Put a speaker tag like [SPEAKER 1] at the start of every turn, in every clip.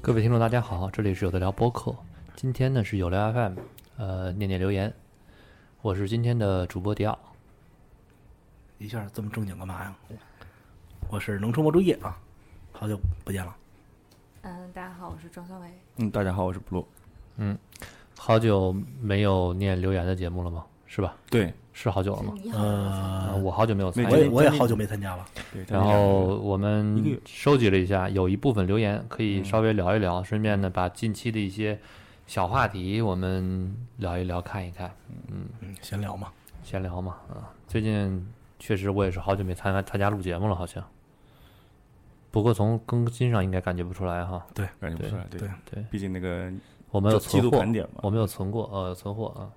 [SPEAKER 1] 各位听众，大家好，这里是有的聊播客。今天呢是有聊 FM，呃，念念留言，我是今天的主播迪奥。
[SPEAKER 2] 一下这么正经干嘛呀？我是能出没注意啊，好久不见了。
[SPEAKER 3] 嗯，大家好，我是庄小伟。
[SPEAKER 4] 嗯，大家好，我是布鲁。
[SPEAKER 1] 好久没有念留言的节目了吗？是吧？
[SPEAKER 4] 对
[SPEAKER 1] 是好久了吗？
[SPEAKER 3] 你好，
[SPEAKER 1] 啊、
[SPEAKER 2] 呃，
[SPEAKER 1] 我好久没有参
[SPEAKER 2] 我
[SPEAKER 1] 与
[SPEAKER 2] 也
[SPEAKER 1] 了。
[SPEAKER 2] 我也好久没参加了。
[SPEAKER 4] 对，
[SPEAKER 1] 然后我们收集了一下，有一部分留言可以稍微聊一聊，顺便呢把近期的一些小话题我们聊一聊，看一看。
[SPEAKER 2] 嗯，闲聊嘛。
[SPEAKER 1] 闲聊嘛，啊，最近确实我也是好久没参加参加录节目了，好像。不过从更新上应该感觉不出来哈，
[SPEAKER 4] 感觉不出来，对
[SPEAKER 2] 对
[SPEAKER 1] 对
[SPEAKER 4] 毕竟那个
[SPEAKER 1] 我们有
[SPEAKER 4] 就季
[SPEAKER 1] 存
[SPEAKER 4] 度
[SPEAKER 1] 货
[SPEAKER 4] 盘，点嘛，
[SPEAKER 1] 我们有存货，呃，存货啊，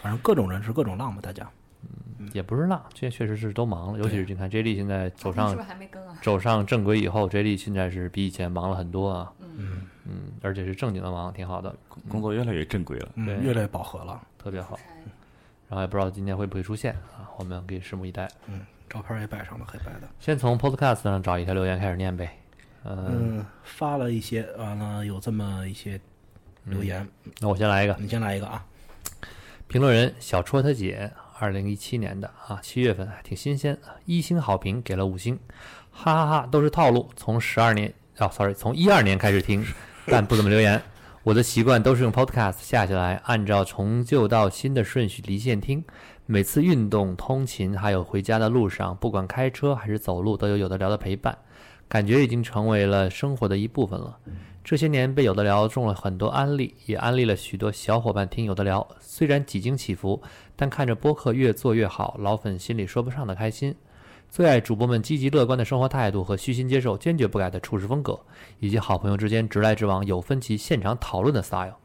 [SPEAKER 2] 反正各种人是各种浪嘛，大家。
[SPEAKER 4] 嗯
[SPEAKER 1] 也不是浪，这确实是都忙了，尤其是你看 J D 现在走
[SPEAKER 3] 是
[SPEAKER 1] 上
[SPEAKER 3] 不是还没更啊？
[SPEAKER 1] 走上正轨以后，J D 现在是比以前忙了很多啊，
[SPEAKER 2] 嗯
[SPEAKER 1] 嗯，而且是正经的忙，挺好的，
[SPEAKER 4] 工作越来越正规了。
[SPEAKER 1] 对
[SPEAKER 2] 嗯，越来越饱和了，
[SPEAKER 1] 特别好。然后也不知道今天会不会出现啊，我们可以拭目以待。
[SPEAKER 2] 照片也摆上了，黑白的。
[SPEAKER 1] 先从 Podcast 上找一条留言开始念呗，嗯，
[SPEAKER 2] 嗯，发了一些，完了有这么一些留言，
[SPEAKER 1] 那我先来一个，
[SPEAKER 2] 你先来一个啊。
[SPEAKER 1] 评论人小戳他姐，二零一七年的啊，七月份还挺新鲜，一星好评给了五星，哈哈哈都是套路。从十二年啊、s o r r y 从一二年开始听，但不怎么留言。我的习惯都是用 Podcast 下下来，按照从旧到新的顺序离线听。每次运动、通勤还有回家的路上，不管开车还是走路，都有有的聊的陪伴，感觉已经成为了生活的一部分了。这些年被有的聊中了很多安利，也安利了许多小伙伴听有的聊。虽然几经起伏，但看着播客越做越好，老粉心里说不上的开心。最爱主播们积极乐观的生活态度和虚心接受、坚决不改的处事风格，以及好朋友之间直来直往、有分歧、现场讨论的 style。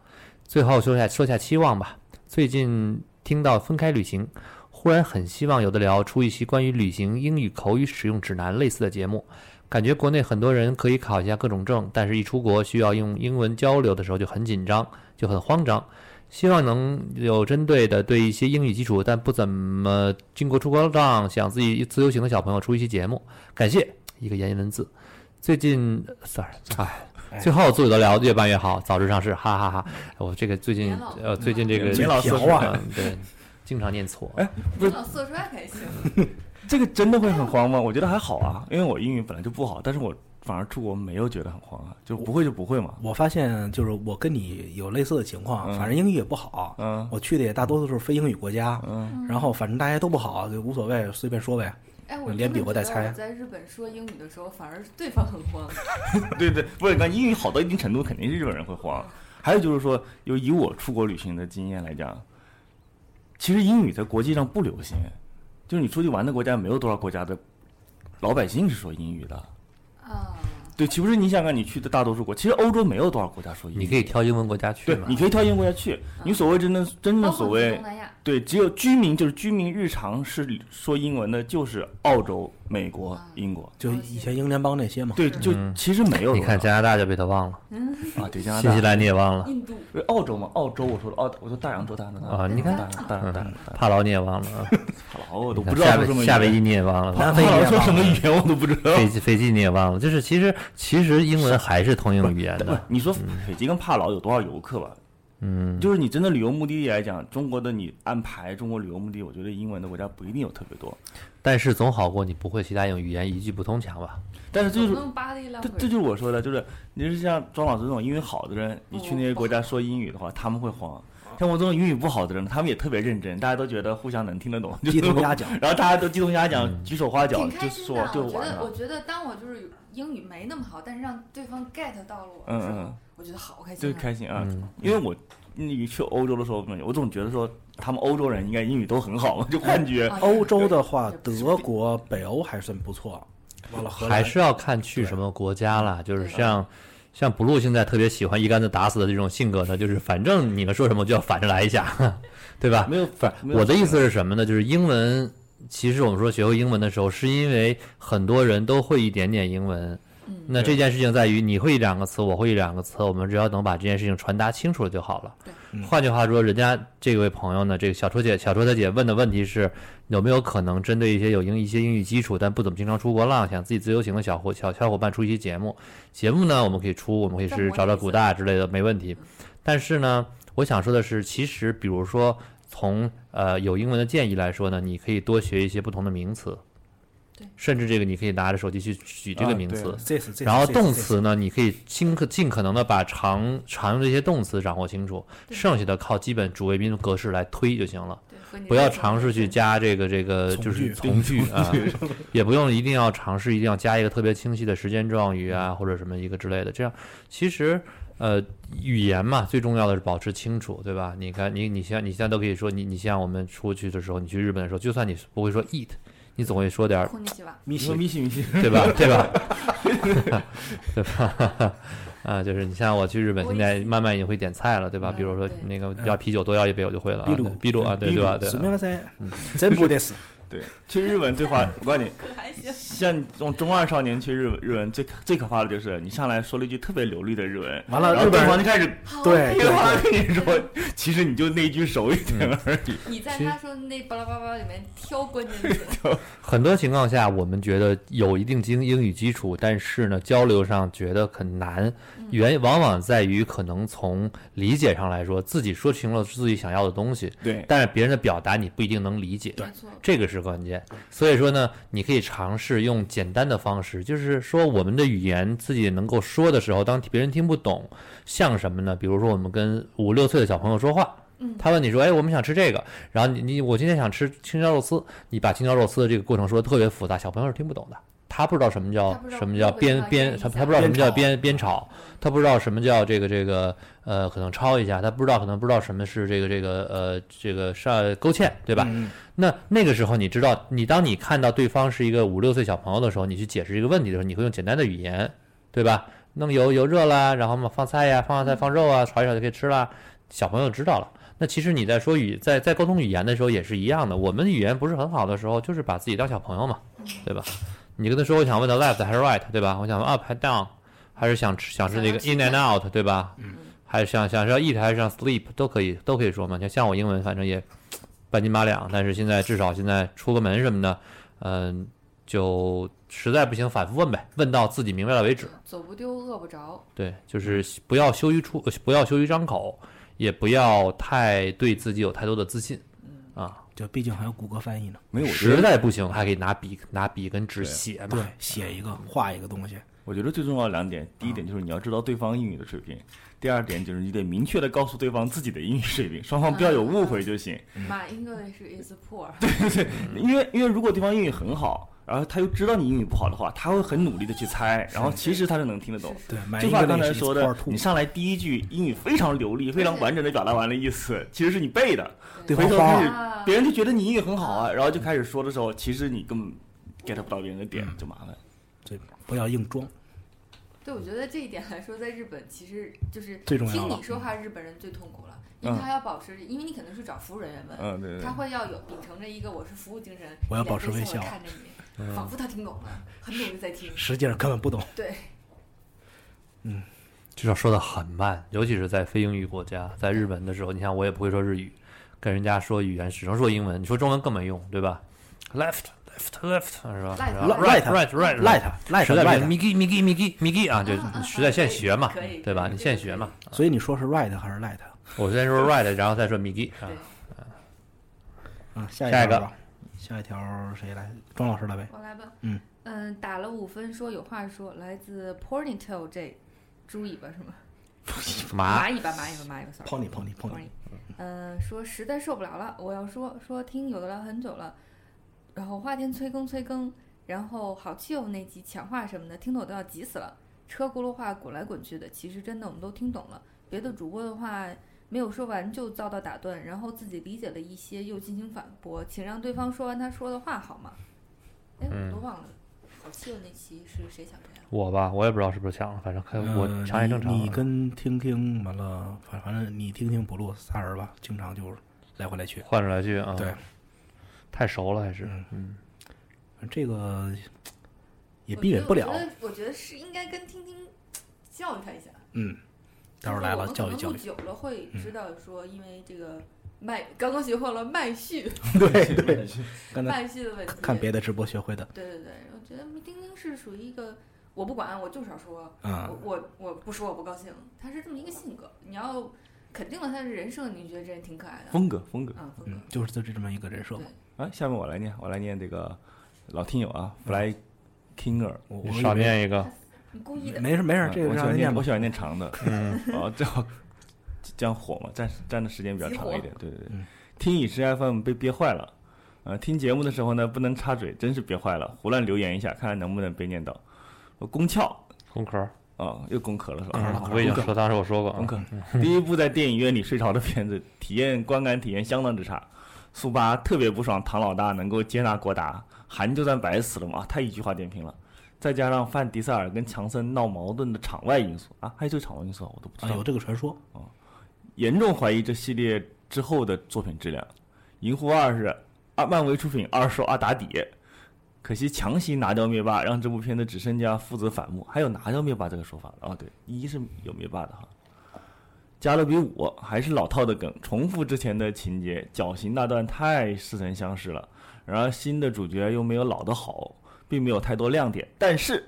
[SPEAKER 1] 最后说下说下期望吧。最近听到分开旅行，忽然很希望有的聊出一期关于旅行英语口语使用指南类似的节目。感觉国内很多人可以考一下各种证，但是一出国需要用英文交流的时候就很紧张，就很慌张。希望能有针对的对一些英语基础但不怎么经过出国浪、想自己自由行的小朋友出一期节目。感谢一个言文字。最近，sorry，哎，最后做的聊越办越好，早日上市，哈哈哈我这个最近
[SPEAKER 3] 年老
[SPEAKER 1] 呃，最近这个
[SPEAKER 4] 年老色
[SPEAKER 2] 衰
[SPEAKER 1] 嗯对，经常念错。
[SPEAKER 4] 哎
[SPEAKER 3] 你老色衰还行，
[SPEAKER 4] 这个真的会很慌吗？我觉得还好啊，因为我英语本来就不好，但是我反而出国没有觉得很慌啊，就不会就不会嘛。
[SPEAKER 2] 我发现就是我跟你有类似的情况，
[SPEAKER 4] 嗯
[SPEAKER 2] 反正英语也不好，
[SPEAKER 4] 嗯
[SPEAKER 2] 我去的也大多数是非英语国家，
[SPEAKER 4] 嗯，
[SPEAKER 2] 然后反正大家都不好，就无所谓，随便说呗。
[SPEAKER 3] 哎，我
[SPEAKER 2] 连
[SPEAKER 3] 真的
[SPEAKER 2] 比划带
[SPEAKER 3] 觉得
[SPEAKER 2] 猜
[SPEAKER 3] 我在日本说英语的时候，反而是对方很慌。
[SPEAKER 4] 对对，不是，你看英语好到一定程度，肯定日本人会慌。还有就是说，有以我出国旅行的经验来讲，其实英语在国际上不流行，就是你出去玩的国家没有多少国家的老百姓是说英语的。
[SPEAKER 3] 啊，
[SPEAKER 4] 对，岂不是你想想你去的大多数国，其实欧洲没有多少国家说英语，
[SPEAKER 1] 你可以挑英文国家去
[SPEAKER 4] 对
[SPEAKER 1] 嘛，？
[SPEAKER 4] 你可以挑英国国家去。你所谓真的真
[SPEAKER 3] 包括
[SPEAKER 4] 正所
[SPEAKER 3] 去
[SPEAKER 4] 谓
[SPEAKER 3] 东南亚，
[SPEAKER 4] 对，只有居民就是居民日常是说英文的，就是澳洲、美国、英国。
[SPEAKER 2] 就以前英联邦那些嘛，
[SPEAKER 4] 对，就其实没有
[SPEAKER 1] 你
[SPEAKER 4] 多少。
[SPEAKER 1] 看加拿大就被他忘了，
[SPEAKER 4] 啊，对加拿
[SPEAKER 1] 新西
[SPEAKER 4] 大。
[SPEAKER 1] 兰你也忘了
[SPEAKER 3] 印度，
[SPEAKER 4] 对澳洲嘛，澳洲，我说的澳，我说大洋洲，大洋洲大洋洲
[SPEAKER 1] 啊你看
[SPEAKER 4] 大洋大洋大洋，大
[SPEAKER 1] 帕劳你也忘了啊，
[SPEAKER 4] 洋 老我都
[SPEAKER 1] 你
[SPEAKER 4] 不
[SPEAKER 1] 看
[SPEAKER 4] 知道
[SPEAKER 1] 夏
[SPEAKER 4] 说
[SPEAKER 1] 威
[SPEAKER 4] 什么语言
[SPEAKER 1] 夏威夷你也忘了，
[SPEAKER 2] 南非
[SPEAKER 4] 帕劳
[SPEAKER 2] 也
[SPEAKER 4] 说
[SPEAKER 2] 忘
[SPEAKER 4] 什么
[SPEAKER 2] 了
[SPEAKER 4] 语言我都不知道。
[SPEAKER 1] 斐济斐济你也忘了，就是其实其实英文还是通用语言
[SPEAKER 4] 不是
[SPEAKER 1] 的，，
[SPEAKER 4] 你说斐济跟帕劳有多少游客吧？
[SPEAKER 1] 嗯，
[SPEAKER 4] 就是你真的旅游目的地来讲，中国的你安排中国旅游目的地，我觉得英文的国家不一定有特别多。
[SPEAKER 1] 但是总好过你不会其他语言一句不通强吧？
[SPEAKER 4] 但是这就是
[SPEAKER 3] 总不能巴黎浪
[SPEAKER 4] 这
[SPEAKER 3] 费。
[SPEAKER 4] 这就是我说的，就是你是像庄老师这种英语好的人，你去那些国家说英语的话，他们会慌。像我这种英语不好的人，他们也特别认真，大家都觉得互相能听得懂，就
[SPEAKER 2] 鸡
[SPEAKER 4] 是
[SPEAKER 2] 同鸭讲。
[SPEAKER 4] 然后大家都鸡同鸭讲，
[SPEAKER 1] 嗯
[SPEAKER 4] 举手画脚
[SPEAKER 3] 挺
[SPEAKER 4] 就
[SPEAKER 3] 开心的
[SPEAKER 4] 说
[SPEAKER 3] 啊，
[SPEAKER 4] 就
[SPEAKER 3] 我觉
[SPEAKER 4] 完
[SPEAKER 3] 得，我
[SPEAKER 4] 了。
[SPEAKER 3] 觉得当我就是英语没那么好，但是让对方 get 到了我的
[SPEAKER 4] 嗯
[SPEAKER 3] 时候，
[SPEAKER 4] 嗯，
[SPEAKER 3] 我觉得好开心、
[SPEAKER 4] 就
[SPEAKER 3] 啊。
[SPEAKER 4] 开心啊！
[SPEAKER 1] 嗯，
[SPEAKER 4] 因为我你去欧洲的时候，我总觉得说他们欧洲人应该英语都很好嘛，就 幻觉。
[SPEAKER 3] 啊
[SPEAKER 2] 欧洲的话，德国、北欧还算不错，完了荷兰
[SPEAKER 1] 还是要看去什么国家啦。
[SPEAKER 4] 嗯
[SPEAKER 1] 就是像像 blue 现在特别喜欢一竿子打死的这种性格呢，就是反正你们说什么我就要反着来一下， 对吧？
[SPEAKER 4] 没有反
[SPEAKER 1] 我的意思是什么呢？就是英文，其实我们说学会英文的时候，是因为很多人都会一点点英文。
[SPEAKER 4] 嗯
[SPEAKER 1] 那这件事情在于你会一两个词，我会一两个词，我们只要能把这件事情传达清楚了就好了
[SPEAKER 3] 对。
[SPEAKER 2] 嗯
[SPEAKER 1] 换句话说，人家这位朋友呢，这个小车姐，小车她姐问的问题是有没有可能针对一些有英一些英语基础但不怎么经常出国浪，想自己自由行的小伙小小伙伴出一期节目。节目呢，我们可以出，我们可以是找找古大之类的，没问题。但是呢，我想说的是，其实比如说从呃有英文的建议来说呢，你可以多学一些不同的名词
[SPEAKER 3] 对，
[SPEAKER 1] 甚至这个你可以拿着手机去举这
[SPEAKER 4] 啊
[SPEAKER 1] 个名
[SPEAKER 4] 对
[SPEAKER 1] 词。
[SPEAKER 2] 这次这次
[SPEAKER 1] 然后
[SPEAKER 2] 这次
[SPEAKER 1] 动
[SPEAKER 2] 这次
[SPEAKER 1] 词呢，你可以尽可尽可能的把常常用这些动词掌握清楚，
[SPEAKER 3] 对
[SPEAKER 1] 剩下的靠基本主谓宾格式来推就行了。
[SPEAKER 3] 对，和你
[SPEAKER 1] 不要
[SPEAKER 3] 认识
[SPEAKER 1] 尝试去
[SPEAKER 3] 人
[SPEAKER 1] 加这个这个就是
[SPEAKER 2] 从
[SPEAKER 1] 从句啊， 也不用一定要尝试一定要加一个特别清晰的时间状语啊，或者什么一个之类的。这样其实呃，语言嘛，最重要的是保持清楚，对吧？你看你你像你现在都可以说你你像我们出去的时候，你去日本的时候，就算你不会说 eat，你总会说点儿
[SPEAKER 3] 库尼基瓦，
[SPEAKER 2] 米
[SPEAKER 4] 你说
[SPEAKER 2] 西
[SPEAKER 4] 米西米西，
[SPEAKER 1] 对 吧？对吧？ 对吧？ 啊，就是你像我去日本，
[SPEAKER 3] 我
[SPEAKER 1] 现
[SPEAKER 3] 也
[SPEAKER 1] 在
[SPEAKER 3] 是
[SPEAKER 1] 慢慢也会点菜了，对吧？
[SPEAKER 3] 嗯
[SPEAKER 1] 比如说
[SPEAKER 3] 对
[SPEAKER 1] 那个要啤酒多要一杯，我就会了啊。
[SPEAKER 2] 秘鲁
[SPEAKER 1] 对秘鲁啊，对对吧？对
[SPEAKER 2] 什
[SPEAKER 1] 啊。
[SPEAKER 2] 么塞，真不得死。
[SPEAKER 4] 对，去日本对话，我告诉你，
[SPEAKER 3] 可还行。
[SPEAKER 4] 像你这种中二少年去日本日文最可最可怕的就是你上来说了一句特别流利的日文，
[SPEAKER 2] 完了
[SPEAKER 4] 然后
[SPEAKER 2] 日本
[SPEAKER 4] 对
[SPEAKER 2] 人
[SPEAKER 4] 方就开始
[SPEAKER 3] 好啊
[SPEAKER 2] 对
[SPEAKER 4] 对方跟你说，其实你就那一句熟一点而已。
[SPEAKER 3] 你在
[SPEAKER 1] 其实
[SPEAKER 3] 他说的那巴拉巴拉里面挑关键词，
[SPEAKER 1] 很多情况下，我们觉得有一定经英语基础，但是呢，交流上觉得很难，
[SPEAKER 3] 嗯
[SPEAKER 1] 原往往在于可能从理解上来说，自己说清了自己想要的东西，
[SPEAKER 4] 对，
[SPEAKER 1] 但是别人的表达你不一定能理解。
[SPEAKER 3] 没错，
[SPEAKER 1] 这个是关键。所以说呢，你可以尝试用简单的方式，就是说我们的语言自己能够说的时候，当别人听不懂，像什么呢？比如说我们跟五六岁的小朋友说话。
[SPEAKER 3] 嗯
[SPEAKER 1] 他问你说：“哎，我们想吃这个。”然后你你我今天想吃青椒肉丝，你把青椒肉丝的这个过程说的特别复杂，小朋友是听不懂的。他不知道什么叫
[SPEAKER 3] 他不知道
[SPEAKER 1] 什么叫
[SPEAKER 3] 不知道煸
[SPEAKER 1] 煸煸，他
[SPEAKER 3] 一下嗯
[SPEAKER 1] 他不知道什么
[SPEAKER 2] 煸
[SPEAKER 1] 叫
[SPEAKER 2] 炒
[SPEAKER 1] 煸煸炒，他不知道什么叫这个这个呃，可能焯一下，他不知道可能不知道什么是这个这个呃这个上勾芡，对吧？
[SPEAKER 2] 嗯
[SPEAKER 1] 那那个时候，你知道，你当你看到对方是一个五六岁小朋友的时候，你去解释一个问题的时候，你会用简单的语言，对吧？弄油油热啦，然后嘛放菜呀，放上菜放肉啊，炒一炒就可以吃啦。小朋友知道了。那其实你在说语在在沟通语言的时候也是一样的。我们语言不是很好的时候，就是把自己当小朋友嘛，对吧？你跟他说我想问他 left 还是 right，对吧？我想问 up 还是 down，还是想吃想吃那个
[SPEAKER 3] 想要
[SPEAKER 1] in
[SPEAKER 3] 吃
[SPEAKER 1] and out，对吧？
[SPEAKER 3] 嗯，
[SPEAKER 1] 还是想想是要 eat 还是想 sleep 都可以都可以说嘛。就像我英文反正也半斤八两，但是现在至少现在出个门什么的，嗯、就实在不行反复问呗，问到自己明白了为止。
[SPEAKER 3] 走不丢，饿不着，
[SPEAKER 1] 对，就是不要羞于出，呃不要羞于张口，也不要太对自己有太多的自信啊。
[SPEAKER 2] 就毕竟还有谷歌翻译呢。
[SPEAKER 4] 没有，我觉
[SPEAKER 1] 实
[SPEAKER 4] 得啊
[SPEAKER 1] 在不行，还可以拿笔拿笔跟纸写嘛。
[SPEAKER 2] 对，写一个画一个东西，
[SPEAKER 4] 我觉得最重要的两点，第
[SPEAKER 2] 嗯
[SPEAKER 4] 一点就是你要知道对方英语的水平，第二点就是你得明确的告诉对方自己的英语水平，双方不要有误会就行。
[SPEAKER 3] My English is poor，
[SPEAKER 2] 嗯
[SPEAKER 4] 因为因为如果对方英语很好，然后他又知道你英语不好的话，他会很努力的去猜，然后其实他是能听得懂。
[SPEAKER 2] 对，买
[SPEAKER 4] 就
[SPEAKER 2] 一
[SPEAKER 4] 像
[SPEAKER 2] 个
[SPEAKER 4] 刚
[SPEAKER 2] 那
[SPEAKER 4] 才
[SPEAKER 2] 个
[SPEAKER 4] 说的，你上来第一句英语非常流利、非常完整的表达完了意思，其实是你背的，
[SPEAKER 2] 对
[SPEAKER 4] 回
[SPEAKER 2] 方
[SPEAKER 4] 头
[SPEAKER 2] 花嗯
[SPEAKER 4] 是
[SPEAKER 2] 儿
[SPEAKER 3] 啊，
[SPEAKER 4] 别人就觉得你英语很好啊，然后就开始说的时候，其实你根本 get 不到别人的
[SPEAKER 2] 嗯
[SPEAKER 4] 点，就麻烦。
[SPEAKER 2] 这不要硬装，
[SPEAKER 3] 对，我觉得这一点来说，在日本其实就是
[SPEAKER 2] 最重要
[SPEAKER 3] 听
[SPEAKER 2] 了
[SPEAKER 3] 你说话，日本人最痛苦了，因为
[SPEAKER 4] 嗯
[SPEAKER 3] 他要保持，因为你可能是找服务人员问，
[SPEAKER 4] 嗯，对对
[SPEAKER 3] 他会要有秉承着一个我是服务精神，
[SPEAKER 2] 我要保持微
[SPEAKER 3] 脸对象地
[SPEAKER 2] 笑嗯
[SPEAKER 3] 看着你，仿佛他听懂了，很努力在听。
[SPEAKER 2] 实际上根本不懂。
[SPEAKER 3] 对，
[SPEAKER 1] 至少说的很慢，尤其是在非英语国家，在日本的时候，你像我也不会说日语，跟人家说语言只能说英文，你说中文更没用，对吧？Left left left 是吧
[SPEAKER 2] Right
[SPEAKER 1] right right
[SPEAKER 2] light light
[SPEAKER 1] 实在不行
[SPEAKER 2] light，
[SPEAKER 1] ，migi migi migi migi 啊，就
[SPEAKER 3] 啊啊
[SPEAKER 1] 实在现学嘛
[SPEAKER 3] 可以可以，
[SPEAKER 1] 对吧？你现学嘛，
[SPEAKER 2] 所以你说是 right 还是 light？
[SPEAKER 1] 我先说 right，然后再说 migi 啊。
[SPEAKER 2] 啊，下一
[SPEAKER 1] 下一
[SPEAKER 2] 条
[SPEAKER 1] 个
[SPEAKER 2] 吧，下一条谁来？庄老师来呗。
[SPEAKER 3] 我来吧。
[SPEAKER 2] 嗯
[SPEAKER 3] 嗯打了五分，说有话说，来自 Ponytail J，猪尾巴是吗？
[SPEAKER 1] 麻
[SPEAKER 3] 蚂蚁吧，蚂蚁吧，蚂蚁吧，sorry。
[SPEAKER 2] 碰你碰你碰
[SPEAKER 3] 不
[SPEAKER 2] 你
[SPEAKER 3] 是，呃，说实在受不了了，我要说说听有的聊很久了，然后花田催更催更，然后好气哦那集抢话什么的，听得我都要急死了。车轱辘话滚来滚去的，其实真的我们都听懂了。别的主播的话没有说完就遭到打断，然后自己理解了一些又进行反驳，请让对方说完他说的话好吗？哎，
[SPEAKER 2] 嗯
[SPEAKER 3] 我都忘了，好气哦那期是谁抢谁啊？
[SPEAKER 1] 我吧，我也不知道是不是抢了，反正看
[SPEAKER 2] 呃
[SPEAKER 1] 我抢也正常啊
[SPEAKER 2] 你。你跟听听完了，反反正你听听不录仨人吧，经常就是来回来去。
[SPEAKER 1] 换着来句啊，
[SPEAKER 2] 对，
[SPEAKER 1] 太熟了还是
[SPEAKER 2] 嗯
[SPEAKER 1] 嗯，
[SPEAKER 2] 这个也
[SPEAKER 3] 我
[SPEAKER 2] 避
[SPEAKER 3] 觉
[SPEAKER 2] 免
[SPEAKER 3] 得
[SPEAKER 2] 不了
[SPEAKER 3] 我。觉得我觉得是应该跟听听教育他一下。
[SPEAKER 2] 嗯，待会儿来了教育教嗯育。
[SPEAKER 3] 久了会知道说，因为这个麦刚刚学会了 麦序，
[SPEAKER 2] 对对，刚才
[SPEAKER 3] 麦序的问题。
[SPEAKER 2] 看别的直播学会的。
[SPEAKER 3] 对对对，我觉得丁丁是属于一个我不管，我就是要说，
[SPEAKER 2] 啊
[SPEAKER 3] 我我我不说我不高兴，他是这么一个性格。你要肯定了他的人设，你觉得这人挺可爱的。
[SPEAKER 4] 风格风格。
[SPEAKER 3] 啊，风格
[SPEAKER 2] 嗯，就是就这么一个人设嘛。
[SPEAKER 4] 啊，下面我来念，我来念这个老听友啊，Fly
[SPEAKER 2] 嗯
[SPEAKER 4] Kinger，
[SPEAKER 2] 我我
[SPEAKER 1] 少
[SPEAKER 2] 以为
[SPEAKER 1] 念一嗯个，
[SPEAKER 3] 你故意的。
[SPEAKER 2] 没事没事
[SPEAKER 4] 啊，
[SPEAKER 2] 这个
[SPEAKER 4] 我喜
[SPEAKER 2] 让
[SPEAKER 4] 欢
[SPEAKER 2] 人
[SPEAKER 4] 念，
[SPEAKER 2] 念吧
[SPEAKER 4] 我。喜欢念长的，
[SPEAKER 1] 嗯，
[SPEAKER 4] 啊，这样这样火嘛，占占的时间比较长一点，对对对
[SPEAKER 2] 嗯。
[SPEAKER 4] 听影视 FM 被憋坏了，呃，听节目的时候呢，不能插嘴，真是憋坏了，胡乱留言一下，看看能不能被念到。我宫壳
[SPEAKER 1] 工壳，
[SPEAKER 4] 啊，又宫壳了是吧？
[SPEAKER 1] 嗯我已经说当时我说过
[SPEAKER 4] 功
[SPEAKER 1] 啊，
[SPEAKER 4] 课。 第一部在电影院里睡着的片子，体验观感体验相当之差。速八特别不爽，唐老大能够接纳郭达，韩就算白死了嘛，太一句话点评了。再加上范迪塞尔跟强森闹矛盾的场外因素啊，还有这个场外因素啊，我都不知
[SPEAKER 2] 啊，
[SPEAKER 4] 道。
[SPEAKER 2] 有这个传说，
[SPEAKER 4] 严重怀疑这系列之后的作品质量。《银护二》是二漫威出品二受二打底，可惜强行拿掉灭霸，让这部片子只剩下父子反目。还有拿掉灭霸这个说法了啊？对，一是有灭霸的哈。加勒比五还是老套的梗，重复之前的情节，绞刑那段太似曾相识了。然而新的主角又没有老的好，并没有太多亮点。但是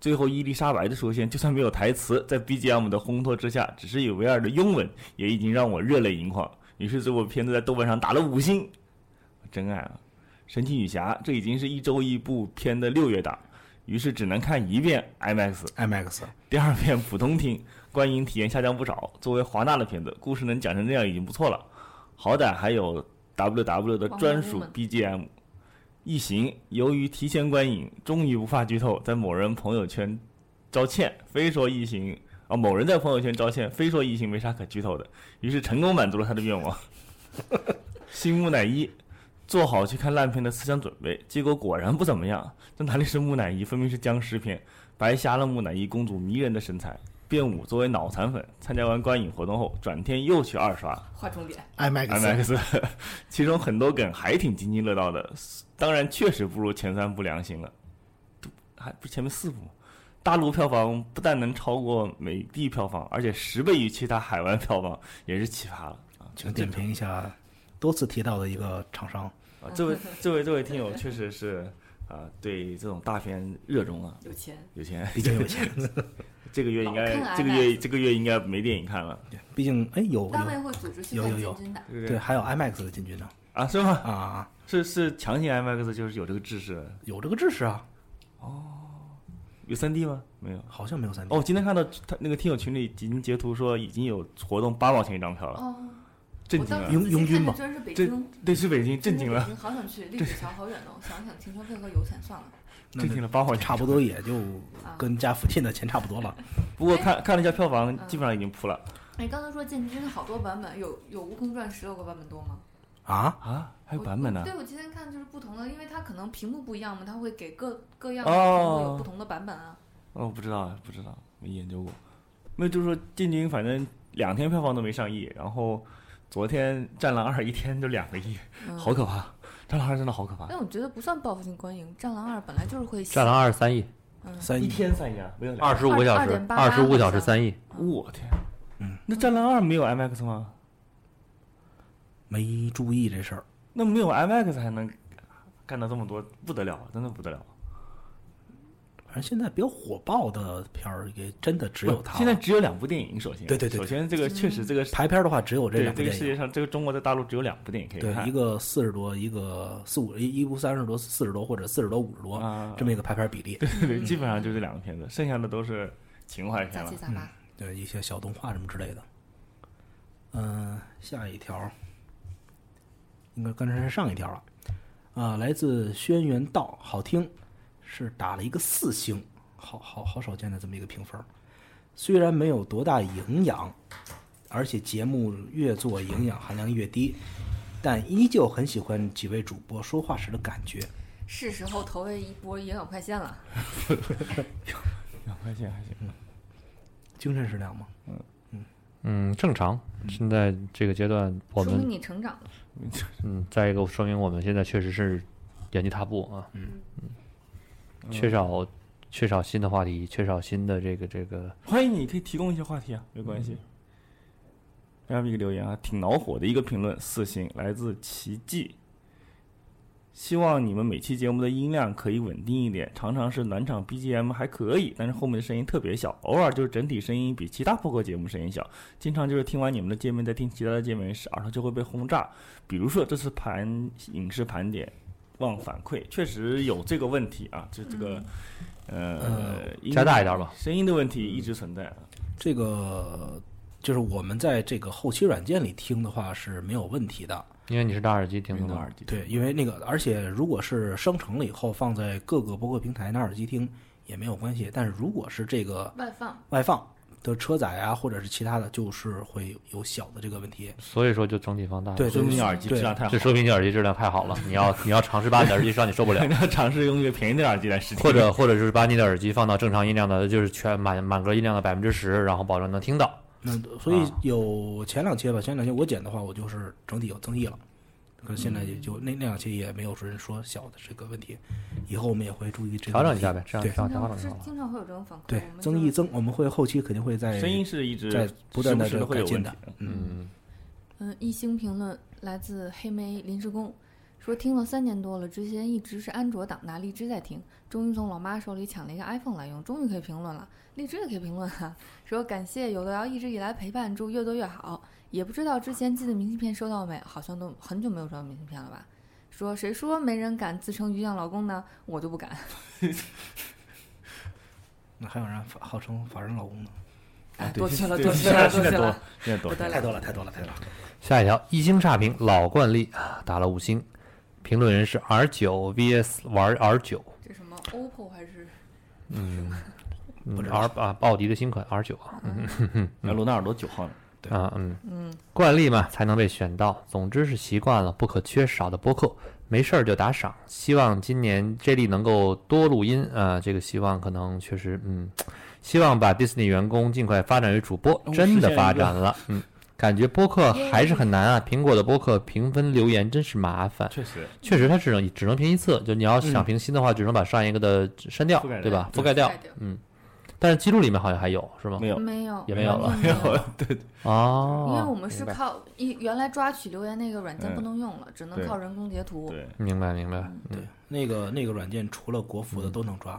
[SPEAKER 4] 最后伊丽莎白的出现，就算没有台词，在 BGM 的烘托之下，只是以为尔的拥吻也已经让我热泪盈眶。于是这部片子在豆瓣上打了五星，真爱啊！神奇女侠这已经是一周一部片的六月档，于是只能看一遍 IMAX，
[SPEAKER 2] IMAX
[SPEAKER 4] 第二遍普通听，观影体验下降不少。作为华纳的片子，故事能讲成这样已经不错了，好歹还有 WW 的专属
[SPEAKER 3] 黄
[SPEAKER 4] BGM。异形由于提前观影，终于不怕剧透，在某人朋友圈招歉，非说异形啊，某人在朋友圈招歉，非说异形没啥可剧透的，于是成功满足了他的愿望。 新木乃伊做好去看烂片的思想准备，结果果然不怎么样。这哪里是木乃伊，分明是僵尸片。白瞎了木乃伊公主迷人的身材。变五作为脑残粉，参加完观影活动后，转天又去二刷啊
[SPEAKER 3] 划重点，
[SPEAKER 2] IMAX
[SPEAKER 4] IMAX，其 中很多梗还挺津津乐道的，当然确实不如前三部良心了，还不是前面四部吗？大陆票房不但能超过美地票房，而且十倍于其他海外票房，也是奇葩了啊！
[SPEAKER 2] 请点评一下多次提到的一个厂商，
[SPEAKER 4] 啊，这位这位这位听友确实是啊、对这种大片热衷啊，
[SPEAKER 3] 有钱，
[SPEAKER 4] 有钱，
[SPEAKER 2] 毕竟有钱，
[SPEAKER 4] 这个月应
[SPEAKER 3] 老看
[SPEAKER 4] 该
[SPEAKER 3] IMAX
[SPEAKER 4] 这个月这个月应该没电影看了，
[SPEAKER 2] 毕竟哎有
[SPEAKER 3] 单位
[SPEAKER 2] 有
[SPEAKER 3] 会组织去
[SPEAKER 2] 有
[SPEAKER 3] 看
[SPEAKER 2] 有有
[SPEAKER 3] 建军的。
[SPEAKER 4] 对不
[SPEAKER 2] 对，还有 IMAX 的进军呢
[SPEAKER 4] 啊，是吗？
[SPEAKER 2] 啊啊，
[SPEAKER 4] 是是强行 IMAX 就是有这个制式的，
[SPEAKER 2] 有这个支持啊，
[SPEAKER 4] 有三 D 吗？没有。
[SPEAKER 2] 好像没有三 D
[SPEAKER 4] 哦，我今天看到他那个听友群里已经截图说已经有活动八毛钱一张票了，
[SPEAKER 3] 哦，
[SPEAKER 4] 震
[SPEAKER 3] 我
[SPEAKER 4] 惊
[SPEAKER 3] 当
[SPEAKER 4] 了
[SPEAKER 3] 时。
[SPEAKER 2] 拥
[SPEAKER 3] 仔细
[SPEAKER 2] 拥军
[SPEAKER 3] 看这
[SPEAKER 2] 吧
[SPEAKER 3] 居然是北
[SPEAKER 4] 这
[SPEAKER 3] 京，
[SPEAKER 4] 对，是北京，震惊
[SPEAKER 3] 真是北
[SPEAKER 4] 了，
[SPEAKER 3] 京，好想去，历史桥好远哦。想想停车费和油钱算了。
[SPEAKER 2] 那
[SPEAKER 4] 震惊了八毛钱，
[SPEAKER 2] 差不。多也就
[SPEAKER 3] 啊
[SPEAKER 2] 跟家附近的钱差不多了。
[SPEAKER 4] 不过看看了一下票
[SPEAKER 3] 嗯
[SPEAKER 4] 房，基本上已经扑了
[SPEAKER 3] 哎，刚才说建军好多版本，有有《悟空传》十六个版本多吗？
[SPEAKER 2] 啊，
[SPEAKER 4] 啊，还有版本呢
[SPEAKER 3] 我。对，我今天看就是不同的，因为它可能屏幕不一样嘛，它会给各各样的屏幕
[SPEAKER 4] 哦
[SPEAKER 3] 有不同的版本啊。
[SPEAKER 4] 哦，不知道，不知道，没研究过。那就是说，震惊，反正两天票房都没上亿，然后昨天《战狼二》一天就两个亿，
[SPEAKER 3] 嗯、
[SPEAKER 4] 好可怕，《战狼二》真的好可怕，
[SPEAKER 3] 但我觉得不算报复性观影，《战狼二》本来就是会
[SPEAKER 1] 啊《战狼二》三亿，
[SPEAKER 3] 嗯
[SPEAKER 2] 三
[SPEAKER 4] 一天三亿啊，没有两
[SPEAKER 1] 二
[SPEAKER 4] 亿。
[SPEAKER 1] 十五个小时，
[SPEAKER 3] 2.88
[SPEAKER 1] 二十五小时三亿，
[SPEAKER 4] 我天，
[SPEAKER 2] 嗯，
[SPEAKER 4] 那《战狼二》没有 IMAX 吗？
[SPEAKER 2] 没注意这事儿，
[SPEAKER 4] 那啊没有 IMAX 还能干到这么多，不得了，真的不得了。
[SPEAKER 2] 反正现在比较火爆的片儿也真的只有它了。
[SPEAKER 4] 现在只有两部电影，首先
[SPEAKER 2] 对对对对
[SPEAKER 4] 首先这个确实这个
[SPEAKER 2] 排片儿的话，只有这
[SPEAKER 4] 对
[SPEAKER 2] 两部
[SPEAKER 4] 这个
[SPEAKER 2] 电
[SPEAKER 4] 世
[SPEAKER 2] 影。
[SPEAKER 4] 界上这个中国在大陆只有两部电影可以
[SPEAKER 2] 对，
[SPEAKER 4] 看
[SPEAKER 2] 一个四十多，一个四五，一一部三十多，四十多或者四十多五十多，
[SPEAKER 4] 啊
[SPEAKER 2] 这么一个排嗯片比例。
[SPEAKER 4] 对对，基本上就这两个片子，剩下的都是情怀片
[SPEAKER 3] 杂
[SPEAKER 4] 了
[SPEAKER 3] 七。
[SPEAKER 1] 啊
[SPEAKER 3] 杂八。
[SPEAKER 1] 嗯
[SPEAKER 2] 对一些小动画什么之类的。嗯、下一条，应该刚才是上一条了。啊、来自轩辕道，好听，是打了一个四星，好好好少见的这么一个评分。虽然没有多大营养，而且节目越做营养含量越低，但依旧很喜欢几位主播说话时的感觉。
[SPEAKER 3] 是时候投喂一波营养快线了。
[SPEAKER 4] 两块钱还行，
[SPEAKER 2] 精神食粮吗？
[SPEAKER 1] 嗯，正常。现在这个阶段，我
[SPEAKER 3] 说明
[SPEAKER 1] 们
[SPEAKER 3] 你成长了。
[SPEAKER 1] 嗯，再一个说明我们现在确实是原地踏步啊，嗯嗯，缺少缺少新的话题，缺少新的这个这个，
[SPEAKER 4] 欢迎你可以提供一些话题啊，没关
[SPEAKER 2] 嗯
[SPEAKER 4] 系。下面一个留言啊，挺恼火的一个评论，四星，来自奇迹。希望你们每期节目的音量可以稳定一点，常常是暖场 BGM 还可以，但是后面的声音特别小，偶尔就是整体声音比其他播客节目声音小，经常就是听完你们的界面再听其他的界面时，耳朵就会被轰炸。比如说这次盘影视盘点忘反馈，确实有这个问题啊，这这个、呃音
[SPEAKER 1] 加大一点吧
[SPEAKER 4] 声音的问题一直存在啊。
[SPEAKER 2] 这个就是我们在这个后期软件里听的话是没有问题的，
[SPEAKER 1] 因为你是戴耳机听的
[SPEAKER 4] 用到
[SPEAKER 1] 嘛
[SPEAKER 4] 耳，机听
[SPEAKER 2] 对，因为那个，而且如果是生成了以后放在各个播客平台拿耳机听也没有关系，但是如果是这个
[SPEAKER 3] 外
[SPEAKER 1] 啊
[SPEAKER 3] 放
[SPEAKER 2] 外放的车载啊，或者是其他的，就是会有小的这个问题。
[SPEAKER 1] 所以说就整体放大。
[SPEAKER 2] 对，
[SPEAKER 4] 说
[SPEAKER 2] 对
[SPEAKER 4] 明你耳机质量太好
[SPEAKER 1] 这。说明你耳机质量太好 了，你要你要尝试把你的耳机让你受不了
[SPEAKER 4] 你，要 尝试用一个便宜的耳机来试听，
[SPEAKER 1] 或者或者就是把你的耳机放到正常音量的，就是全满满格音量的百分之十，然后保证能听到。
[SPEAKER 2] 那所以有前两期吧，前两期我剪的话，我就是整体有增益了。可是现在也就那那两期也没有说人说小的这个问题，以后我们也会注意这个
[SPEAKER 1] 调整一下
[SPEAKER 2] 问
[SPEAKER 1] 呗，这样
[SPEAKER 2] 对
[SPEAKER 1] 调
[SPEAKER 3] 经
[SPEAKER 1] 调
[SPEAKER 3] 常
[SPEAKER 1] 整
[SPEAKER 3] 不
[SPEAKER 1] 就是好了。
[SPEAKER 3] 经常会有这种反馈。
[SPEAKER 2] 题。对
[SPEAKER 3] 我，们
[SPEAKER 2] 增益
[SPEAKER 3] 就
[SPEAKER 2] 增，我们会后期肯定会在
[SPEAKER 4] 声音是一直
[SPEAKER 2] 哎在不断地
[SPEAKER 4] 时不时会有
[SPEAKER 2] 改进
[SPEAKER 4] 问
[SPEAKER 2] 的
[SPEAKER 4] 题。
[SPEAKER 1] 嗯，
[SPEAKER 3] 嗯，一星评论来自黑莓临时工，说听了三年多了，之前一直是安卓党，拿荔枝在听，终于从老妈手里抢了一个 iPhone 来用，终于可以评论了，荔枝也可以评论哈、说感谢有的聊一直以来陪伴，祝越做越好。也不知道之前寄的明信片收到没，好像都很久没有收到明信片了吧。说谁说没人敢自称鱼酱老公呢？我就不敢。
[SPEAKER 2] 那还有人发号称法人老公呢？
[SPEAKER 3] 哎，
[SPEAKER 4] 啊对
[SPEAKER 3] 多去了，
[SPEAKER 4] 对
[SPEAKER 3] 多去
[SPEAKER 4] 现在
[SPEAKER 3] 了，
[SPEAKER 4] 现
[SPEAKER 2] 啊
[SPEAKER 3] 多去
[SPEAKER 4] 在多
[SPEAKER 3] 了。，
[SPEAKER 4] 现在多
[SPEAKER 3] 不得了
[SPEAKER 2] 太多了，太多了，太多了。
[SPEAKER 1] 下一条一星差评，老惯例啊，打了五星，评论人是 R 九 VS 玩 R 九，
[SPEAKER 3] 这什么 OPPO 还是
[SPEAKER 1] 嗯，R 啊，奥迪的新款 R 九啊，
[SPEAKER 4] 嗯那罗纳尔多九号呢？
[SPEAKER 1] 啊嗯
[SPEAKER 3] 嗯，
[SPEAKER 1] 惯例嘛才能被选到，总之是习惯了不可缺少的播客，没事儿就打赏，希望今年 J 莉能够多录音啊、这个希望可能确实嗯，希望把 Disney 员工尽快发展为主播，
[SPEAKER 4] 哦
[SPEAKER 1] 真
[SPEAKER 4] 实
[SPEAKER 1] 的
[SPEAKER 4] 现一个
[SPEAKER 1] 发展了，嗯，感觉播客还是很难啊，苹果的播客评分留言真是麻烦。
[SPEAKER 4] 确实，
[SPEAKER 1] 确实，它只能只能评一次，就你要想评新的话，只能把上一个的删
[SPEAKER 4] 嗯
[SPEAKER 1] 掉
[SPEAKER 4] 覆盖，掉
[SPEAKER 1] 对吧？
[SPEAKER 4] 对
[SPEAKER 1] 覆盖掉
[SPEAKER 3] 覆盖掉，
[SPEAKER 1] 嗯。但是记录里面好像还有，是
[SPEAKER 2] 嗯
[SPEAKER 1] 吗
[SPEAKER 4] 没？有
[SPEAKER 3] 没有，
[SPEAKER 1] 也没有了
[SPEAKER 3] 完全 没有。因为我
[SPEAKER 1] 哦，
[SPEAKER 3] 们是靠一原来抓取留言那个软件不能用了，只能
[SPEAKER 4] 对
[SPEAKER 3] 靠人工截图。
[SPEAKER 4] 对，
[SPEAKER 1] 明白明白。
[SPEAKER 2] 对，
[SPEAKER 4] 嗯
[SPEAKER 2] 那个那个软件除了国服的都能抓，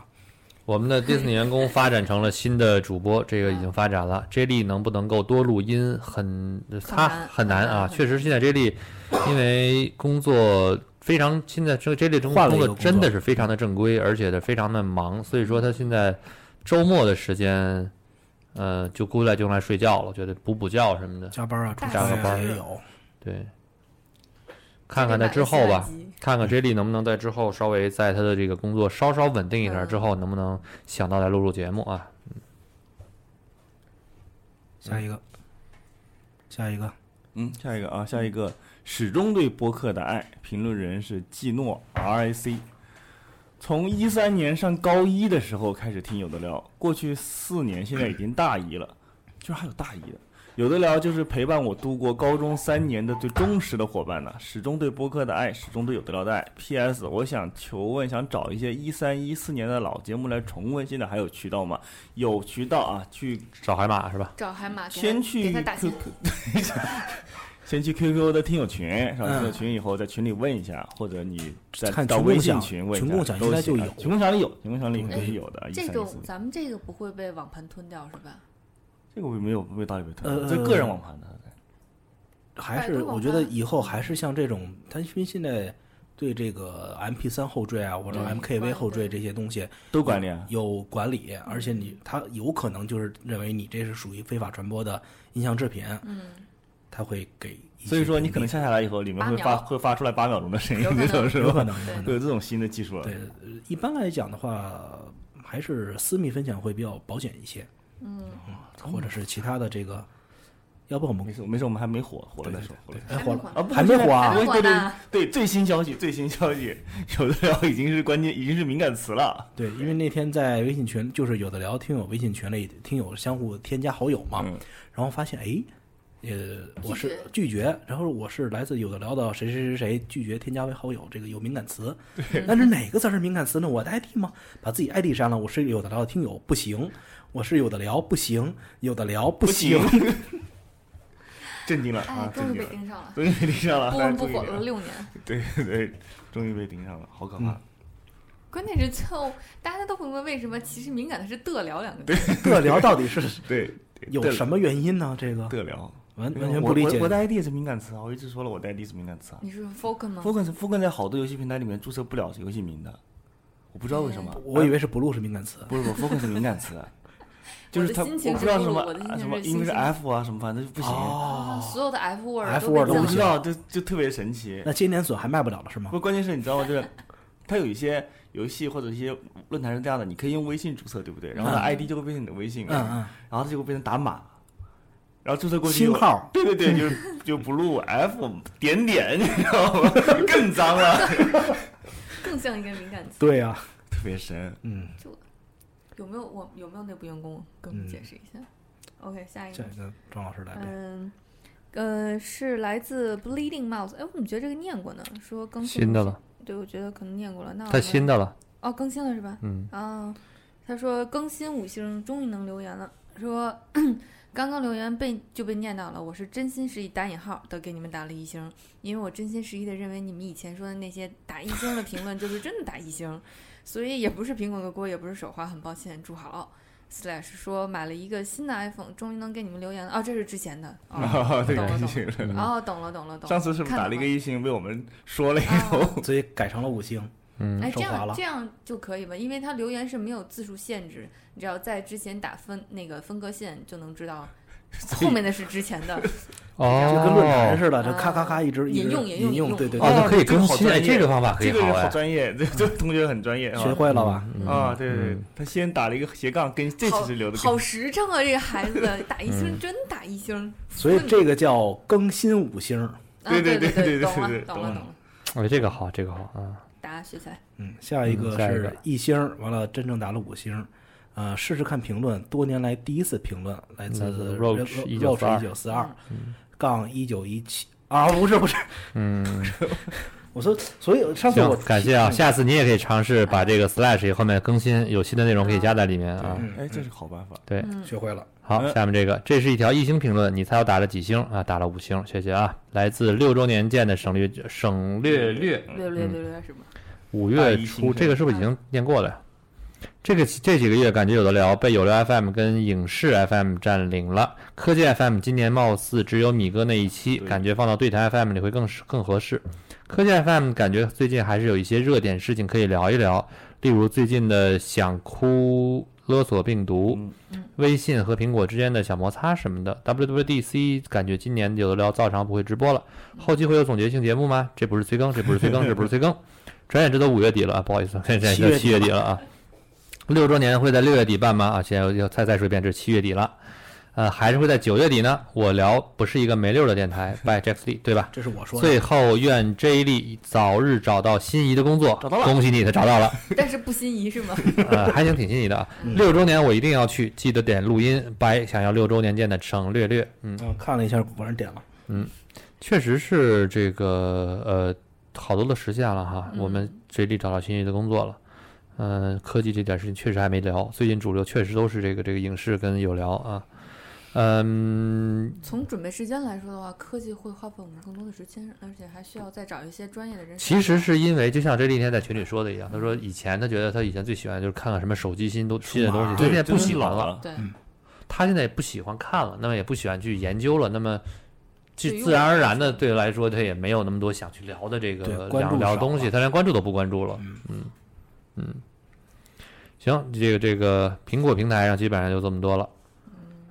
[SPEAKER 1] 我们的 Disney 员工发展成了新的主播，这个已经发展了。J 莉能不能够多录音，很他很
[SPEAKER 3] 很难
[SPEAKER 1] 难
[SPEAKER 3] 很
[SPEAKER 1] 啊！
[SPEAKER 3] 难
[SPEAKER 1] 确实，现在 J 莉因为工作非常，现在这个 J 莉中
[SPEAKER 2] 换了
[SPEAKER 1] 工
[SPEAKER 2] 一个
[SPEAKER 1] 作
[SPEAKER 2] 工作
[SPEAKER 1] 真的是非常的正规，而且的非常的忙，所以说他现在周末的时间，呃，就估计就用来睡觉了，觉得补补觉什么的。
[SPEAKER 2] 加班啊，
[SPEAKER 3] 大
[SPEAKER 2] 出差啊
[SPEAKER 1] 加个班
[SPEAKER 2] 也有。
[SPEAKER 1] 对，看看他之后
[SPEAKER 3] 这边买个
[SPEAKER 1] 吧
[SPEAKER 3] 洗碗机，
[SPEAKER 1] 看看 J 莉能不能在之后稍微在他的这个工作稍稍稳定一点
[SPEAKER 3] 嗯
[SPEAKER 1] 之后，能不能想到来录录节目啊？
[SPEAKER 2] 下一个，下一个，
[SPEAKER 4] 嗯，下一个啊，下一个始终对播客的爱，评论人是季诺 RIC。从一三年上高一的时候开始听有的聊，过去四年，现在已经大一了， 居然还有大一的。有的聊就是陪伴我度过高中三年的最忠实的伙伴呢，始终对播客的爱，始终对有的聊的爱。P.S. 我想求问，想找一些一三一四年的老节目来重温，现在还有渠道吗？有渠道啊，去
[SPEAKER 1] 找海马是吧？
[SPEAKER 3] 找海马给他
[SPEAKER 4] 先去
[SPEAKER 3] 给他打钱，
[SPEAKER 4] QQ 先去 QQ 的听友群，是吧？
[SPEAKER 2] 嗯
[SPEAKER 4] 听友群以后在群里问一下，或者你再
[SPEAKER 2] 看
[SPEAKER 4] 到
[SPEAKER 2] 群
[SPEAKER 4] 微
[SPEAKER 2] 共
[SPEAKER 4] 信
[SPEAKER 2] 享
[SPEAKER 4] 群问一
[SPEAKER 2] 群
[SPEAKER 4] 下，
[SPEAKER 2] 共享应该就有
[SPEAKER 4] 都行啊群共享里有，群共享里
[SPEAKER 3] 哎
[SPEAKER 4] 肯定有的。
[SPEAKER 3] 这
[SPEAKER 4] 13
[SPEAKER 3] 种
[SPEAKER 4] 14
[SPEAKER 3] 咱们这个不会被网盘吞掉是吧？
[SPEAKER 4] 这个我没有没有道理被推
[SPEAKER 2] 呃
[SPEAKER 4] 这个人网盘的。
[SPEAKER 2] 还
[SPEAKER 3] 百
[SPEAKER 2] 是
[SPEAKER 3] 度网
[SPEAKER 2] 我觉得
[SPEAKER 3] 盘
[SPEAKER 2] 以后还是像这种，它因为现在对这个 MP 三后缀啊，或者
[SPEAKER 3] 对
[SPEAKER 2] MKV
[SPEAKER 3] 管
[SPEAKER 2] 后缀
[SPEAKER 3] 理
[SPEAKER 2] 这些东西
[SPEAKER 4] 都嗯管理啊
[SPEAKER 2] 有管理，而且你它有可能就是认为你这是属于非法传播的音像制品，
[SPEAKER 3] 嗯，
[SPEAKER 2] 它会给一些
[SPEAKER 4] 所以说你
[SPEAKER 2] 屏蔽
[SPEAKER 4] 可能下下来以后，里面
[SPEAKER 3] 八
[SPEAKER 4] 会
[SPEAKER 3] 秒
[SPEAKER 4] 发会发出来八秒钟的声音
[SPEAKER 3] 有可，
[SPEAKER 4] 那
[SPEAKER 3] 能
[SPEAKER 4] 种是
[SPEAKER 2] 有可
[SPEAKER 4] 吧？
[SPEAKER 2] 能有可
[SPEAKER 4] 会
[SPEAKER 2] 能
[SPEAKER 4] 有这种新的技术了。啊
[SPEAKER 2] 对，呃一般来讲的话，还是私密分享会比较保险一些，嗯，或者是其他的这个，要不我
[SPEAKER 4] 没
[SPEAKER 2] 们
[SPEAKER 4] 事没事，我们还没火，火了再说。火了
[SPEAKER 2] 对
[SPEAKER 4] 再说
[SPEAKER 2] 还火了
[SPEAKER 3] 还没火呢
[SPEAKER 4] 啊，不
[SPEAKER 2] 还没火啊
[SPEAKER 3] 还没
[SPEAKER 4] 对
[SPEAKER 3] 火
[SPEAKER 4] 对
[SPEAKER 3] 呢
[SPEAKER 4] 对，最新消息，最新消息， 有的聊已经是关键，已经是敏感词了。
[SPEAKER 2] 对，因为那天在微信群，就是有的聊听友微信群里，听友相互添加好友嘛，
[SPEAKER 4] 嗯
[SPEAKER 2] 然后发现哎，呃，我是拒绝，然后我是来自有的聊的谁谁谁谁拒绝添加为好友，这个有敏感词，但是哪个才是敏感词呢？我的 ID 吗？把自己 ID 删了，我是有的聊的听友不行，我是有的聊不行，有的聊不行，
[SPEAKER 4] 震惊了
[SPEAKER 3] 哎
[SPEAKER 4] 啊，！
[SPEAKER 3] 终
[SPEAKER 4] 震
[SPEAKER 3] 于
[SPEAKER 4] 惊
[SPEAKER 3] 被
[SPEAKER 4] 了，
[SPEAKER 3] 盯上了，
[SPEAKER 4] 终于被盯上了，
[SPEAKER 3] 不
[SPEAKER 4] 大家
[SPEAKER 3] 温不
[SPEAKER 4] 注意
[SPEAKER 3] 火
[SPEAKER 4] 点
[SPEAKER 3] 了六年。
[SPEAKER 4] 对对，终于被盯上了，好可
[SPEAKER 2] 嗯
[SPEAKER 4] 怕！
[SPEAKER 3] 关键是就大家都不明白为什么，其实敏感的是“的聊”两个字。
[SPEAKER 2] 这聊到 底是
[SPEAKER 4] 对，
[SPEAKER 2] 有什
[SPEAKER 4] 么
[SPEAKER 2] 么原因呢？这个
[SPEAKER 4] 得聊？
[SPEAKER 2] 完
[SPEAKER 4] 对
[SPEAKER 2] 完全不理解
[SPEAKER 4] 我我。我的 ID 是敏感词啊，我一直说了，我的 ID 是敏感词啊。
[SPEAKER 3] 你是 Focus 吗
[SPEAKER 4] f？o c u s f o c u s 在好多游戏平台里面注册不了游戏名的，我不知道为什
[SPEAKER 3] 嗯
[SPEAKER 4] 么。
[SPEAKER 2] 我以为是 blue 是敏感词，
[SPEAKER 4] 不是不是，focus 是敏 感词，啊就是他
[SPEAKER 3] 我的心情
[SPEAKER 4] 不知道
[SPEAKER 3] 是
[SPEAKER 4] 什么
[SPEAKER 3] 我的心情
[SPEAKER 4] 什么
[SPEAKER 3] 是
[SPEAKER 4] 因
[SPEAKER 3] 心
[SPEAKER 4] 为是
[SPEAKER 3] 情
[SPEAKER 4] F 啊什么，反正就不行。
[SPEAKER 2] 哦
[SPEAKER 3] 啊，所有的 F word
[SPEAKER 2] F
[SPEAKER 3] 都被
[SPEAKER 2] word
[SPEAKER 4] 我
[SPEAKER 2] 都
[SPEAKER 3] 降
[SPEAKER 4] 不
[SPEAKER 3] 了
[SPEAKER 2] 行
[SPEAKER 4] 知道，就就特别神奇。
[SPEAKER 2] 那今年损还卖不了了是吗
[SPEAKER 4] 不，？关键是你知道吗？就是它有一些游戏或者一些论坛是这样的，你可以用微信注册，对不对？然后它
[SPEAKER 2] 嗯
[SPEAKER 4] ID 就会变成你的微信，
[SPEAKER 2] 嗯嗯，
[SPEAKER 4] 然后它就会变成打码，然后注册过去以
[SPEAKER 2] 星
[SPEAKER 4] 后，
[SPEAKER 2] 号
[SPEAKER 4] 对对对，就是就 blue F 点点，你知道吗？ 更脏了，
[SPEAKER 3] 更像一个敏感词。
[SPEAKER 2] 对呀、啊，
[SPEAKER 4] 特别神。，
[SPEAKER 2] 嗯，
[SPEAKER 3] 有没有我有没有内部员工？跟我们解释一下。OK，下一
[SPEAKER 2] 下
[SPEAKER 3] 个，
[SPEAKER 2] 一个嗯庄老师来呗。
[SPEAKER 3] 嗯。呃，是来自 Bleeding Mouse。哎，我怎么觉得这个念过呢？说更新
[SPEAKER 1] 新的了，
[SPEAKER 3] 对，我觉得可能念过了。那我
[SPEAKER 1] 它
[SPEAKER 3] 们
[SPEAKER 1] 新的了，
[SPEAKER 3] 哦，更新了是吧？
[SPEAKER 1] 嗯，
[SPEAKER 3] 啊，他说更新五星，终于能留言了。说 刚刚留言被就被念到了，我是真心实意打引号的给你们打了一星，因为我真心实意的认为你们以前说的那些打一星的评论就是真的打一星，所以也不是苹果的锅，也不是手滑，很抱歉，祝好。slash 说买了一个新的 iPhone，终于能给你们留言了。哦，这是之前的，哦懂
[SPEAKER 4] 对
[SPEAKER 3] 了
[SPEAKER 4] 一
[SPEAKER 3] 懂
[SPEAKER 4] 星
[SPEAKER 3] 了，
[SPEAKER 4] 了。
[SPEAKER 3] 哦，懂了懂了懂了。
[SPEAKER 4] 上次是不是
[SPEAKER 3] 看
[SPEAKER 4] 打
[SPEAKER 3] 懂
[SPEAKER 4] 了一个
[SPEAKER 3] 了
[SPEAKER 4] 一星，被我们说了一通？
[SPEAKER 3] 哦
[SPEAKER 2] 所以改成了五星，
[SPEAKER 3] 哎，
[SPEAKER 2] 手
[SPEAKER 3] 这
[SPEAKER 2] 滑
[SPEAKER 3] 样
[SPEAKER 2] 了
[SPEAKER 3] 这样就可以吧？因为它留言是没有字数限制，你只要在之前打分那个分割线就能知道后面的是之前的。
[SPEAKER 2] 就跟论坛
[SPEAKER 1] 哦，
[SPEAKER 2] 似的，就咔咔咔一直一直
[SPEAKER 3] 引用引用
[SPEAKER 2] 引
[SPEAKER 3] 引用
[SPEAKER 2] 对对
[SPEAKER 1] 哦，
[SPEAKER 2] 对，
[SPEAKER 1] 它可以更
[SPEAKER 4] 这个好
[SPEAKER 1] 新，
[SPEAKER 4] 专
[SPEAKER 1] 哎
[SPEAKER 4] 业
[SPEAKER 1] 这个方法可以
[SPEAKER 4] 这个人好
[SPEAKER 1] 哎，
[SPEAKER 4] 专业，这这 同学很专业啊
[SPEAKER 2] 学会了吧？
[SPEAKER 1] 嗯
[SPEAKER 4] 啊！对对对
[SPEAKER 1] 嗯，
[SPEAKER 4] 他先打了一个斜杠，跟这其
[SPEAKER 3] 好
[SPEAKER 4] 实留的
[SPEAKER 3] 好实诚啊，这个孩子打一星真打一星。
[SPEAKER 2] 所
[SPEAKER 3] 嗯
[SPEAKER 2] 以这个叫更新五星。
[SPEAKER 3] 啊
[SPEAKER 4] 对
[SPEAKER 3] 对
[SPEAKER 4] 对对
[SPEAKER 3] 对，
[SPEAKER 4] 对
[SPEAKER 3] 懂
[SPEAKER 4] 对
[SPEAKER 3] 了
[SPEAKER 4] 对
[SPEAKER 3] 懂
[SPEAKER 4] 懂
[SPEAKER 3] 了
[SPEAKER 4] 了
[SPEAKER 3] 懂了，
[SPEAKER 1] 哎，这个好，这个好啊，
[SPEAKER 3] 大家学起来。
[SPEAKER 2] 嗯，下一个
[SPEAKER 1] 嗯下一个
[SPEAKER 2] 是一星，完了真正打了五星。呃，试试看评论，多年来第一次评论，来自
[SPEAKER 1] 来自
[SPEAKER 2] Roach
[SPEAKER 1] Roach
[SPEAKER 2] 一
[SPEAKER 1] 1942
[SPEAKER 2] 九四二
[SPEAKER 3] 嗯
[SPEAKER 2] 杠一九一七啊，不是不是，
[SPEAKER 1] 嗯，
[SPEAKER 2] 我说，所以上次我
[SPEAKER 1] 行，感谢啊，
[SPEAKER 2] 嗯
[SPEAKER 1] 下次你也可以尝试把这个 slash 后面更新有新的内容可以加在里面啊。
[SPEAKER 4] 更。哎，这是好办法。
[SPEAKER 1] 对，
[SPEAKER 3] 嗯
[SPEAKER 2] 学会了，
[SPEAKER 1] 好，
[SPEAKER 4] 嗯
[SPEAKER 1] 下面这个，这是一条一星评论，你猜我打了几星啊？打了五星，谢谢啊。来自六周年见的省略省略略，
[SPEAKER 3] 略略略略是吗？
[SPEAKER 1] 五
[SPEAKER 4] 大
[SPEAKER 1] 月
[SPEAKER 4] 一嗯新
[SPEAKER 1] 初，
[SPEAKER 4] 生
[SPEAKER 1] 这个是不是已经念过了呀？这个这几个月感觉有的聊，被有聊 FM 跟影视 FM 占领了。科技 FM 今年貌似只有米哥那一期，
[SPEAKER 4] 对
[SPEAKER 1] 感觉放到对谈 FM 里会更适更合适。科技 FM 感觉最近还是有一些热点事情可以聊一聊，例如最近的想哭勒索病毒
[SPEAKER 4] 嗯
[SPEAKER 3] 嗯、
[SPEAKER 1] 微信和苹果之间的小摩擦什么的。WWDC 感觉今年有的聊照常不会直播了，后期会有总结性节目吗？这不是催更，这不是催 更，这不是催更。转眼这都五月底了，啊，不好意思，现在已经七月底了啊。六周年会在六月底办吗？啊，现在要再再说一遍，这是七月底了。呃，还是会在九月底呢。我聊不是一个没溜儿的电 台，by Jack Lee，对吧？
[SPEAKER 2] 这是我说的，
[SPEAKER 1] 最后愿 J Lee 早日找到心仪的工作，恭喜你，他找到了，
[SPEAKER 3] 但是不心仪是吗？
[SPEAKER 1] 呃，还行，挺心仪的啊。六周年我一定要去，记得点录音，by 想要六周年见的省略略，嗯。
[SPEAKER 2] 嗯，看了一下，果然点了，
[SPEAKER 1] 确实是这个呃，好多都实现了哈。
[SPEAKER 3] 嗯
[SPEAKER 1] 我们嘴里找到心仪的工作了，呃嗯、科技这点事情确实还没聊。最近主流确实都是这个这个影视跟有聊啊。嗯，
[SPEAKER 3] 从准备时间来说的话，科技会花费我们更多的时间，而且还需要再找一些专业的人。
[SPEAKER 1] 其实是因为就像这那天在群里说的一样，他说以前他觉得他以前最喜欢就是看看什么手机新东新的东西，他
[SPEAKER 4] 对，
[SPEAKER 1] 现在
[SPEAKER 4] 真
[SPEAKER 1] 不喜欢
[SPEAKER 4] 老
[SPEAKER 1] 了，
[SPEAKER 4] 了，
[SPEAKER 3] 对，
[SPEAKER 1] 他现在也不喜欢看了，那么也不喜欢去研究了，那么
[SPEAKER 3] 对于
[SPEAKER 1] 这
[SPEAKER 3] 我
[SPEAKER 1] 自然而然的对来说，他也没有那么多想去聊的这
[SPEAKER 2] 对
[SPEAKER 1] 个
[SPEAKER 2] 关
[SPEAKER 1] 聊
[SPEAKER 2] 注
[SPEAKER 1] 聊的
[SPEAKER 2] 少
[SPEAKER 1] 东西，
[SPEAKER 2] 了
[SPEAKER 1] 他连关注都不关注了。嗯嗯行，这个这个苹果平台上基本上就这么多了。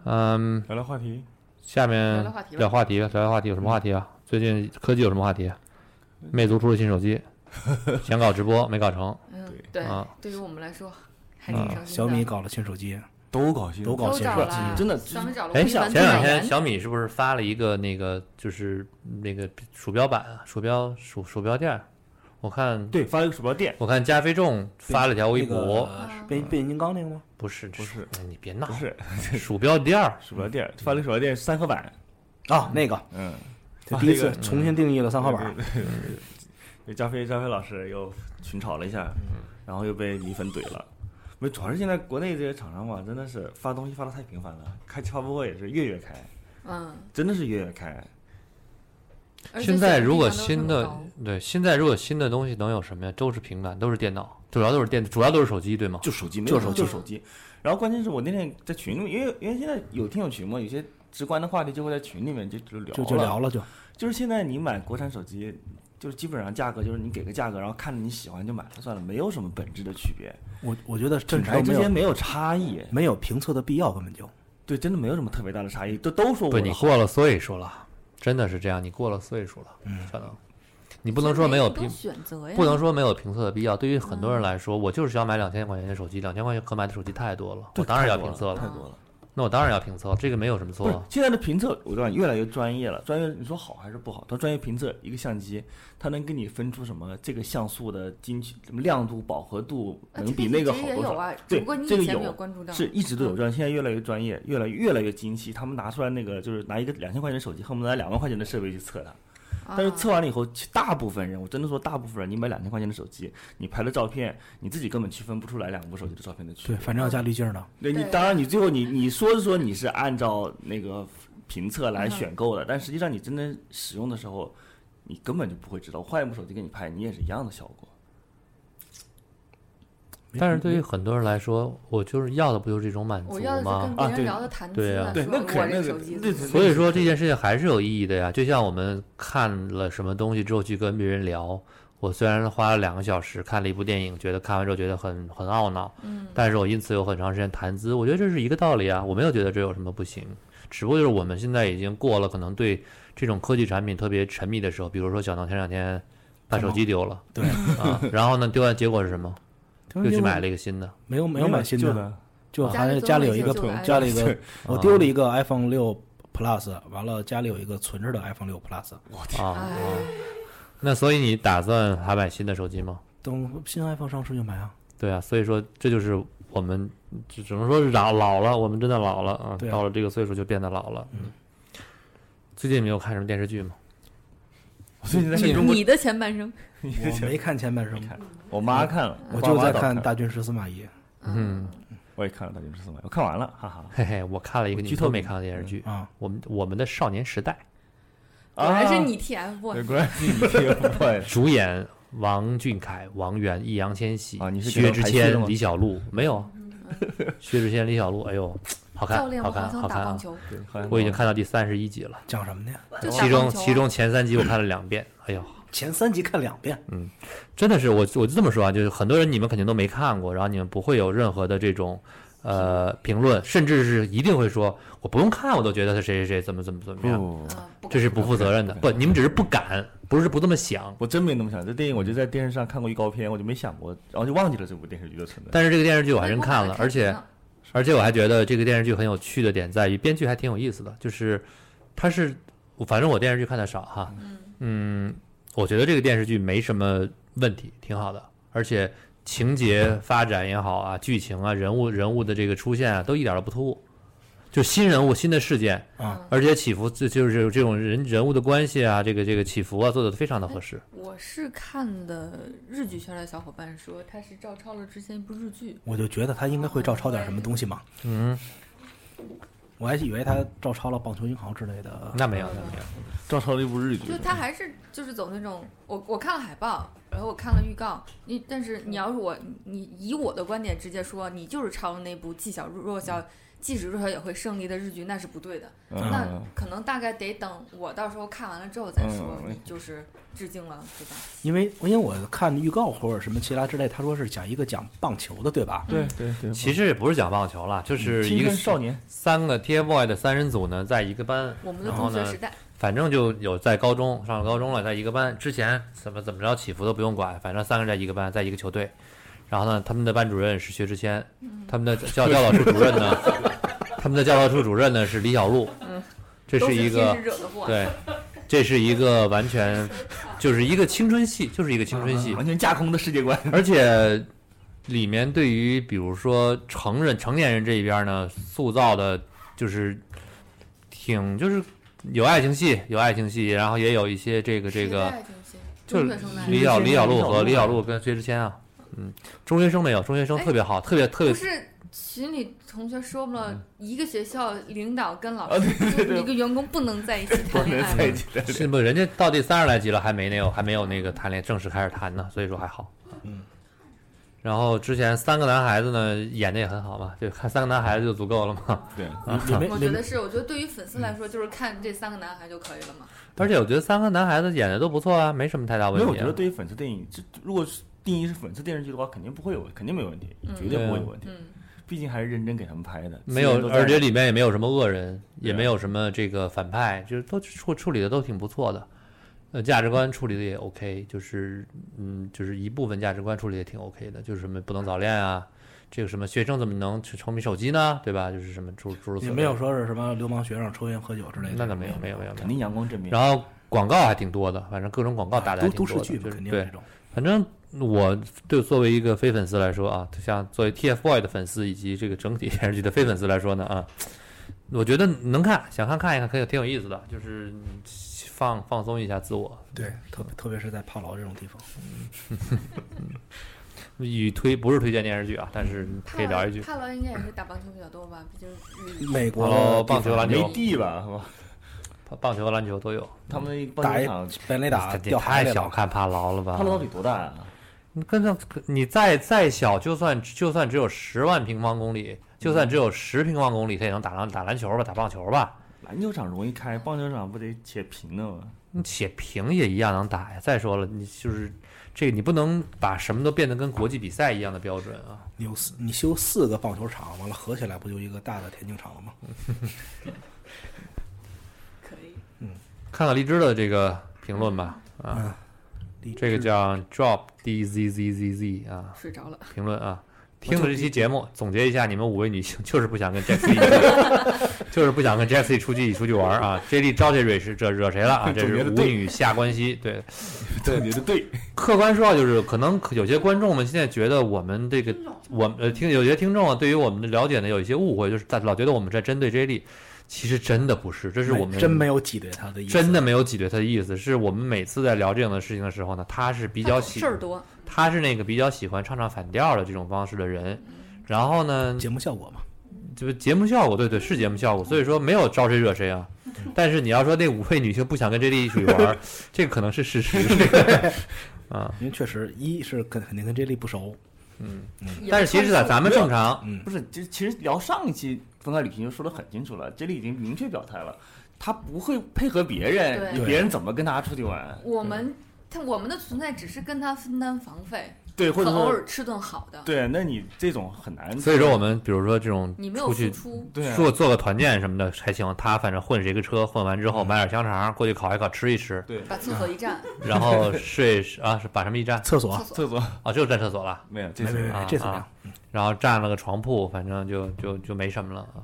[SPEAKER 1] 嗯，
[SPEAKER 4] 聊聊话题，
[SPEAKER 1] 下
[SPEAKER 3] 聊
[SPEAKER 1] 面
[SPEAKER 3] 聊话题
[SPEAKER 1] 聊
[SPEAKER 3] 吧。嗯
[SPEAKER 1] 话题吧，聊聊话题有什么话题啊？最近科技有什么话题啊？魅族出了新 手机，想搞直播没搞成
[SPEAKER 3] 嗯对，
[SPEAKER 4] 对，
[SPEAKER 1] 啊。
[SPEAKER 3] 对于我们来说还挺伤心的。
[SPEAKER 2] 嗯啊小米搞了新手机，
[SPEAKER 4] 都搞新，
[SPEAKER 2] 都搞
[SPEAKER 3] 都
[SPEAKER 2] 新
[SPEAKER 3] 找
[SPEAKER 2] 手
[SPEAKER 3] 了，啊
[SPEAKER 2] 机，
[SPEAKER 4] 真的
[SPEAKER 3] 小米找了
[SPEAKER 1] 哎，
[SPEAKER 3] 吴亦
[SPEAKER 1] 前
[SPEAKER 3] 凡做
[SPEAKER 1] 两
[SPEAKER 3] 演
[SPEAKER 1] 天
[SPEAKER 3] 员
[SPEAKER 1] 小米是不是发了一个那个就是那个鼠标版啊，鼠标鼠鼠标垫儿？我看
[SPEAKER 4] 对，发了一个鼠标垫，
[SPEAKER 1] 我看加菲众发了条微
[SPEAKER 2] 那
[SPEAKER 1] 博，
[SPEAKER 2] 个呃
[SPEAKER 3] 啊
[SPEAKER 2] 变变形金刚那个吗？
[SPEAKER 1] 不是不
[SPEAKER 4] 是，
[SPEAKER 1] 哎你别闹
[SPEAKER 4] 不，是
[SPEAKER 1] 鼠标垫儿，
[SPEAKER 4] 鼠标垫，发了一个鼠标垫三合板，
[SPEAKER 2] 啊，那个
[SPEAKER 4] 嗯，
[SPEAKER 2] 就
[SPEAKER 4] 啊
[SPEAKER 2] 第一
[SPEAKER 4] 那
[SPEAKER 2] 次
[SPEAKER 4] 个
[SPEAKER 2] 重新定义了三号板，
[SPEAKER 4] 对，对对对加菲加菲老师又群嘲了一下，
[SPEAKER 2] 嗯
[SPEAKER 4] 然后又被米粉怼了。没，主要是现在国内这些厂商吧，真的是发东西发的太频繁了，开发布会也是月月开，
[SPEAKER 3] 嗯，
[SPEAKER 4] 真的是月月开。
[SPEAKER 3] 而且
[SPEAKER 1] 现在
[SPEAKER 3] 小米
[SPEAKER 1] 如果
[SPEAKER 3] 上都是
[SPEAKER 1] 新
[SPEAKER 3] 很
[SPEAKER 1] 的
[SPEAKER 3] 高
[SPEAKER 1] 对，现在如果新的东西能有什么呀？都是平板，都是电脑，主要都是电，主要都是手机，对吗？
[SPEAKER 4] 就手机，没
[SPEAKER 2] 就
[SPEAKER 4] 有
[SPEAKER 2] 手
[SPEAKER 4] 手
[SPEAKER 2] 机
[SPEAKER 4] 就手机。然后关键是我那天在群里面，因为因为现在有听友群嘛，有些直观的话题就会在群里面就就聊
[SPEAKER 2] 就就聊了就。
[SPEAKER 4] 就是现在你买国产手机，就是基本上价格就是你给个价格，然后看着你喜欢就买了算了，没有什么本质的区别，
[SPEAKER 2] 我我觉得
[SPEAKER 4] 品
[SPEAKER 2] 甚至
[SPEAKER 4] 牌
[SPEAKER 2] 都
[SPEAKER 4] 之
[SPEAKER 2] 没
[SPEAKER 4] 间
[SPEAKER 2] 有
[SPEAKER 4] 没有差异。
[SPEAKER 2] 没有评测的必要，根本就
[SPEAKER 4] 对，真的没有什么特别大的差异，都都说我
[SPEAKER 1] 不，你
[SPEAKER 4] 的
[SPEAKER 1] 过了岁数了，真的是这样，你过了岁数了，
[SPEAKER 4] 嗯
[SPEAKER 1] 小能，你不能说没有
[SPEAKER 3] 现在
[SPEAKER 1] 平
[SPEAKER 3] 多选择呀，
[SPEAKER 1] 不能说没有评测的必要。对于很多
[SPEAKER 3] 嗯
[SPEAKER 1] 人来说，我就是想买两千块钱的手机，两千块钱可买的手机太多了，我
[SPEAKER 4] 对
[SPEAKER 1] 当然
[SPEAKER 4] 太
[SPEAKER 1] 要
[SPEAKER 4] 多
[SPEAKER 1] 评测
[SPEAKER 4] 太
[SPEAKER 1] 了。哦
[SPEAKER 4] 多了。
[SPEAKER 1] 那我当然要评测，这个没有什
[SPEAKER 4] 不
[SPEAKER 1] 么
[SPEAKER 4] 是
[SPEAKER 1] 错。啊
[SPEAKER 4] 现在的评测，我感觉越来越专业了。专业，你说好还是不好？它专业评测一个相机，它能给你分出什么？这个像素的精确、什么亮度、饱和度，
[SPEAKER 3] 啊
[SPEAKER 4] 能
[SPEAKER 3] 这
[SPEAKER 4] 比那个
[SPEAKER 3] 一直
[SPEAKER 4] 好
[SPEAKER 3] 也
[SPEAKER 4] 多
[SPEAKER 3] 有
[SPEAKER 4] 少？
[SPEAKER 3] 啊，只
[SPEAKER 4] 对
[SPEAKER 3] 不过你
[SPEAKER 4] 这个
[SPEAKER 3] 以前没
[SPEAKER 4] 有
[SPEAKER 3] 有啊嗯关注到，
[SPEAKER 4] 是一直都有，专，现在越来越专业，越来越来越精细。他们拿出来那个就是拿一个两千块钱的手机，恨不得拿两万块钱的设备去测它。但是测
[SPEAKER 3] 啊
[SPEAKER 4] 完了以后，其大部分人，我真的说大部分人，你买两千块钱的手机，你拍的照片，你自己根本区分不出来两部手机的照片的区
[SPEAKER 2] 对，
[SPEAKER 4] 别。
[SPEAKER 2] 反正要加滤镜的。
[SPEAKER 4] 对你
[SPEAKER 3] 对
[SPEAKER 4] 当然你最后你你说是说你是按照那个评测来
[SPEAKER 3] 嗯
[SPEAKER 4] 选购的，但实际上你真正使用的时候，你根本就不会知道。换一部手机给你拍，你也是一样的效果。
[SPEAKER 1] 但是对于很多人来说，我就是要的不就是一种满足
[SPEAKER 3] 我要的是
[SPEAKER 1] 吗
[SPEAKER 3] 跟？别
[SPEAKER 4] 啊
[SPEAKER 3] 人
[SPEAKER 4] 对
[SPEAKER 3] 聊的谈资
[SPEAKER 1] 对
[SPEAKER 3] 了
[SPEAKER 1] 啊
[SPEAKER 4] 对
[SPEAKER 3] 说
[SPEAKER 4] 那
[SPEAKER 3] 我
[SPEAKER 4] 肯
[SPEAKER 3] 这
[SPEAKER 4] 定
[SPEAKER 3] 手
[SPEAKER 4] 是
[SPEAKER 3] 机
[SPEAKER 4] 那
[SPEAKER 3] 怎么样
[SPEAKER 4] 是
[SPEAKER 1] 所以说这件事情还是有意义的呀。就像我们看了什么东西之后去跟别人聊，我虽然花了两个小时看了一部电影，觉得看完之后觉得很很懊恼，
[SPEAKER 3] 嗯，
[SPEAKER 1] 但是我因此有很长时间谈资，我觉得这是一个道理啊，我没有觉得这有什么不行，只不过就是我们现在已经过了可能对这种科技产品特别沉迷的时候，比如说小能前两天把手机丢了，
[SPEAKER 2] 对
[SPEAKER 1] 啊， 然后呢丢完结果是什么？又去买了一个新的，
[SPEAKER 2] 没有没有买新
[SPEAKER 4] 旧
[SPEAKER 2] 的，
[SPEAKER 4] 的，
[SPEAKER 2] 就
[SPEAKER 3] 家
[SPEAKER 2] 还
[SPEAKER 3] 里
[SPEAKER 2] 家里有一
[SPEAKER 3] 总
[SPEAKER 2] 个
[SPEAKER 3] 有一些旧的
[SPEAKER 2] 家里一个，我
[SPEAKER 1] 啊
[SPEAKER 2] 丢了一个 iPhone 六 Plus，完了家里有一个存着的 iPhone 六 Plus，
[SPEAKER 1] 啊，
[SPEAKER 3] 哎，
[SPEAKER 1] 那所以你打算还买新的手机吗？
[SPEAKER 2] 等新 iPhone 上市就买啊。
[SPEAKER 1] 对啊，所以说这就是我们只只能说是老老了，我们真的老了啊，
[SPEAKER 2] 对啊
[SPEAKER 1] 到了这个岁数就变得老了。嗯，最近没有看什么电视剧吗？
[SPEAKER 4] 我最近在看中国，
[SPEAKER 3] 你的前半生，
[SPEAKER 2] 我没看前半生，
[SPEAKER 4] 我妈看了，
[SPEAKER 2] 我
[SPEAKER 4] 爸
[SPEAKER 2] 就
[SPEAKER 4] 妈
[SPEAKER 2] 在
[SPEAKER 4] 倒
[SPEAKER 2] 看
[SPEAKER 4] 看，
[SPEAKER 2] 《大军十四马懿
[SPEAKER 3] 嗯，
[SPEAKER 4] 我也看了《大军十四》，我看完了，哈 哈。
[SPEAKER 1] 嘿嘿，我看了一个
[SPEAKER 4] 我
[SPEAKER 1] 你
[SPEAKER 4] 剧
[SPEAKER 1] 们都
[SPEAKER 4] 透嗯
[SPEAKER 1] 没
[SPEAKER 4] 你
[SPEAKER 1] 看的电视剧》，
[SPEAKER 2] 啊，
[SPEAKER 1] 我们我们的少年时代，
[SPEAKER 3] 果然是你 TFBOYS，
[SPEAKER 4] 对，果然是你听不会
[SPEAKER 1] 主演王俊凯、王源、易烊千玺、
[SPEAKER 4] 啊你是给
[SPEAKER 1] 薛
[SPEAKER 4] 他
[SPEAKER 1] 之
[SPEAKER 4] 排序了
[SPEAKER 1] 谦、
[SPEAKER 4] 吗
[SPEAKER 1] 李小璐，没有啊， 薛之谦、李小璐，哎呦，好
[SPEAKER 3] 嗯
[SPEAKER 1] 看
[SPEAKER 3] 教，练，
[SPEAKER 1] 好
[SPEAKER 3] 我好
[SPEAKER 1] 看，
[SPEAKER 3] 想
[SPEAKER 1] 好看
[SPEAKER 3] 打棒
[SPEAKER 1] 啊！
[SPEAKER 3] 球，
[SPEAKER 4] 对，好像
[SPEAKER 1] 我已经看到第三十一集了，
[SPEAKER 2] 讲什么呢？
[SPEAKER 3] 就打
[SPEAKER 1] 其中
[SPEAKER 3] 棒球啊
[SPEAKER 1] 其中前三集我看了两遍，哎呦，
[SPEAKER 2] 前三集看两遍，
[SPEAKER 1] 真的是我我就这么说啊，就是很多人你们肯定都没看过，然后你们不会有任何的这种呃评论，甚至是一定会说我不用看我都觉得他谁谁谁怎么怎么怎么样，
[SPEAKER 4] 不，
[SPEAKER 3] 嗯，不
[SPEAKER 1] 这是不负责任的。
[SPEAKER 4] 不
[SPEAKER 1] 不，你们只是不敢，不是不这么想。
[SPEAKER 4] 我真没那么想。这电影我就在电视上看过预告片，我就没想过，然后就忘记了这部电视剧的存在。
[SPEAKER 1] 但是这个电视剧我还真
[SPEAKER 3] 我
[SPEAKER 1] 看
[SPEAKER 3] 打
[SPEAKER 1] 了，
[SPEAKER 3] 开
[SPEAKER 1] 而且
[SPEAKER 3] 屏了
[SPEAKER 1] 而且我还觉得这个电视剧很有趣的点在于编剧还挺有意思的，就是它是我反正我电视剧看的少哈，嗯，我觉得这个电视剧没什么问题，挺好的，而且情节发展也好啊，剧情啊，人物人物的这个出现啊，都一点都不突兀，就新人物新的事件
[SPEAKER 4] 嗯
[SPEAKER 2] 啊，
[SPEAKER 1] 而且起伏这就是这种人人物的关系啊，这个这个起伏啊，做的非常的合适。
[SPEAKER 3] 我是看的日剧圈的小伙伴说，他是照抄了之前一部日剧，
[SPEAKER 2] 我就觉得他应该会照抄点什么东西嘛。
[SPEAKER 1] 嗯，
[SPEAKER 2] 我还以为他照抄了《棒球银行》之类的。
[SPEAKER 1] 那没有，那没有。
[SPEAKER 4] 照抄了一部日剧
[SPEAKER 3] 就，他还是就是走那种，我我看了海报，然后我看了预告，你但是你要是我你以我的观点直接说，你就是抄了那部技巧弱小，即使弱小也会胜利的日剧，那是不对的。那
[SPEAKER 4] 嗯，
[SPEAKER 3] 可能大概得等我到时候看完了之后再说，
[SPEAKER 4] 嗯
[SPEAKER 3] 你就是致敬了，对吧？
[SPEAKER 2] 因为因为我看预告或者什么其他之类，他说是讲一个讲棒球的，对吧？
[SPEAKER 4] 对对对，
[SPEAKER 1] 其实也不是讲棒球了，就是
[SPEAKER 4] 青
[SPEAKER 1] 一个
[SPEAKER 4] 春少年，
[SPEAKER 1] 三个 TFBOY 的三人组呢，在一个班，
[SPEAKER 3] 我们的
[SPEAKER 1] 然后
[SPEAKER 3] 同学
[SPEAKER 1] 呢
[SPEAKER 3] 时代，
[SPEAKER 1] 反正就有在高中上了高中了，在一个班之前怎么怎么着起伏都不用管，反正三个人在一个班，在一个球队。然后呢，他们的班主任是薛之谦，
[SPEAKER 3] 嗯
[SPEAKER 1] 他们的教教导处主任呢， 他们的教导处主任呢是李小璐
[SPEAKER 3] 嗯，
[SPEAKER 1] 这
[SPEAKER 3] 都
[SPEAKER 1] 是一个
[SPEAKER 3] 天使惹的祸。
[SPEAKER 1] 对，这是一个完全就是一个青春戏，就是一个青春戏，
[SPEAKER 4] 完全架空的世界观，
[SPEAKER 1] 而且里面对于比如说成人成年人这一边呢，塑造的就是挺就是有爱情戏，有爱情戏，然后也有一些这个这
[SPEAKER 3] 时
[SPEAKER 1] 个
[SPEAKER 3] 代中心
[SPEAKER 1] 就
[SPEAKER 3] 中
[SPEAKER 1] 是
[SPEAKER 3] 学生代
[SPEAKER 1] 李小李小璐和
[SPEAKER 4] 李
[SPEAKER 1] 李
[SPEAKER 4] 小
[SPEAKER 1] 小
[SPEAKER 4] 璐
[SPEAKER 1] 璐跟薛之谦啊，嗯，中学生没有，中学生特别好，特别特
[SPEAKER 3] 不
[SPEAKER 1] 别
[SPEAKER 3] 是群里同学说
[SPEAKER 1] 嗯
[SPEAKER 3] 了，一个学校领导跟
[SPEAKER 1] 啊
[SPEAKER 3] 老师就是一个员工不能在一起谈
[SPEAKER 4] 不
[SPEAKER 3] 恋
[SPEAKER 4] 能在
[SPEAKER 3] 爱
[SPEAKER 4] 一。起的。
[SPEAKER 1] 是不？人家到第三十来集了，还没那个，还没有那个谈恋正式开始谈呢，所以说还好。
[SPEAKER 2] 嗯。
[SPEAKER 1] 然后之前三个男孩子呢演的也很好嘛，就看三个男孩子就足够了嘛。
[SPEAKER 4] 对，
[SPEAKER 1] 啊
[SPEAKER 2] 里面
[SPEAKER 3] 我
[SPEAKER 2] 里
[SPEAKER 3] 觉
[SPEAKER 2] 面
[SPEAKER 3] 得是，我觉得对于粉丝来说，就是看这三个男孩就可以了嘛。
[SPEAKER 1] 而且我觉得三个男孩子演的都不错啊，没什么太大
[SPEAKER 4] 没
[SPEAKER 1] 问
[SPEAKER 4] 有，
[SPEAKER 1] 题、
[SPEAKER 4] 我
[SPEAKER 1] 啊。
[SPEAKER 4] 觉得对于粉丝电影，这如果是定义是粉丝电视剧的话，肯定不会有，肯定没有问题，
[SPEAKER 3] 嗯
[SPEAKER 4] 绝对不会有问题。
[SPEAKER 3] 嗯，
[SPEAKER 4] 毕竟还是认真给他们拍的，
[SPEAKER 1] 啊没
[SPEAKER 4] 资源
[SPEAKER 1] 有，
[SPEAKER 4] 都在
[SPEAKER 1] 而且里面也没有什么恶人，
[SPEAKER 4] 对啊
[SPEAKER 1] 也没有什么这个反派，就是都处处理的都挺不错的。呃，价值观处理的也 OK，就是嗯，就是一部分价值观处理的挺 OK 的，就是什么不能早恋啊，这个什么学生怎么能去沉迷手机呢，对吧？就是什么诸诸如此
[SPEAKER 2] 也
[SPEAKER 1] 类。
[SPEAKER 2] 没有，说是什么流氓学生抽烟喝酒之类的。
[SPEAKER 1] 那倒没有，没有，没有，没
[SPEAKER 4] 肯
[SPEAKER 1] 有。
[SPEAKER 4] 定阳光正面。
[SPEAKER 1] 然后广告还挺多的，反正各种广告打的还
[SPEAKER 2] 啊都
[SPEAKER 1] 挺
[SPEAKER 2] 都
[SPEAKER 1] 多的，
[SPEAKER 2] 市剧嘛，
[SPEAKER 1] 就是
[SPEAKER 2] 肯定有
[SPEAKER 1] 对
[SPEAKER 2] 这，种。
[SPEAKER 1] 反正我对作为一个非粉丝来说啊，像作为 TFBOY 的粉丝以及这个整体电视剧的非粉丝来说呢啊，我觉得能看，想看看一看，可以挺有意思的，就是嗯放放松一下自我。
[SPEAKER 2] 对，特别特别是在帕劳这种地方，
[SPEAKER 1] 与推不是推荐电视剧啊，但是可以聊一句。
[SPEAKER 3] 帕劳应该也是打棒球比较多吧，毕 竟嗯日语
[SPEAKER 2] 美国
[SPEAKER 1] 帕
[SPEAKER 2] 的
[SPEAKER 1] 劳
[SPEAKER 2] 地
[SPEAKER 1] 棒球
[SPEAKER 2] 方
[SPEAKER 1] 篮
[SPEAKER 4] 没
[SPEAKER 1] 球
[SPEAKER 4] 地吧，是吧？
[SPEAKER 1] 棒棒球和篮球都有。
[SPEAKER 4] 他们那个棒
[SPEAKER 2] 打
[SPEAKER 4] 球
[SPEAKER 2] 一
[SPEAKER 4] 场，
[SPEAKER 2] 本垒打
[SPEAKER 1] 这
[SPEAKER 2] 啊掉海
[SPEAKER 1] 太
[SPEAKER 2] 里
[SPEAKER 1] 小
[SPEAKER 2] 了
[SPEAKER 1] 看帕劳了吧
[SPEAKER 4] 他？们到底多大啊？
[SPEAKER 1] 你跟上你再再小，就算就算只有十万平方公里，就算只有十平方公里，他也能打篮打篮球吧，打棒球吧。
[SPEAKER 4] 篮球场容易开，棒球场不得且平了吗？
[SPEAKER 1] 你写平也一样能打呀。再说了，你就是这，你不能把什么都变得跟国际比赛一样的标准啊。
[SPEAKER 2] 你有四，你修四个棒球场，完了合起来不就一个大的田径场了吗？
[SPEAKER 3] 可以。
[SPEAKER 1] 看看荔枝的这个评论吧，
[SPEAKER 2] 嗯
[SPEAKER 1] 啊，
[SPEAKER 2] 荔
[SPEAKER 1] 这个叫 drop d z z z z 啊，
[SPEAKER 3] 睡着了，
[SPEAKER 1] 评论啊。听了这期节目，总结一下，你们五位女性 就是不想跟 Jesse 一起， 就是不想跟 Jesse 出去出去玩啊。J D 招谁惹谁这惹谁 了啊？这
[SPEAKER 4] 总结
[SPEAKER 1] 是
[SPEAKER 4] 得
[SPEAKER 1] 无
[SPEAKER 4] 对
[SPEAKER 1] 女下关系，对，
[SPEAKER 4] 对，你的对，
[SPEAKER 1] 客观说啊，就是可能有些观众们现在觉得我们这个，我们呃听有些听众啊，对于我们的了解呢有一些误会，就是大老觉得我们在针对 J 莉，其实真的不是，这是我们
[SPEAKER 2] 真没有挤兑他的意思，
[SPEAKER 1] 真的没有挤兑他的意思，是我们每次在聊这样的事情的时候呢，他是比
[SPEAKER 3] 比
[SPEAKER 1] 较 喜
[SPEAKER 3] 事，儿多，
[SPEAKER 1] 他是那个比较喜欢唱唱反调的这种方式的人，
[SPEAKER 3] 嗯
[SPEAKER 1] 然后呢，
[SPEAKER 2] 节目效果嘛。
[SPEAKER 1] 就是节目效果，对对，是节目效果，所以说没有招谁惹谁啊。但是你要说那五位女性不想跟 J 莉一起玩儿，这个可能是事实，啊，
[SPEAKER 2] 因为确实，一是肯肯定跟 J 莉不熟，
[SPEAKER 1] 嗯。
[SPEAKER 3] 也
[SPEAKER 1] 但是其实，在咱们正常，
[SPEAKER 2] 嗯，
[SPEAKER 4] 不是，这其实聊上一期分开旅行就说的很清楚了，这里已经明确表态了，他不会配合别人，
[SPEAKER 3] 对
[SPEAKER 4] 你别人怎么跟他出去玩？
[SPEAKER 3] 我们
[SPEAKER 1] 嗯
[SPEAKER 3] 他我们的存在只是跟他分担房费，
[SPEAKER 4] 对，或
[SPEAKER 3] 和
[SPEAKER 4] 者
[SPEAKER 3] 偶
[SPEAKER 4] 说
[SPEAKER 3] 尔吃顿好的，
[SPEAKER 4] 对，那你这种很难。
[SPEAKER 1] 所以说我们比如说这种
[SPEAKER 3] 你没有
[SPEAKER 1] 出
[SPEAKER 3] 付
[SPEAKER 1] 去
[SPEAKER 3] 出，
[SPEAKER 4] 对啊
[SPEAKER 1] 做做个团建什么的还行，他反正混谁个车，混完之后买点香肠过去烤一烤吃一吃，
[SPEAKER 4] 对
[SPEAKER 3] 把厕所一占，
[SPEAKER 1] 然后睡啊是把什么一站
[SPEAKER 2] 厕所
[SPEAKER 3] 厕所
[SPEAKER 4] 厕所
[SPEAKER 1] 啊就是占厕所了，
[SPEAKER 4] 没有，这
[SPEAKER 2] 没没
[SPEAKER 4] 种
[SPEAKER 2] 没
[SPEAKER 1] 啊，
[SPEAKER 2] 这怎么样
[SPEAKER 1] 啊？然后占了个床铺，反正就就就没什么了啊。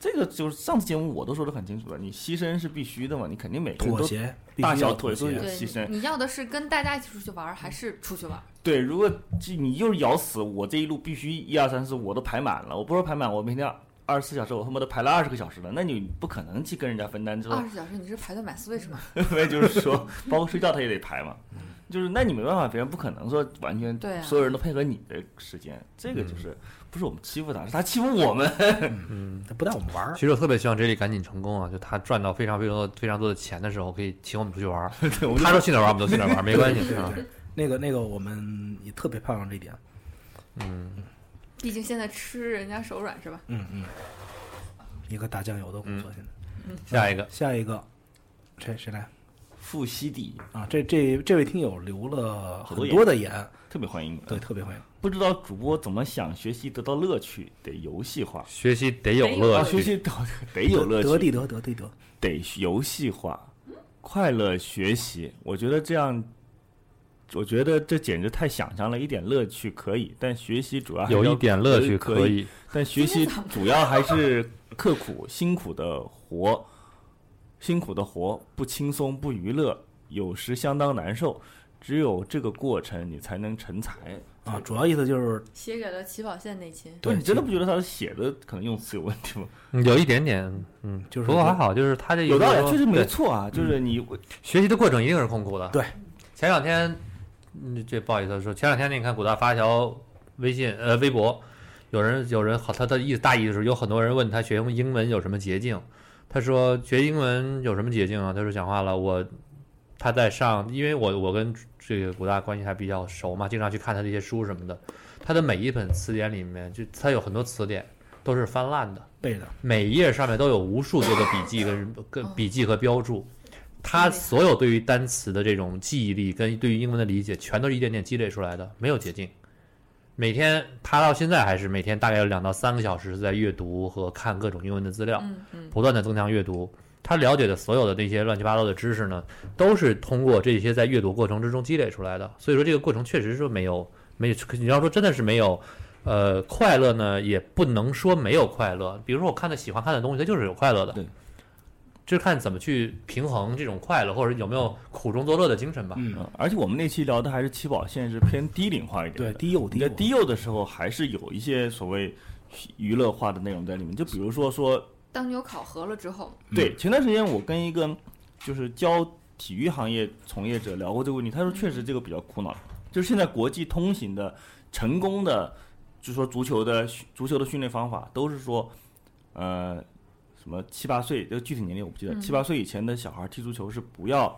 [SPEAKER 4] 这个就是上次节目我都说的很清楚了，你牺牲是必须的嘛，你肯定每个人
[SPEAKER 2] 妥
[SPEAKER 4] 都
[SPEAKER 2] 协，必须
[SPEAKER 4] 大小
[SPEAKER 2] 要
[SPEAKER 4] 腿
[SPEAKER 2] 妥
[SPEAKER 4] 都有
[SPEAKER 2] 协。
[SPEAKER 3] 对
[SPEAKER 4] 牺牲
[SPEAKER 3] 你要的是跟大家一起出去玩儿，还是出去玩儿？
[SPEAKER 4] 对。如果这你就是咬死我这一路必须一二三四我都排满了，我不说排满，我每天二十四小时我他妈都排了二十个小时了，那你不可能去跟人家分担这
[SPEAKER 3] 二
[SPEAKER 4] 种，
[SPEAKER 3] 十小时你是排队买 Switch 吗？
[SPEAKER 4] 因为就是说，包括睡觉他也得排嘛。就是那你没办法，别人不可能说完全
[SPEAKER 3] 对啊
[SPEAKER 4] 所有人都配合你的时间，这个就是不是我们欺负他，是他欺负我们。
[SPEAKER 2] 他不带我们玩儿
[SPEAKER 1] 其实我特别希望 J 莉赶紧成功啊！就他赚到非常非常多非常多的钱的时候，可以请我们出去玩儿。
[SPEAKER 4] 对，我们就
[SPEAKER 1] 他说去哪儿玩儿，我们就去哪儿 玩儿，没关系啊。
[SPEAKER 2] 那个那个，我们也特别盼望这一点。
[SPEAKER 3] 毕竟现在吃人家手软是吧？
[SPEAKER 2] 嗯嗯，一个打酱油的工
[SPEAKER 4] 嗯
[SPEAKER 2] 作现在。
[SPEAKER 1] 下一个，
[SPEAKER 2] 下一个，谁谁来
[SPEAKER 4] 富西地
[SPEAKER 2] 啊？这这这位听友留了很
[SPEAKER 4] 多
[SPEAKER 2] 多的言，
[SPEAKER 4] 特别欢迎你们。
[SPEAKER 2] 对，特别欢迎。
[SPEAKER 4] 不知道主播怎么想学习得到乐趣，得游戏化。
[SPEAKER 1] 学习得有
[SPEAKER 3] 得有
[SPEAKER 1] 乐
[SPEAKER 4] 啊，
[SPEAKER 1] 趣，
[SPEAKER 4] 学习得得有乐趣，
[SPEAKER 2] 得地得得地得，
[SPEAKER 4] 得游戏化，快乐学习。我觉得这样，我觉得这简直太想象了。一点乐趣可以，但学习主要还是
[SPEAKER 1] 有
[SPEAKER 4] 要
[SPEAKER 1] 一点乐
[SPEAKER 4] 可
[SPEAKER 1] 趣
[SPEAKER 4] 以
[SPEAKER 1] 可
[SPEAKER 4] 可以，
[SPEAKER 1] 以。
[SPEAKER 4] 但学习主要还是刻苦、辛苦的活，辛苦的活不轻松、不娱乐，有时相当难受。只有这个过程，你才能成才
[SPEAKER 2] 啊！主要意思就是
[SPEAKER 3] 写给了起跑线那期，
[SPEAKER 4] 不
[SPEAKER 2] 对
[SPEAKER 4] 是你真的不觉得他写的可能用词有问题吗？
[SPEAKER 1] 嗯有一点点，嗯，
[SPEAKER 2] 就是
[SPEAKER 1] 不过还好，就是他这
[SPEAKER 4] 有道
[SPEAKER 1] 个
[SPEAKER 4] 理，确实没
[SPEAKER 1] 对
[SPEAKER 4] 错啊。就是你
[SPEAKER 1] 学习的过程一定是痛苦的。
[SPEAKER 2] 对，
[SPEAKER 1] 前两天，嗯，这不好意思说，前两天那你看古大发一条微信呃微博，有人有人好，他的意思大意就是有很多人问他学英文有什么捷径，他说学英文有什么捷径啊？他说讲话了，我他在上，因为我我跟这个古大关系还比较熟嘛，经常去看他的一些书什么的，他的每一本词典里面就他有很多词典都是翻烂的。
[SPEAKER 2] 背的，
[SPEAKER 1] 每一页上面都有无数多的笔记跟跟笔记和标注，他所有对于单词的这种记忆力跟对于英文的理解，全都是一点点积累出来的，没有捷径。每天他到现在还是每天大概有两到三个小时是在阅读和看各种英文的资料，
[SPEAKER 3] 嗯嗯，
[SPEAKER 1] 不断的增强阅读。他了解的所有的那些乱七八糟的知识呢，都是通过这些在阅读过程之中积累出来的。所以说这个过程确实是没有没有，你要说真的是没有，呃，快乐呢也不能说没有快乐。比如说我看的喜欢看的东西，它就是有快乐的。
[SPEAKER 4] 对，
[SPEAKER 1] 就是看怎么去平衡这种快乐，或者有没有苦中作乐的精神吧。
[SPEAKER 2] 嗯，
[SPEAKER 4] 嗯，而且我们那期聊的还是起跑线是偏低龄化一点
[SPEAKER 2] 对，
[SPEAKER 4] 的。
[SPEAKER 2] 低幼低
[SPEAKER 4] 你在
[SPEAKER 2] 幼，
[SPEAKER 4] 低幼的时候，还是有一些所谓娱乐化的内容在里面。就比如说说，
[SPEAKER 3] 当你有考核了之后，
[SPEAKER 2] 嗯
[SPEAKER 4] 对，前段时间我跟一个就是教体育行业从业者聊过这个问题，他说确实这个比较苦恼，就是现在国际通行的成功的，就说足球的足球的训练方法都是说，呃，什么七八岁，这个具体年龄我不记得，
[SPEAKER 3] 嗯
[SPEAKER 4] 七八岁以前的小孩踢足球是不要。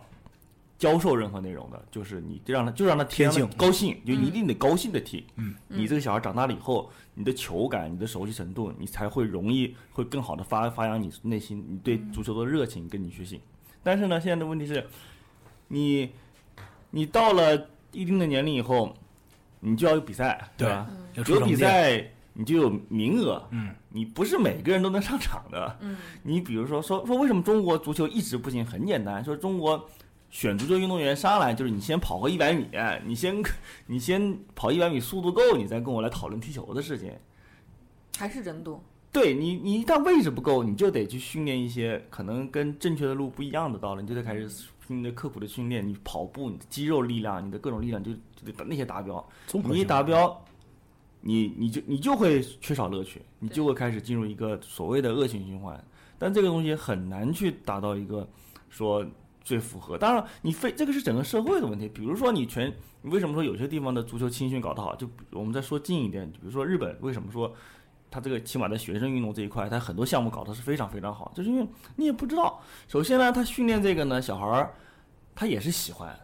[SPEAKER 4] 教授任何内容的，就是你让他就让他踢
[SPEAKER 2] 天性
[SPEAKER 4] 让他高兴，就
[SPEAKER 3] 嗯
[SPEAKER 4] 一定得高兴的踢。
[SPEAKER 2] 嗯，
[SPEAKER 4] 你这个小孩长大了以后，你的球感、你的熟悉程度，你才会容易会更好的发发扬你内心你对足球的热情跟你学习。但是呢，现在的问题是，你你到了一定的年龄以后，你就要有比赛，
[SPEAKER 2] 对
[SPEAKER 4] 吧？
[SPEAKER 1] 嗯
[SPEAKER 2] 有出
[SPEAKER 4] 有
[SPEAKER 2] 成
[SPEAKER 4] 比
[SPEAKER 2] 绩，
[SPEAKER 4] 赛，你就有名额，
[SPEAKER 2] 嗯，
[SPEAKER 4] 你不是每个人都能上场的，
[SPEAKER 3] 嗯，
[SPEAKER 4] 你比如说说说为什么中国足球一直不行？很简单，说中国选足球运动员上来就是你先跑个一百米，你先你先跑一百米速度够，你再跟我来讨论踢球的事情。
[SPEAKER 3] 还是人多，
[SPEAKER 4] 对你，你一旦位置不够，你就得去训练一些可能跟正确的路不一样的道理，你就得开始训练刻苦的训练，你跑步，你的肌肉力量，你的各种力量就就得那些达标。
[SPEAKER 2] 综合
[SPEAKER 4] 你一
[SPEAKER 2] 性
[SPEAKER 4] 达标，你你就你就会缺少乐趣，你就会开始进入一个所谓的恶性循环。但这个东西很难去达到一个说最符合。当然，你非这个是整个社会的问题。比如说，你全你为什么说有些地方的足球青训搞得好？就我们再说近一点，比如说日本，为什么说他这个起码在学生运动这一块，他很多项目搞得是非常非常好，就是因为你也不知道。首先呢，他训练这个呢，小孩儿他也是喜欢。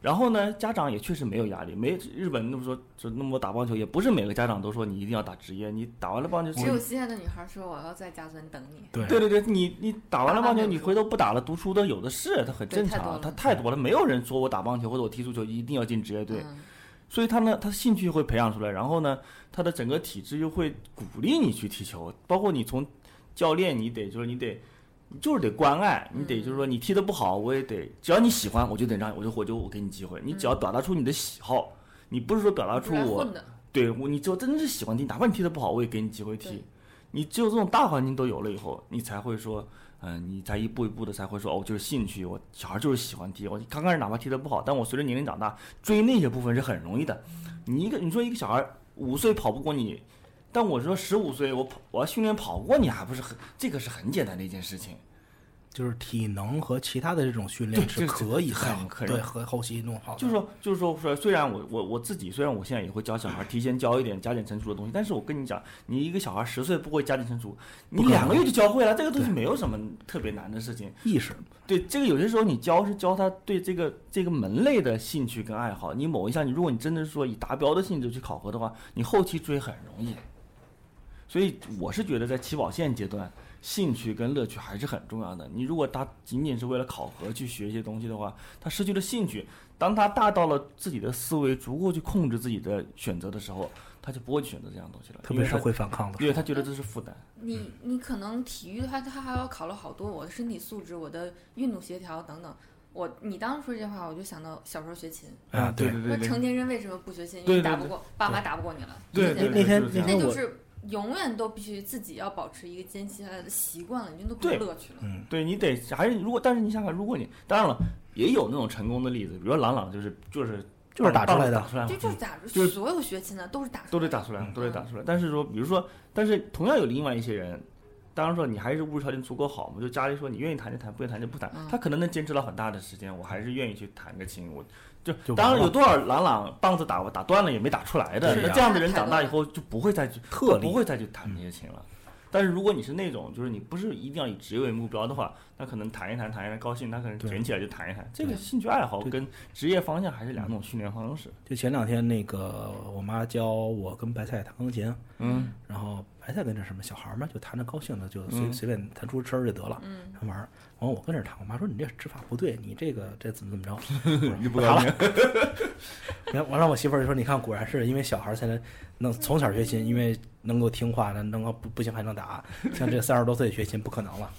[SPEAKER 4] 然后呢，家长也确实没有压力，没日本那么说，就那么多打棒球，也不是每个家长都说你一定要打职业，你打完了棒球，
[SPEAKER 3] 只有心爱的女孩说我要在家村等你，
[SPEAKER 2] 对
[SPEAKER 4] 对对对，你你打完了棒球，
[SPEAKER 3] 打完
[SPEAKER 4] 你
[SPEAKER 3] 了
[SPEAKER 4] 回头不打了，读书的有的是，它很
[SPEAKER 3] 对
[SPEAKER 4] 正
[SPEAKER 3] 太多
[SPEAKER 4] 常，
[SPEAKER 3] 了
[SPEAKER 4] 它太多了，没有人说我打棒球或者我踢足球一定要进职业队，
[SPEAKER 3] 嗯
[SPEAKER 4] 所以他呢，他兴趣会培养出来，然后呢，他的整个体制又会鼓励你去踢球，包括你从教练，你得就是你得。你就是得关爱，你得就是说你踢得不好，我也得，只要你喜欢，我就得让，我就我就我给你机会。你只要表达出你的喜好，你不是说表达
[SPEAKER 3] 嗯不
[SPEAKER 4] 出
[SPEAKER 3] 是来
[SPEAKER 4] 我
[SPEAKER 3] 混的，
[SPEAKER 4] 对我，你只有真正是喜欢踢，哪怕你踢得不好，我也给你机会
[SPEAKER 3] 对
[SPEAKER 4] 踢。你只有这种大环境都有了以后，你才会说，嗯、你才一步一步的才会说，哦，就是兴趣，我小孩就是喜欢踢。我刚开始哪怕踢得不好，但我随着年龄长大，追那些部分是很容易的。你一个，你说一个小孩五岁跑不过你，但我说十五岁我跑，我要训练跑过你，还不是很这个是很简单的一件事情。
[SPEAKER 2] 就是体能和其他的这种训练
[SPEAKER 4] 对
[SPEAKER 2] 是可以在
[SPEAKER 4] 很可以
[SPEAKER 2] 对和后期弄好的，
[SPEAKER 4] 就是说，就是说，说虽然我我我自己，虽然我现在也会教小孩提前教一点加减乘除的东西，但是我跟你讲，你一个小孩十岁不会加减乘除，你
[SPEAKER 2] 不可能
[SPEAKER 4] 两个月就教会了，这个东西没有什么特别难的事情。
[SPEAKER 2] 意识
[SPEAKER 4] 对，这个有些时候你教是教他对这个这个门类的兴趣跟爱好，你某一项你如果你真的是说以达标的性质去考核的话，你后期追很容易。所以我是觉得在起跑线阶段，兴趣跟乐趣还是很重要的。你如果他仅仅是为了考核去学一些东西的话，他失去了兴趣。当他大到了自己的思维足够去控制自己的选择的时候，他就不会去选择这样的东西了，
[SPEAKER 2] 特
[SPEAKER 4] 因
[SPEAKER 2] 别
[SPEAKER 4] 为
[SPEAKER 2] 是
[SPEAKER 4] 他
[SPEAKER 2] 会反抗的
[SPEAKER 4] 因为他觉得这是负担。嗯
[SPEAKER 3] 你你可能体育的话，它还要考虑好多我的身体素质、我的运动协调等等。我你当时说这句话，我就想到小时候学琴，
[SPEAKER 2] 啊，
[SPEAKER 4] 对
[SPEAKER 2] 对。
[SPEAKER 4] 对
[SPEAKER 3] 说
[SPEAKER 4] 对对，
[SPEAKER 3] 成年人为什么不学琴？因
[SPEAKER 4] 对
[SPEAKER 3] 为
[SPEAKER 4] 对
[SPEAKER 3] 打不
[SPEAKER 4] 对
[SPEAKER 3] 过爸妈，打不过你了。
[SPEAKER 4] 对
[SPEAKER 3] 就这
[SPEAKER 4] 对
[SPEAKER 2] 那天
[SPEAKER 3] 样
[SPEAKER 4] 对就是这
[SPEAKER 2] 那
[SPEAKER 4] 样
[SPEAKER 3] 那
[SPEAKER 2] 天
[SPEAKER 3] 就
[SPEAKER 2] 我
[SPEAKER 3] 是永远都必须自己要保持一个坚持下来的习惯了，你就都不
[SPEAKER 4] 对
[SPEAKER 3] 是乐趣了。
[SPEAKER 2] 嗯，
[SPEAKER 4] 对你得还是如果，但是你想想，如果你当然了，也有那种成功的例子，比如说朗朗就是就是
[SPEAKER 2] 就是打出来的
[SPEAKER 4] 打出来
[SPEAKER 3] 这
[SPEAKER 4] 的
[SPEAKER 3] 就是打
[SPEAKER 4] 嗯就
[SPEAKER 3] 出
[SPEAKER 4] 是
[SPEAKER 3] 所有学琴的都是打出
[SPEAKER 4] 都
[SPEAKER 3] 来
[SPEAKER 4] 得
[SPEAKER 3] 的
[SPEAKER 4] 打出来，都得打出来。但是说，比如说，但是同样有另外一些人，当然说你还是物质条件足够好嘛，就家里说你愿意弹就弹，不愿意弹就不弹，
[SPEAKER 3] 嗯
[SPEAKER 4] 他可能能坚持了很大的时间，我还是愿意去弹个琴，我。就
[SPEAKER 2] 就
[SPEAKER 4] 当
[SPEAKER 2] 完
[SPEAKER 4] 然
[SPEAKER 2] 了
[SPEAKER 4] 有多少朗朗棒子打我打断了也没打出来的，
[SPEAKER 2] 是
[SPEAKER 4] 那
[SPEAKER 2] 呀
[SPEAKER 4] 这样的人长大以后就不会再去
[SPEAKER 2] 特嗯例
[SPEAKER 4] 不会再去弹这些琴了。但是如果你是那种就是你不是一定要以职业为目标的话，那可能弹一弹弹一弹高兴，他可能
[SPEAKER 2] 对
[SPEAKER 4] 卷起来就弹一弹。这个兴趣爱好
[SPEAKER 2] 对
[SPEAKER 4] 跟职业方向还是两种训练方式。
[SPEAKER 2] 就前两天那个我妈教我跟白菜弹钢琴，
[SPEAKER 4] 嗯，
[SPEAKER 2] 然后白菜跟着什么小孩儿嘛，就弹着高兴的就随、
[SPEAKER 4] 嗯
[SPEAKER 2] 随便弹出声儿就得了，
[SPEAKER 3] 嗯，
[SPEAKER 2] 玩儿。完我跟着弹，我妈说你这指法不对，你这个这怎么怎么着？
[SPEAKER 4] 你就
[SPEAKER 2] 不
[SPEAKER 4] 不高
[SPEAKER 2] 弹
[SPEAKER 4] 兴
[SPEAKER 2] 了。 然后完了，我媳妇儿就说：“你看，果然是因为小孩儿才能能从小学琴，因为能够听话，能能够不不行还能打。像这三十多岁学琴不可能了。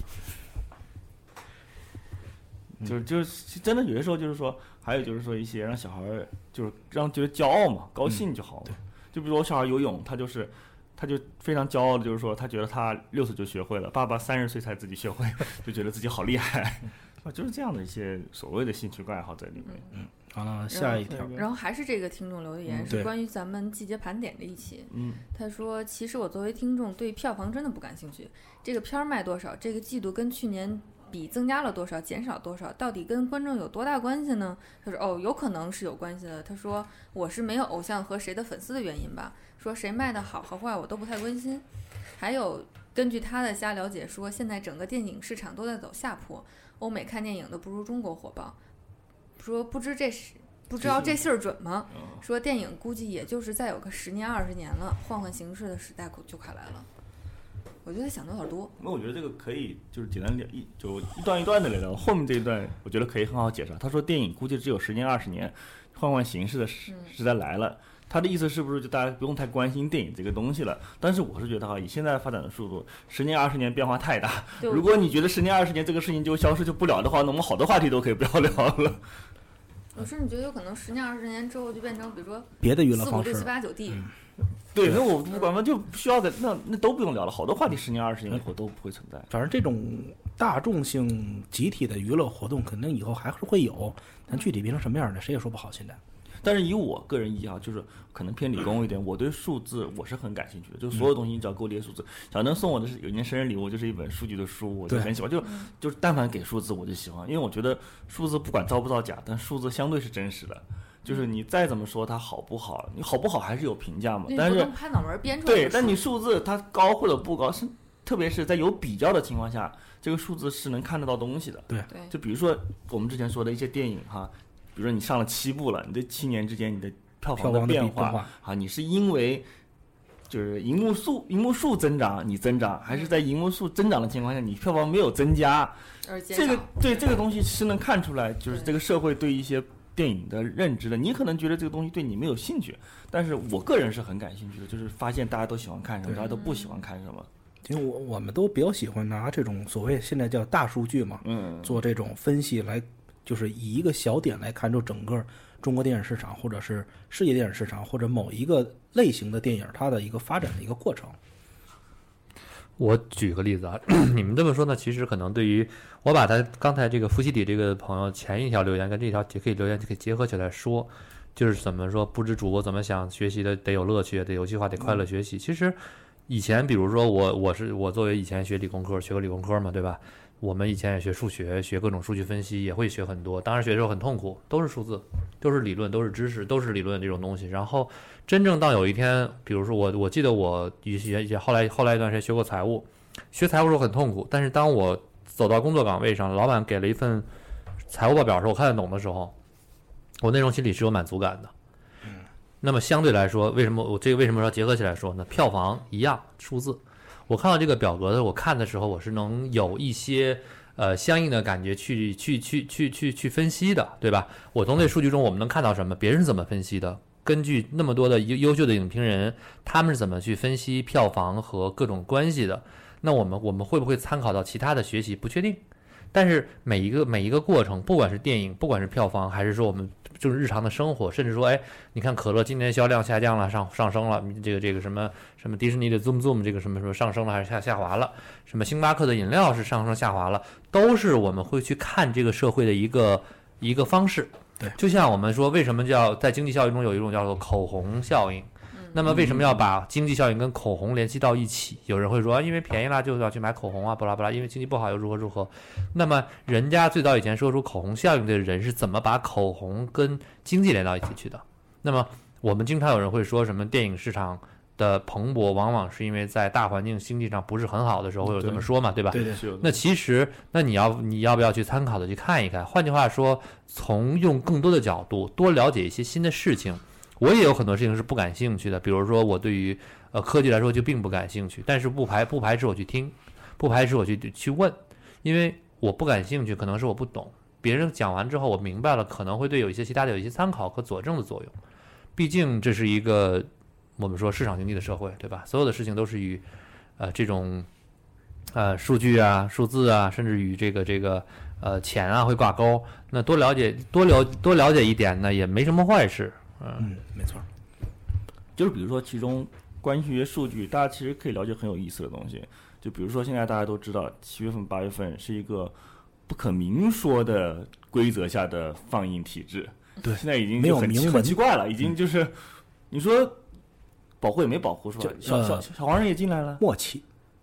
[SPEAKER 4] 就是就是真的有些时候就是说，还有就是说一些让小孩儿就是让觉得骄傲嘛，高兴就好了。就比如我小孩游泳，他就是他就非常骄傲的，就是说他觉得他六岁就学会了，爸爸三十岁才自己学会， 就觉得自己好厉害。 啊，就是这样的一些所谓的兴趣跟爱好在里面。
[SPEAKER 2] 完了，下一条，
[SPEAKER 3] 然后还是这个听众留的言
[SPEAKER 2] 嗯
[SPEAKER 3] 是
[SPEAKER 2] 对
[SPEAKER 3] 关于咱们季节盘点这一期，
[SPEAKER 4] 嗯，
[SPEAKER 3] 他说：“其实我作为听众对票房真的不感兴趣，这个片儿卖多少，这个季度跟去年比增加了多少，减少多少，到底跟观众有多大关系呢？”他说：“哦，有可能是有关系的。”他说：“我是没有偶像和谁的粉丝的原因吧？说谁卖的好和坏我都不太关心。还有，根据他的瞎了解说，现在整个电影市场都在走下坡，欧美看电影的不如中国火爆。说不知这是不知道这信儿准吗？”
[SPEAKER 4] 嗯
[SPEAKER 3] 说电影估计也就是再有个十年二十年了，换换形式的时代可就快来了。我觉得他想的有点多，
[SPEAKER 4] 那我觉得这个可以就是简单聊一就一段一段的来聊，后面这一段我觉得可以很好解释。他说电影估计只有十年二十年，换换形式的时
[SPEAKER 3] 嗯
[SPEAKER 4] 时代来了。他的意思是不是就大家不用太关心电影这个东西了？但是我是觉得哈，以现在发展的速度，十年二十年变化太大。
[SPEAKER 3] 就
[SPEAKER 4] 如果你觉得十年二十年这个事情就消失就不了的话，那我们好多话题都可以不要聊了。
[SPEAKER 3] 我甚至觉得有可能十年二十年之后就变成，比如说
[SPEAKER 2] 别的娱乐
[SPEAKER 3] 四五
[SPEAKER 2] 方
[SPEAKER 3] 六七
[SPEAKER 2] 式，
[SPEAKER 3] 八九 D，
[SPEAKER 4] 嗯对，那我不管了，就不需要在那那都不用聊了，好多话题十年二十年以后都不会存在。
[SPEAKER 2] 反正这种大众性集体的娱乐活动，肯定以后还是会有，但具体变成什么样的，谁也说不好。现在，
[SPEAKER 4] 但是以我个人意义啊，就是可能偏理工一点，我对数字我是很感兴趣的，就是所有东西你只要给我列数字。小能送我的是有一年生日礼物，就是一本数据的书，我就
[SPEAKER 2] 对
[SPEAKER 4] 很喜欢，就是就是但凡给数字我就喜欢，因为我觉得数字不管造不造假，但数字相对是真实的。就是你再怎么说它好不好，你好不好还是有评价嘛。
[SPEAKER 3] 因为
[SPEAKER 4] 但
[SPEAKER 3] 你不
[SPEAKER 4] 是
[SPEAKER 3] 能拍脑门儿编出来的
[SPEAKER 4] 对，
[SPEAKER 3] 数。
[SPEAKER 4] 但你数字它高或者不高，是特别是在有比较的情况下，这个数字是能看得到东西的。
[SPEAKER 3] 对
[SPEAKER 4] 就比如说我们之前说的一些电影哈，比如说你上了七部了，你这七年之间你的票
[SPEAKER 2] 票
[SPEAKER 4] 房
[SPEAKER 2] 房的
[SPEAKER 4] 变
[SPEAKER 2] 变
[SPEAKER 4] 化
[SPEAKER 2] 化，
[SPEAKER 4] 啊，你是因为就是荧幕数荧幕数增长你增长，还是在荧幕数增长的情况下你票房没有增加？
[SPEAKER 3] 而减
[SPEAKER 4] 这个
[SPEAKER 3] 少
[SPEAKER 4] 对这个东西是能看出来，就是
[SPEAKER 3] 对
[SPEAKER 4] 这个社会对一些。电影的认知的，你可能觉得这个东西对你没有兴趣，但是我个人是很感兴趣的，就是发现大家都喜欢看什么，
[SPEAKER 2] 对
[SPEAKER 4] 大家都不喜欢看什么，
[SPEAKER 2] 因为我我们都比较喜欢拿这种所谓现在叫大数据嘛，
[SPEAKER 4] 嗯，
[SPEAKER 2] 做这种分析来，就是以一个小点来看，就整个中国电影市场，或者是世界电影市场，或者某一个类型的电影它的一个发展的一个过程。
[SPEAKER 1] 我举个例子啊， 你们这么说呢，其实可能对于我把他刚才这个夫妻底这个朋友前一条留言跟这条也可以留言就可以结合起来说，就是怎么说不知主播怎么想，学习的得有乐趣，得游戏化，得快乐学习。其实以前比如说我我是我作为以前学理工科，学过理工科嘛，对吧？我们以前也学数学，学各种数据分析，也会学很多。当然，学的时候很痛苦，都是数字，都是理论，都是知识，都是理论这种东西。然后，真正到有一天，比如说我，我记得我也也也后来后来一段时间学过财务，学财务的时候很痛苦。但是当我走到工作岗位上，老板给了一份财务报表的时候，我看得懂的时候，我那种心里是有满足感的。那么相对来说，为什么我这个为什么要结合起来说呢？票房一样数字，我看到这个表格的，我看的时候，我是能有一些呃相应的感觉去去去去去去分析的，对吧？我从这数据中我们能看到什么？别人是怎么分析的？根据那么多的优优秀的影评人，他们是怎么去分析票房和各种关系的？那我们我们会不会参考到其他的学习？不确定。但是每一个每一个过程，不管是电影，不管是票房，还是说我们就是日常的生活，甚至说，哎，你看可乐今年销量下降了，上上升了，这个这个什么什么迪士尼的 Zoom Zoom 这个什么什么上升了还是下下滑了，什么星巴克的饮料是上升下滑了，都是我们会去看这个社会的一个一个方式。
[SPEAKER 2] 对，
[SPEAKER 1] 就像我们说，为什么叫在经济效应中有一种叫做口红效应？那么为什么要把经济效应跟口红联系到一起？有人会说，啊因为便宜啦，就要去买口红啊，巴拉巴拉，因为经济不好又如何如何。那么人家最早以前说出口红效应的人是怎么把口红跟经济连到一起去的？那么我们经常有人会说什么电影市场的蓬勃，往往是因为在大环境经济上不是很好的时候会有这么说嘛，对吧？
[SPEAKER 2] 对对，
[SPEAKER 4] 是有的
[SPEAKER 1] 那其实，那你要你要不要去参考的去看一看？换句话说，从用更多的角度多了解一些新的事情。我也有很多事情是不感兴趣的，比如说我对于呃科技来说就并不感兴趣，但是不排不排斥我去听，不排斥我去去问，因为我不感兴趣，可能是我不懂。别人讲完之后，我明白了，可能会对有一些其他的有一些参考和佐证的作用。毕竟这是一个我们说市场经济的社会，对吧？所有的事情都是与呃这种呃数据啊、数字啊，甚至与这个这个呃钱啊会挂钩。那多了解、多了多了解一点呢，也没什么坏事。
[SPEAKER 2] 嗯，没错，
[SPEAKER 4] 就是比如说其中关于一些数据，大家其实可以了解很有意思的东西。就比如说现在大家都知道，七月份、八月份是一个不可明说的规则下的放映体制。
[SPEAKER 2] 对
[SPEAKER 4] 现在已经
[SPEAKER 2] 没
[SPEAKER 4] 就
[SPEAKER 2] 有
[SPEAKER 4] 很
[SPEAKER 2] 明
[SPEAKER 4] 奇很
[SPEAKER 2] 文嗯
[SPEAKER 4] 奇怪了，已经就是你说保护也没保护是吧？
[SPEAKER 2] 就
[SPEAKER 4] 小小
[SPEAKER 2] 呃
[SPEAKER 4] 小黄人也进来了，
[SPEAKER 2] 默契。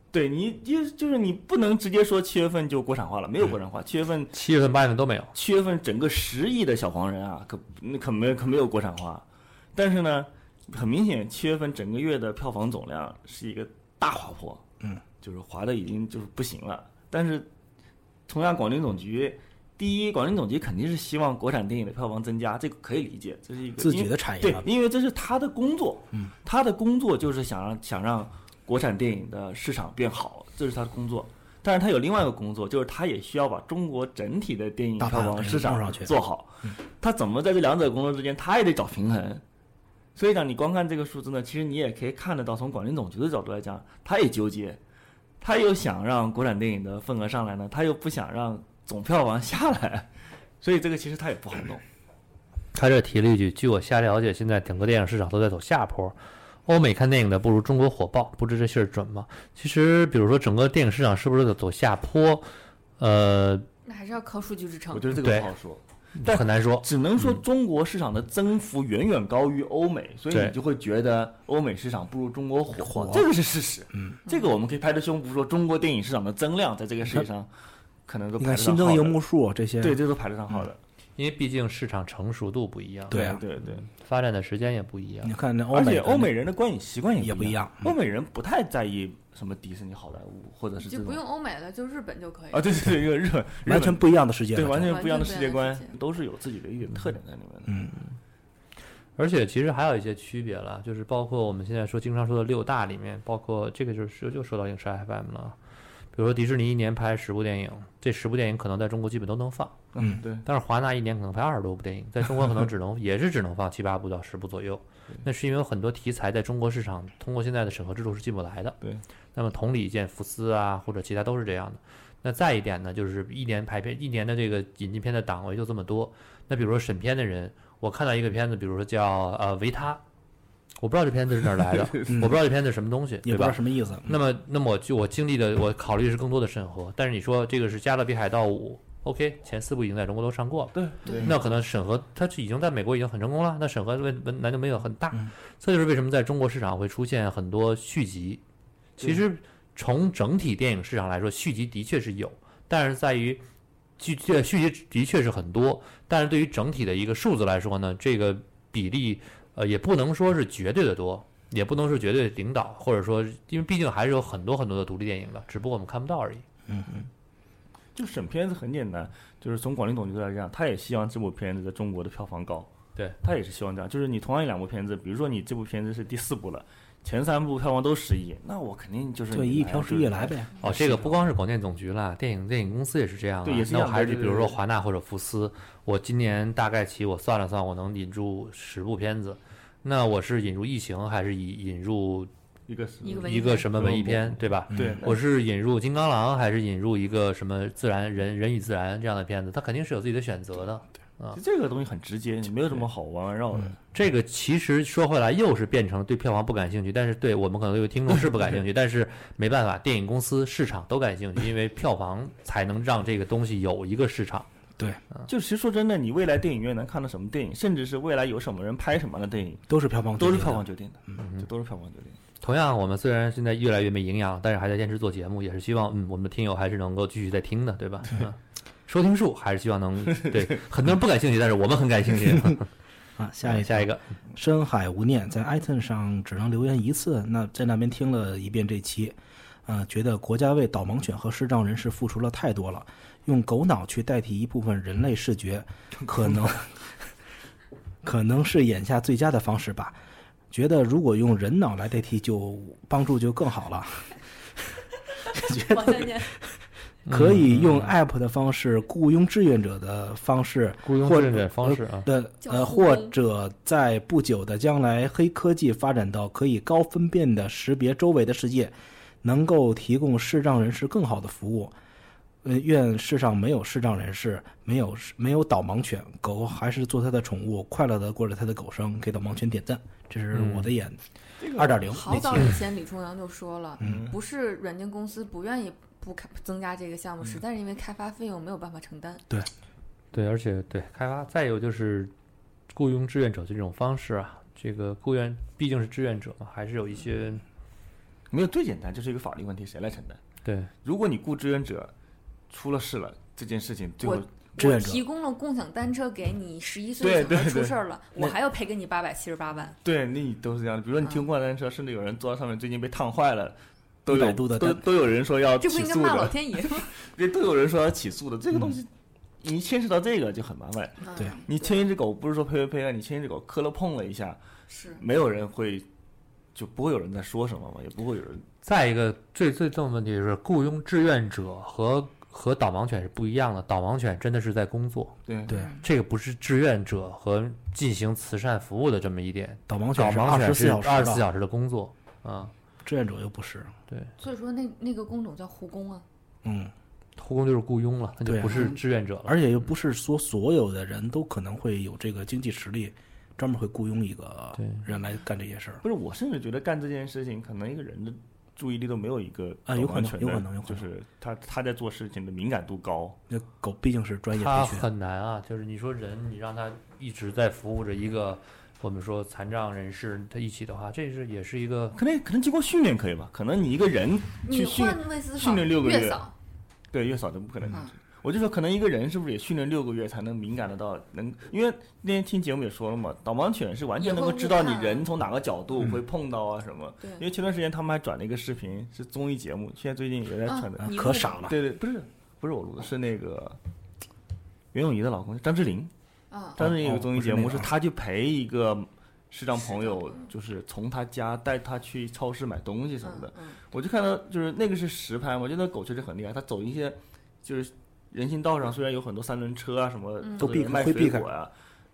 [SPEAKER 4] 对你就就是你不能直接说七月份就国产化了，没有国产化，七月份
[SPEAKER 1] 七月份、八月份都没有。
[SPEAKER 4] 七月份整个十亿的小黄人啊，可那可没可没有国产化，但是呢，很明显七月份整个月的票房总量是一个大滑坡，
[SPEAKER 2] 嗯，
[SPEAKER 4] 就是滑的已经就是不行了。但是，同样广电总局，第一，广电总局肯定是希望国产电影的票房增加，这个可以理解，这是一个
[SPEAKER 2] 自己
[SPEAKER 4] 因为
[SPEAKER 2] 的产业啊
[SPEAKER 4] 对
[SPEAKER 2] 吧，
[SPEAKER 4] 因为这是他的工作，嗯，他的工作就是想让想让国产电影的市场变好，这是他的工作。但是他有另外一个工作，就是他也需要把中国整体的电影
[SPEAKER 2] 大
[SPEAKER 4] 票
[SPEAKER 2] 盘
[SPEAKER 4] 房
[SPEAKER 2] 给
[SPEAKER 4] 市
[SPEAKER 2] 弄
[SPEAKER 4] 场
[SPEAKER 2] 上去嗯
[SPEAKER 4] 做好。他怎么在这两者工作之间，他也得找平衡。所以讲，你光看这个数字呢，其实你也可以看得到，从广电总局的角度来讲，他也纠结，他又想让国产电影的份额上来呢，他又不想让总票房下来，所以这个其实他也不好 弄。
[SPEAKER 1] 他这提了一句：“据我瞎了解，现在整个电影市场都在走下坡，欧美看电影的不如中国火爆。”不知这信儿准吗？其实，比如说整个电影市场是不是在走下坡，呃，
[SPEAKER 3] 那还是要靠数据支撑
[SPEAKER 4] 我。觉得这
[SPEAKER 1] 对
[SPEAKER 4] 个不好说，但
[SPEAKER 1] 很难说。
[SPEAKER 4] 只能
[SPEAKER 2] 嗯
[SPEAKER 4] 说中国市场的增幅远远高于欧美，所以
[SPEAKER 1] 对
[SPEAKER 4] 你就会觉得欧美市场不如中国火，
[SPEAKER 2] 火
[SPEAKER 4] 这个是事实。嗯，这个我们可以拍着胸脯说，中国电影市场的增量在这个世界上可能都
[SPEAKER 2] 你
[SPEAKER 4] 排
[SPEAKER 2] 看
[SPEAKER 4] 得
[SPEAKER 2] 嗯
[SPEAKER 4] 上
[SPEAKER 2] 新
[SPEAKER 4] 号
[SPEAKER 2] 增
[SPEAKER 4] 的
[SPEAKER 2] 荧幕数啊这些，
[SPEAKER 4] 对，这都排得上号的。
[SPEAKER 1] 因为毕竟市场成熟度不一样，
[SPEAKER 2] 嗯对啊，
[SPEAKER 4] 对对，
[SPEAKER 1] 发展的时间也不一样
[SPEAKER 2] 你。看那欧
[SPEAKER 4] 而
[SPEAKER 2] 美
[SPEAKER 4] 且
[SPEAKER 2] 的那，
[SPEAKER 4] 欧美人的观影习惯
[SPEAKER 2] 也
[SPEAKER 4] 不
[SPEAKER 2] 不一
[SPEAKER 4] 样
[SPEAKER 2] 样，嗯
[SPEAKER 4] 欧美人不太在意什么迪士尼、好莱坞或者是这
[SPEAKER 3] 就
[SPEAKER 4] 种
[SPEAKER 3] 不用欧美了，就日本就可以
[SPEAKER 4] 啊，。对对对，因为日本
[SPEAKER 2] 完全
[SPEAKER 4] 日
[SPEAKER 2] 不一样的世界
[SPEAKER 4] 本
[SPEAKER 2] 了，
[SPEAKER 4] 对完全
[SPEAKER 3] 完
[SPEAKER 4] 不一样的
[SPEAKER 3] 全
[SPEAKER 4] 世
[SPEAKER 3] 不一
[SPEAKER 4] 界
[SPEAKER 3] 样的
[SPEAKER 4] 观
[SPEAKER 3] 世界，
[SPEAKER 4] 都是有自己的一点特点在里面的。嗯，
[SPEAKER 1] 而且其实还有一些区别了，就是包括我们现在说经常说的六大里面，包括这个就是又又说到影视 FM 了啊。比如说迪士尼一年拍十部电影，这十部电影可能在中国基本都能放，
[SPEAKER 2] 嗯
[SPEAKER 4] 对，
[SPEAKER 1] 但是华纳一年可能拍二十多部电影，在中国可能只 能也是只能放七八部到十部左右。那是因为有很多题材在中国市场通过现在的审核制度是进不来的。
[SPEAKER 4] 对。
[SPEAKER 1] 那么同理，见福斯啊，或者其他都是这样的。那再一点呢，就是一年排片一年的这个引进片的档位就这么多。那比如说审片的人，我看到一个片子，比如说叫呃维他，我不知道这片子是哪儿 来的，我不知道这片子是什么东西，
[SPEAKER 2] 也
[SPEAKER 1] 对
[SPEAKER 2] 不知
[SPEAKER 1] 吧
[SPEAKER 2] 道？什么意思。
[SPEAKER 1] 那么，那么我就我经历的，我考虑是更多的审核。但是你说这个是《加勒比海盗五》，OK，前四部已经在中国都上过了，
[SPEAKER 4] 对
[SPEAKER 3] 对
[SPEAKER 1] 那可能审核它就已经在美国已经很成功了，那审核问问难就没有很大。这就是为什么在中国市场会出现很多续集。其实从整体电影市场来说，续集的确是有，但是在于具确续集的确是很多，但是对于整体的一个数字来说呢，这个比例呃也不能说是绝对的多，也不能是绝对领导，或者说因为毕竟还是有很多很多的独立电影的，只不过我们看不到而已。
[SPEAKER 4] 就审片子很简单，就是从广电总局来讲，他也希望这部片子在中国的票房高。
[SPEAKER 1] 对，
[SPEAKER 4] 他也是希望这样。就是你同样一两部片子，比如说你这部片子是第四部了，前三部票房都十亿，那我肯定就是
[SPEAKER 2] 就
[SPEAKER 4] 你
[SPEAKER 2] 一亿
[SPEAKER 4] 来
[SPEAKER 2] 嫖
[SPEAKER 4] 就是
[SPEAKER 2] 十亿来呗。
[SPEAKER 1] 哦，这个不光是广电总局啦，电影电影公司也是这样、啊。
[SPEAKER 4] 对也是
[SPEAKER 1] 那
[SPEAKER 4] 一
[SPEAKER 1] 我
[SPEAKER 4] 样
[SPEAKER 1] 还
[SPEAKER 4] 的
[SPEAKER 1] 是
[SPEAKER 4] 对
[SPEAKER 1] 比如
[SPEAKER 4] 对
[SPEAKER 1] 说
[SPEAKER 4] 对
[SPEAKER 1] 华纳或者福斯，我今年大概起我算了算，我能引入十部片子。那我是引入异形，还是引引入
[SPEAKER 4] 一个是
[SPEAKER 3] 一个文
[SPEAKER 1] 一
[SPEAKER 3] 艺
[SPEAKER 1] 个
[SPEAKER 3] 片
[SPEAKER 1] 什么文艺片，
[SPEAKER 2] 嗯
[SPEAKER 1] 对吧？
[SPEAKER 4] 对，
[SPEAKER 1] 我是引入金刚狼，还是引入一个什么自然人人与自然这样的片子？它肯定是有自己的选择的。
[SPEAKER 4] 其实这个东西很直接，你没有什么好弯弯绕的。
[SPEAKER 1] 这个其实说回来，又是变成对票房不感兴趣，但是对我们可能对听众是不感兴趣，但是没办法，电影公司市场都感兴趣，因为票房才能让这个东西有一个市场。
[SPEAKER 2] 嗯
[SPEAKER 4] 就其实说真的，你未来电影院能看到什么电影，甚至是未来有什么人拍什么样的电影，
[SPEAKER 2] 都是票房，
[SPEAKER 4] 都是票房。决定的，嗯，就都是票房决定的。
[SPEAKER 1] 同样，我们虽然现在越来越没营养，但是还在坚持做节目，也是希望，嗯，我们的听友还是能够继续在听的，对吧？嗯，收听数还是希望能对很多人不感兴趣，但是我们很感兴趣。
[SPEAKER 2] 啊，下一
[SPEAKER 1] 下一
[SPEAKER 2] 个，
[SPEAKER 1] 个，
[SPEAKER 2] 深海无念在 iTunes 上只能留言一次，那在那边听了一遍这期，啊、觉得国家为导盲犬和视障人士付出了太多了，用狗脑去代替一部分人类视觉，可能可能是眼下最佳的方式吧。觉得如果用人脑来代替就，帮助就更好了。
[SPEAKER 3] 往下 念，
[SPEAKER 4] 嗯
[SPEAKER 2] 可以用 App 的方式雇佣志愿者的方式，
[SPEAKER 1] 雇佣
[SPEAKER 2] 或
[SPEAKER 1] 志
[SPEAKER 2] 者
[SPEAKER 1] 愿者方式啊，
[SPEAKER 2] 的
[SPEAKER 3] 叫
[SPEAKER 2] 呃，
[SPEAKER 3] 复
[SPEAKER 2] 或
[SPEAKER 3] 工
[SPEAKER 2] 者在不久的将来，黑科技发展到可以高分辨的识别周围的世界，能够提供视障人士更好的服务。呃，愿世上没有视障人士，没有没有导盲犬，狗还是做它的宠物，快乐的过着它的狗生，给导盲犬点赞。这是我
[SPEAKER 1] 嗯
[SPEAKER 2] 的眼二点零
[SPEAKER 3] 好
[SPEAKER 2] 那期
[SPEAKER 3] 早以前李重阳就说了，
[SPEAKER 2] 嗯
[SPEAKER 3] 不是软件公司不愿意不开增加这个项目，
[SPEAKER 4] 嗯
[SPEAKER 3] 实在是因为开发费用没有办法承担。
[SPEAKER 1] 对，而且对开发，再有就是雇佣志愿者这种方式啊，这个雇员毕竟是志愿者嘛，还是有一些
[SPEAKER 4] 没有最简单，就是一个法律问题，谁来承担？
[SPEAKER 1] 对
[SPEAKER 4] 如果你雇志愿者出了事了，这件事情最后
[SPEAKER 3] 我
[SPEAKER 2] 志愿
[SPEAKER 3] 我
[SPEAKER 2] 者
[SPEAKER 3] 提供了共享单车给你，十一
[SPEAKER 4] 对
[SPEAKER 3] 岁的小孩
[SPEAKER 4] 对
[SPEAKER 3] 出
[SPEAKER 4] 对
[SPEAKER 3] 事儿了，我还要赔给你八百七十八万。
[SPEAKER 4] 对，那你都是这样的。比如说你提供共享单车，甚至有人坐在上面，最近被烫 坏了，都有
[SPEAKER 2] 100度的
[SPEAKER 4] 都
[SPEAKER 2] 单
[SPEAKER 4] 都有人说要
[SPEAKER 3] 这不
[SPEAKER 4] 起
[SPEAKER 3] 应该
[SPEAKER 4] 诉
[SPEAKER 3] 骂老
[SPEAKER 4] 的，
[SPEAKER 3] 天爷 吗？
[SPEAKER 4] 对，都有人说要起诉的。这个东
[SPEAKER 2] 嗯
[SPEAKER 4] 西，你牵扯到这个就很麻烦。
[SPEAKER 3] 嗯
[SPEAKER 2] 对
[SPEAKER 4] 你牵一只狗，不是说呸呸呸啊，你牵一只狗磕了碰了一下，
[SPEAKER 3] 是
[SPEAKER 4] 没有人会，就不会有人在说什么嘛，也不会有人。
[SPEAKER 1] 再一个最最重要的问题就是，雇佣志愿者和和导盲犬是不一样的，导盲犬真的是在工作，
[SPEAKER 4] 对
[SPEAKER 2] 对
[SPEAKER 1] 这个不是志愿者和进行慈善服务的这么一点，
[SPEAKER 2] 导盲
[SPEAKER 1] 导
[SPEAKER 2] 犬是
[SPEAKER 1] 盲
[SPEAKER 2] 二
[SPEAKER 1] 犬
[SPEAKER 2] 十
[SPEAKER 1] 是
[SPEAKER 2] 四小时
[SPEAKER 1] 二十四
[SPEAKER 2] 的，
[SPEAKER 1] 小时的工作啊，
[SPEAKER 2] 志愿者又不是，
[SPEAKER 3] 所以说那那个工种叫护工啊，
[SPEAKER 2] 嗯，
[SPEAKER 1] 护工就是雇佣了，那
[SPEAKER 2] 对啊
[SPEAKER 1] 就不是志愿者了。
[SPEAKER 2] 而且又不是说所有的人都可能会有这个经济实力，专门会雇佣一个
[SPEAKER 1] 对
[SPEAKER 2] 人来干这些事儿。
[SPEAKER 4] 不是，我甚至觉得干这件事情，可能一个人的注意力都没有一个
[SPEAKER 2] 啊有
[SPEAKER 4] 导盲
[SPEAKER 2] 可能
[SPEAKER 4] 犬
[SPEAKER 2] 有
[SPEAKER 4] 的
[SPEAKER 2] 可能有可
[SPEAKER 4] 就
[SPEAKER 2] 能
[SPEAKER 4] 是他他在做事情的敏感度高，
[SPEAKER 2] 那狗毕竟是专业
[SPEAKER 1] 他
[SPEAKER 2] 培训，
[SPEAKER 1] 很难啊，就是你说人，你让他一直在服务着一个我们说残障人士他一起的话，这是也是一个
[SPEAKER 4] 可能可能经过训练可以吧？可能你一个人
[SPEAKER 3] 你
[SPEAKER 4] 去训
[SPEAKER 3] 换位思考，
[SPEAKER 4] 训练六个月
[SPEAKER 3] 月嫂
[SPEAKER 4] 对月嫂就不可能。
[SPEAKER 3] 嗯
[SPEAKER 4] 我就说，可能一个人是不是也训练六个月才能敏感得到能？因为那天听节目也说了嘛，导盲犬是完全能够知道你
[SPEAKER 3] 也会误判
[SPEAKER 4] 人从哪个角
[SPEAKER 2] 嗯
[SPEAKER 4] 度会碰到啊什么。因
[SPEAKER 3] 对
[SPEAKER 4] 为前段时间他们还转了一个视频，是综艺节目，现在最近也在传的。
[SPEAKER 3] 啊
[SPEAKER 2] 啊
[SPEAKER 3] 你
[SPEAKER 2] 可
[SPEAKER 3] 录的
[SPEAKER 2] 傻了。
[SPEAKER 4] 对对，不是不是我录的，是那个袁咏仪的老公张智霖。
[SPEAKER 3] 啊，
[SPEAKER 4] 当时有个综艺节
[SPEAKER 2] 哦
[SPEAKER 4] 目
[SPEAKER 2] 不是
[SPEAKER 4] 是
[SPEAKER 2] 那个
[SPEAKER 4] 他去陪一个视障朋友，就是从他家带他去超市买东西什么的
[SPEAKER 3] 嗯。嗯，
[SPEAKER 4] 我就看到就是那个是实拍嘛，我觉得那狗确实很厉害，它走一些就是人行道上，虽然有很多三轮车啊什么
[SPEAKER 3] 嗯，
[SPEAKER 4] 或者
[SPEAKER 2] 都避
[SPEAKER 4] 有卖
[SPEAKER 2] 会啊避
[SPEAKER 4] 水
[SPEAKER 2] 开
[SPEAKER 4] 果呀，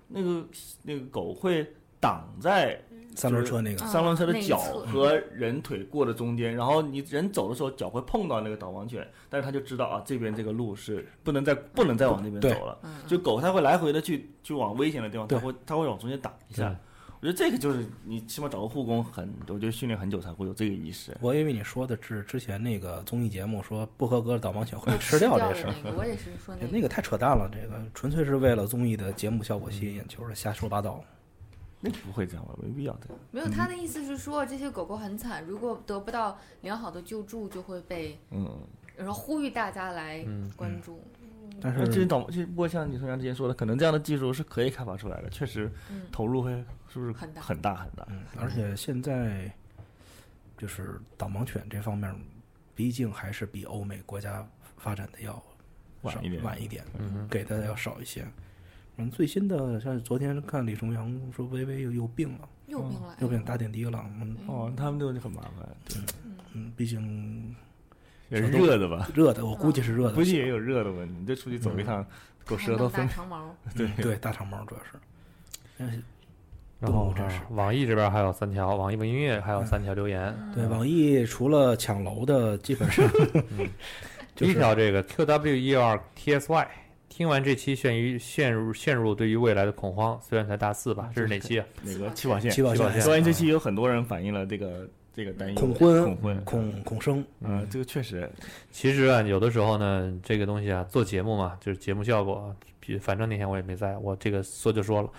[SPEAKER 4] 那个那个狗会挡在
[SPEAKER 2] 三轮车那个
[SPEAKER 3] 啊
[SPEAKER 4] 三轮车的
[SPEAKER 3] 内
[SPEAKER 4] 脚
[SPEAKER 3] 侧
[SPEAKER 4] 和人腿过的中间，然后你人走的时候脚会碰到那个导盲犬，但是它就知道啊这边这个路是不能再不能再往那边
[SPEAKER 2] 对
[SPEAKER 4] 走了。
[SPEAKER 3] 嗯
[SPEAKER 4] 就狗它会来回的去去往危险的地方，它
[SPEAKER 2] 对
[SPEAKER 4] 会它会往中间挡一下。我觉得这个就是你起码找个护工很，我觉得训练很久才会有这个意识。
[SPEAKER 2] 我以为你说的是之前那个综艺节目说不合格的导盲犬会吃掉这事 儿哎
[SPEAKER 3] 的，那个，我也是说那
[SPEAKER 2] 那
[SPEAKER 3] 个
[SPEAKER 2] 个太扯淡了，这个纯粹是为了综艺的节目效果吸引眼球的瞎说八道。
[SPEAKER 4] 那不会这样吧？没必要这样。
[SPEAKER 3] 没有他的意思是说这些狗狗很惨，如果得不到良好的救助，就会被
[SPEAKER 4] 嗯，
[SPEAKER 3] 然后呼吁大家来
[SPEAKER 1] 嗯
[SPEAKER 3] 关注。
[SPEAKER 2] 但
[SPEAKER 4] 那
[SPEAKER 2] 是
[SPEAKER 4] 这些导，这不过像你宋阳之前说的，可能这样的技术是可以开发出来的，确实
[SPEAKER 3] 嗯，
[SPEAKER 4] 投入会是不是
[SPEAKER 3] 很大
[SPEAKER 4] 很大很大？
[SPEAKER 2] 嗯，而且现在就是导盲犬这方面，毕竟还是比欧美国家发展的要
[SPEAKER 4] 晚
[SPEAKER 2] 少
[SPEAKER 4] 一点
[SPEAKER 2] 晚一点，
[SPEAKER 1] 嗯哼，
[SPEAKER 2] 给的要少一些。嗯，最新的像昨天看李重阳说微微又又病了，
[SPEAKER 3] 又病了，
[SPEAKER 2] 又病打点滴了。嗯
[SPEAKER 4] 哦，他们这个就很麻烦，
[SPEAKER 2] 嗯，毕竟
[SPEAKER 4] 也是热的吧？
[SPEAKER 2] 热的，我估计是热的，
[SPEAKER 4] 估计也有热的问题，你这出去走一
[SPEAKER 2] 嗯
[SPEAKER 4] 趟，狗舌头
[SPEAKER 3] 还弄
[SPEAKER 4] 分
[SPEAKER 3] 大长毛，
[SPEAKER 4] 对
[SPEAKER 2] 对大长毛主要是。但是
[SPEAKER 1] 然后
[SPEAKER 2] 动物真是
[SPEAKER 1] 啊网易这边还有三条，网易云音乐还有三条留言。
[SPEAKER 2] 对网易除了抢楼的，基本 上
[SPEAKER 1] 第一条，这个 E QW 一二 TSY，听完这期陷于陷入陷入对于未来的恐慌，虽然才大四吧，这是哪期啊？
[SPEAKER 4] 哪个起跑线？
[SPEAKER 2] 起跑
[SPEAKER 1] 线
[SPEAKER 4] 虽然这期有很多人反映了这个这个担忧，
[SPEAKER 2] 恐婚
[SPEAKER 4] 恐婚，
[SPEAKER 2] 孔孔生
[SPEAKER 4] 嗯，这个确实，
[SPEAKER 1] 其实啊，有的时候呢，这个东西啊，做节目嘛，就是节目效果啊。比反正那天我也没在，我这个说就说了，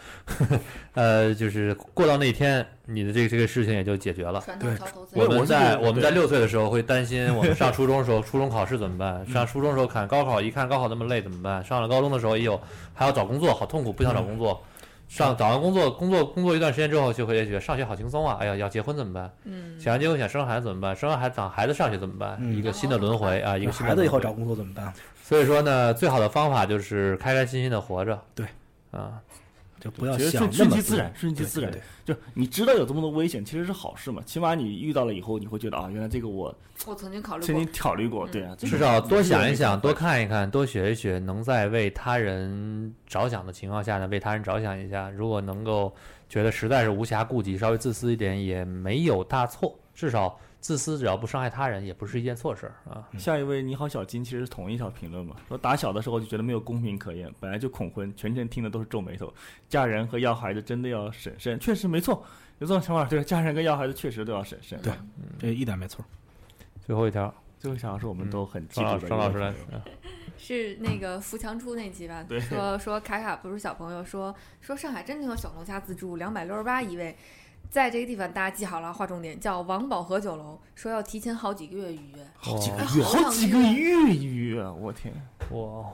[SPEAKER 1] 呃，就是过到那天，你的这个这个事情也就解决了。
[SPEAKER 3] 传
[SPEAKER 2] 对
[SPEAKER 3] 统桥头自
[SPEAKER 1] 我
[SPEAKER 4] 我
[SPEAKER 1] 们
[SPEAKER 4] 是
[SPEAKER 1] 在
[SPEAKER 4] 觉得
[SPEAKER 1] 我们
[SPEAKER 4] 对
[SPEAKER 1] 在六岁的时候会担心，我们上初中的时 候，初中考试怎么办？上初
[SPEAKER 4] 嗯
[SPEAKER 1] 中的时候看高考，一看高考那么累怎么办？上了高中的时候也有，还要找工作，好痛苦，不想找工作。
[SPEAKER 4] 嗯
[SPEAKER 1] 上找完工作，工作工作一段时间之后，就会觉得上学好轻松啊！哎呀，要结婚怎么办？
[SPEAKER 3] 嗯，
[SPEAKER 1] 想要结婚想生孩子怎么办？生完孩子想孩子上学怎么办？
[SPEAKER 2] 嗯
[SPEAKER 1] 一个新的轮回啊，一个新的
[SPEAKER 2] 孩子以后
[SPEAKER 1] 轮回
[SPEAKER 2] 找工作怎么办？
[SPEAKER 1] 所以说呢，最好的方法就是开开心心的活着。
[SPEAKER 2] 对，
[SPEAKER 1] 啊，
[SPEAKER 2] 就不要
[SPEAKER 4] 其实
[SPEAKER 2] 想
[SPEAKER 4] 顺
[SPEAKER 2] 那
[SPEAKER 4] 顺
[SPEAKER 2] 么
[SPEAKER 4] 其自
[SPEAKER 2] 多
[SPEAKER 4] 然，顺其
[SPEAKER 2] 对
[SPEAKER 4] 自
[SPEAKER 2] 对
[SPEAKER 4] 然
[SPEAKER 2] 对，
[SPEAKER 4] 就你知道有这么多危险，其实是好事嘛。起码你遇到了以后，你会觉得啊，原来这个我
[SPEAKER 3] 我曾经考虑
[SPEAKER 4] 曾经
[SPEAKER 3] 过，
[SPEAKER 4] 考虑过，对啊，这个
[SPEAKER 1] 至少多想一想，
[SPEAKER 4] 这
[SPEAKER 1] 多
[SPEAKER 4] 个
[SPEAKER 1] 看一看，多学一学，能在为他人着想的情况下呢，为他人着想一下。如果能够觉得实在是无暇顾及，稍微自私一点也没有大错。至少自私，只要不伤害他人，也不是一件错事儿啊。
[SPEAKER 4] 下一位你好小金其实是同一条评论嘛，说打小的时候就觉得没有公平可言，本来就恐婚，全程听的都是皱眉头。嫁人和要孩子真的要审慎，确实没错，有这种想法，对，嫁人跟要孩子确实都要审慎。
[SPEAKER 2] 对
[SPEAKER 4] 嗯
[SPEAKER 2] 这一点没错。
[SPEAKER 1] 最后一条，
[SPEAKER 4] 最后一条是我们都很记
[SPEAKER 1] 张老
[SPEAKER 4] 住
[SPEAKER 1] 师，
[SPEAKER 4] 的。
[SPEAKER 1] 张老师来，嗯
[SPEAKER 3] 是那个扶墙出那集吧？
[SPEAKER 4] 对
[SPEAKER 3] 说说卡卡不是小朋友，说说上海真的有小龙虾自助，两百六十八一位。在这个地方，大家记好了，划重点，叫王宝和酒楼，说要提前好几个月预约。
[SPEAKER 1] 好
[SPEAKER 4] 几个
[SPEAKER 3] 哎
[SPEAKER 4] 月，
[SPEAKER 3] 好想
[SPEAKER 4] 好几个月约啊，我天！
[SPEAKER 1] 哇，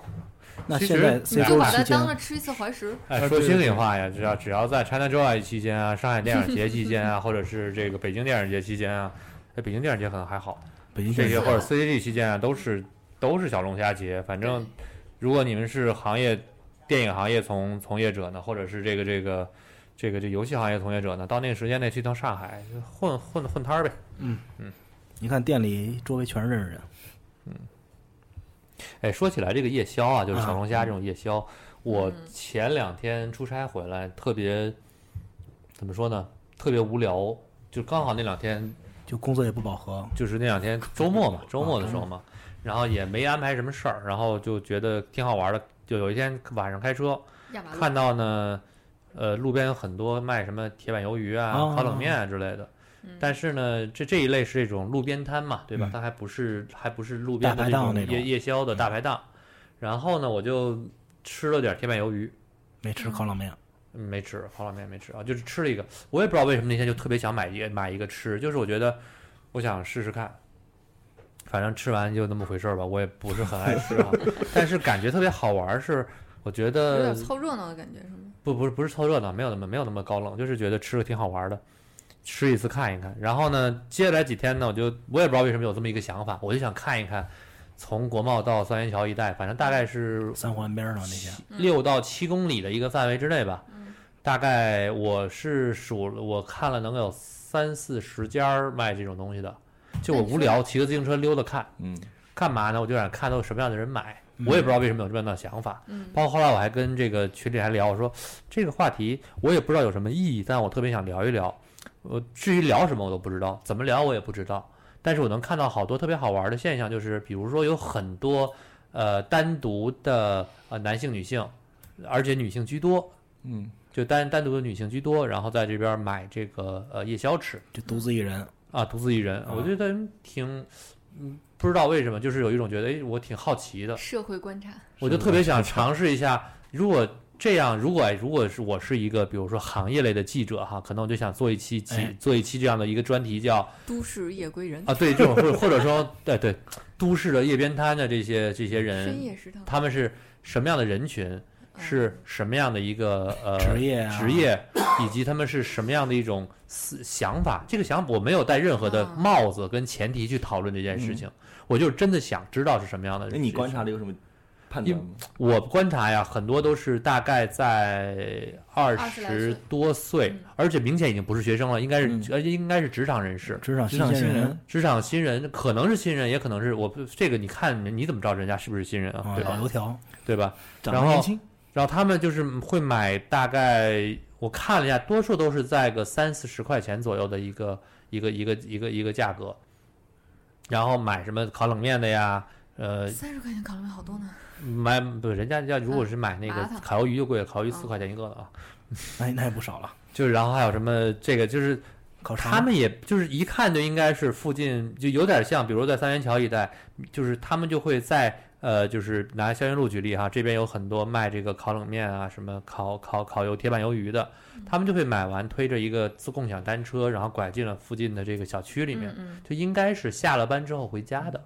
[SPEAKER 2] 那
[SPEAKER 1] 其
[SPEAKER 2] 现
[SPEAKER 1] 实
[SPEAKER 2] 在那
[SPEAKER 3] 就
[SPEAKER 2] 周
[SPEAKER 3] 把它
[SPEAKER 2] 期
[SPEAKER 3] 当了
[SPEAKER 2] 间，
[SPEAKER 3] 吃一次怀石，
[SPEAKER 1] 哎，说心里话呀，只要只要在 China Joy 期间啊，上海电影节期间啊，或者是这个北京电影节期间啊，哎，北京电影节可能还好，
[SPEAKER 2] 北京
[SPEAKER 1] 这
[SPEAKER 2] 现
[SPEAKER 1] 些
[SPEAKER 2] 在
[SPEAKER 1] 或者 CCG 期间啊，都是都是小龙虾节。反正如果你们是行业电影行业从从业者呢，或者是这个这个这个这游戏行业从业者呢，到那个时间内去趟上海混混混摊儿呗。
[SPEAKER 2] 你看店里周围全是认识人，
[SPEAKER 1] 哎，说起来这个夜宵啊，就是
[SPEAKER 2] 啊
[SPEAKER 1] 小龙虾这种夜宵，我
[SPEAKER 3] 嗯
[SPEAKER 1] 前两天出差回来，特别怎么说呢？特别无聊，就刚好那两天
[SPEAKER 2] 就工作也不饱和，
[SPEAKER 1] 就是那两天周末嘛，周末的时候
[SPEAKER 2] 嗯
[SPEAKER 1] 嘛，然后也没安排什么事儿，然后就觉得挺好玩的。就有一天晚上开车，
[SPEAKER 3] 压马路。
[SPEAKER 1] 看到呢，呃，路边有很多卖什么铁板鱿鱼啊、
[SPEAKER 2] 哦
[SPEAKER 1] 烤冷面啊之类的。
[SPEAKER 3] 嗯
[SPEAKER 1] 但是呢，这这一类是这种路边摊嘛，对吧？它还不是还不是路边
[SPEAKER 2] 嗯
[SPEAKER 1] 的
[SPEAKER 2] 大
[SPEAKER 1] 这
[SPEAKER 2] 排档
[SPEAKER 1] 种
[SPEAKER 2] 那
[SPEAKER 1] 夜
[SPEAKER 2] 种嗯
[SPEAKER 1] 夜宵的大排档。然后呢，我就吃了点铁板鱿鱼，
[SPEAKER 2] 没吃烤冷面。
[SPEAKER 1] 嗯没吃烤冷面没吃啊，就是吃了一个。我也不知道为什么那天就特别想买一个买一个吃，就是我觉得我想试试看。反正吃完就那么回事儿吧，我也不是很爱吃 啊，但是感觉特别好玩儿是，我觉得
[SPEAKER 3] 有点凑热闹的感觉是吗？
[SPEAKER 1] 不不是不是凑热闹，没有那么没有那么高冷，就是觉得吃了挺好玩的，吃一次看一看。然后呢，接下来几天呢，我就我也不知道为什么有这么一个想法，我就想看一看，从国贸到三元桥一带，反正大概是
[SPEAKER 2] 三环边上那些，
[SPEAKER 3] 嗯
[SPEAKER 1] 七六到七公里的一个范围之内吧。大概我是数了我看了能有三四十家儿卖这种东西的，就我
[SPEAKER 3] 那你
[SPEAKER 1] 无聊骑个自行车溜达看，
[SPEAKER 4] 嗯，
[SPEAKER 1] 干嘛呢？我就想看都有什么样的人买，我也不知道为什么有这样的想法。
[SPEAKER 3] 嗯，
[SPEAKER 1] 包括后来我还跟这个群里还聊，我说这个话题我也不知道有什么意义，但我特别想聊一聊。我至于聊什么我都不知道，怎么聊我也不知道。但是我能看到好多特别好玩的现象，就是比如说有很多呃单独的呃男性、女性，而且女性居多，
[SPEAKER 4] 嗯，
[SPEAKER 1] 就单单独的女性居多，然后在这边买这个呃夜宵吃
[SPEAKER 2] 就独自一人，
[SPEAKER 1] 啊，独自一人，我觉得挺嗯不知道为什么，就是有一种觉得哎我挺好奇的，
[SPEAKER 3] 社会观察，
[SPEAKER 1] 我就特别想尝试一下，如果这样，如果如果是我是一个，比如说行业类的记者哈，可能我就想做一期集，
[SPEAKER 2] 哎
[SPEAKER 1] 做一期这样的一个专题叫，
[SPEAKER 3] 都市夜归人，
[SPEAKER 1] 啊，对这种或者或者说对对，都市的夜边摊的这些这些
[SPEAKER 3] 深
[SPEAKER 1] 人，
[SPEAKER 3] 夜食堂
[SPEAKER 1] 他们是什么样的人群，
[SPEAKER 3] 嗯
[SPEAKER 1] 是什么样的一个呃
[SPEAKER 2] 职业啊
[SPEAKER 1] 职业，以及他们是什么样的一种思想法。这个想法我没有带任何的
[SPEAKER 3] 啊
[SPEAKER 1] 帽子跟前提去讨论这件事情，我就是真的想知道是什么样的人。
[SPEAKER 4] 那你观察的有什么判断吗？
[SPEAKER 1] 我观察呀，很多都是大概在二
[SPEAKER 5] 20来
[SPEAKER 1] 十
[SPEAKER 5] 岁
[SPEAKER 1] 多岁
[SPEAKER 5] 嗯，
[SPEAKER 1] 而且明显已经不是学生了，应该是
[SPEAKER 2] 嗯
[SPEAKER 1] 而且应该是职场人士。
[SPEAKER 2] 职场
[SPEAKER 4] 职
[SPEAKER 2] 新
[SPEAKER 4] 场
[SPEAKER 2] 鲜
[SPEAKER 4] 新
[SPEAKER 2] 人
[SPEAKER 4] 人
[SPEAKER 1] 职场新人可能是新人，也可能是我不这个你看你怎么知道人家是不是新人啊？
[SPEAKER 2] 啊，
[SPEAKER 1] 对
[SPEAKER 2] 老
[SPEAKER 1] 吧？
[SPEAKER 2] 油条，
[SPEAKER 1] 对吧？
[SPEAKER 4] 长得
[SPEAKER 1] 然后
[SPEAKER 4] 年轻，
[SPEAKER 1] 然后他们就是会买大概我看了一下，多数都是在个三四十块钱左右的一个一个一个一个一个价格，然后买什么烤冷面的呀，呃，
[SPEAKER 3] 三十块钱烤冷面好多呢，
[SPEAKER 1] 买不人家要如果是买那个
[SPEAKER 3] 麻辣烫哦
[SPEAKER 1] 烤鱿鱼就贵了，烤鱿鱼四块钱一个了啊，
[SPEAKER 2] 那那也不少了。
[SPEAKER 1] 就是然后还有什么这个就是
[SPEAKER 2] 烤肠
[SPEAKER 1] 他们也就是一看就应该是附近，就有点像，比如在三元桥一带，就是他们就会在呃，就是拿校园路举例哈，这边有很多卖这个烤冷面啊，什么烤烤烤鱿铁板鱿鱼的，
[SPEAKER 3] 嗯
[SPEAKER 1] 他们就会买完推着一个自共享单车，然后拐进了附近的这个小区里面，
[SPEAKER 3] 嗯，
[SPEAKER 1] 就应该是下了班之后回家的，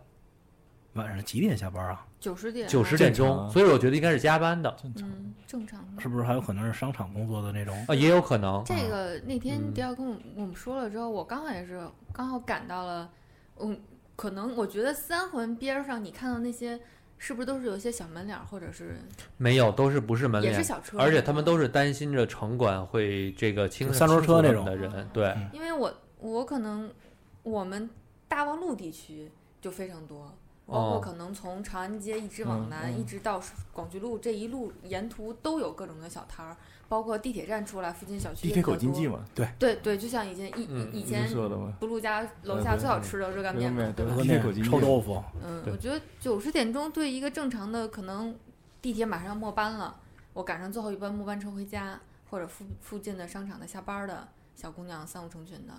[SPEAKER 2] 晚上几点下班啊？
[SPEAKER 3] 九十点
[SPEAKER 1] 九十点
[SPEAKER 4] 正常
[SPEAKER 1] 钟，
[SPEAKER 4] 啊
[SPEAKER 1] 所以我觉得应该是加班的，
[SPEAKER 3] 嗯，正常的
[SPEAKER 2] 是不是还有可能是商场工作的那种？
[SPEAKER 1] 啊，也有可能，
[SPEAKER 3] 这个那天
[SPEAKER 1] 嗯
[SPEAKER 3] 迪奥跟我我们说了之后，我刚好也是刚好赶到了，嗯，可能我觉得三环边儿上你看到那些是不是都是有一些小门脸儿，或者是
[SPEAKER 1] 没有都是不是门
[SPEAKER 3] 也
[SPEAKER 1] 脸
[SPEAKER 3] 是，小车，
[SPEAKER 1] 而且他们都是担心着城管会这个清
[SPEAKER 2] 三轮车那种嗯
[SPEAKER 1] 的人，对。
[SPEAKER 3] 因为我我可能我们大望路地区就非常多，包括
[SPEAKER 1] 哦
[SPEAKER 3] 可能从长安街一直往
[SPEAKER 4] 嗯
[SPEAKER 3] 南，一直到广渠路这一路沿途都有各种的小摊儿，包括地铁站出来附近小区
[SPEAKER 4] 地
[SPEAKER 3] 也
[SPEAKER 4] 铁
[SPEAKER 3] 比较
[SPEAKER 4] 口经
[SPEAKER 3] 多
[SPEAKER 4] 济嘛，
[SPEAKER 3] 对对，就像以前以
[SPEAKER 1] 嗯
[SPEAKER 3] 以
[SPEAKER 4] 你们
[SPEAKER 3] 前
[SPEAKER 4] 说的嘛，
[SPEAKER 3] 不路家楼下最好吃的热干面嘛，对吧
[SPEAKER 2] 热？
[SPEAKER 4] 热干
[SPEAKER 2] 干
[SPEAKER 4] 面
[SPEAKER 2] 面
[SPEAKER 4] 口经济
[SPEAKER 2] 臭豆腐，
[SPEAKER 3] 嗯，
[SPEAKER 1] 对
[SPEAKER 3] 我觉得九十点钟对一个正常的可能地铁马上要末班了，我赶上最后一班末班车回家，或者附附近的商场的下班儿的小姑娘三五成群的，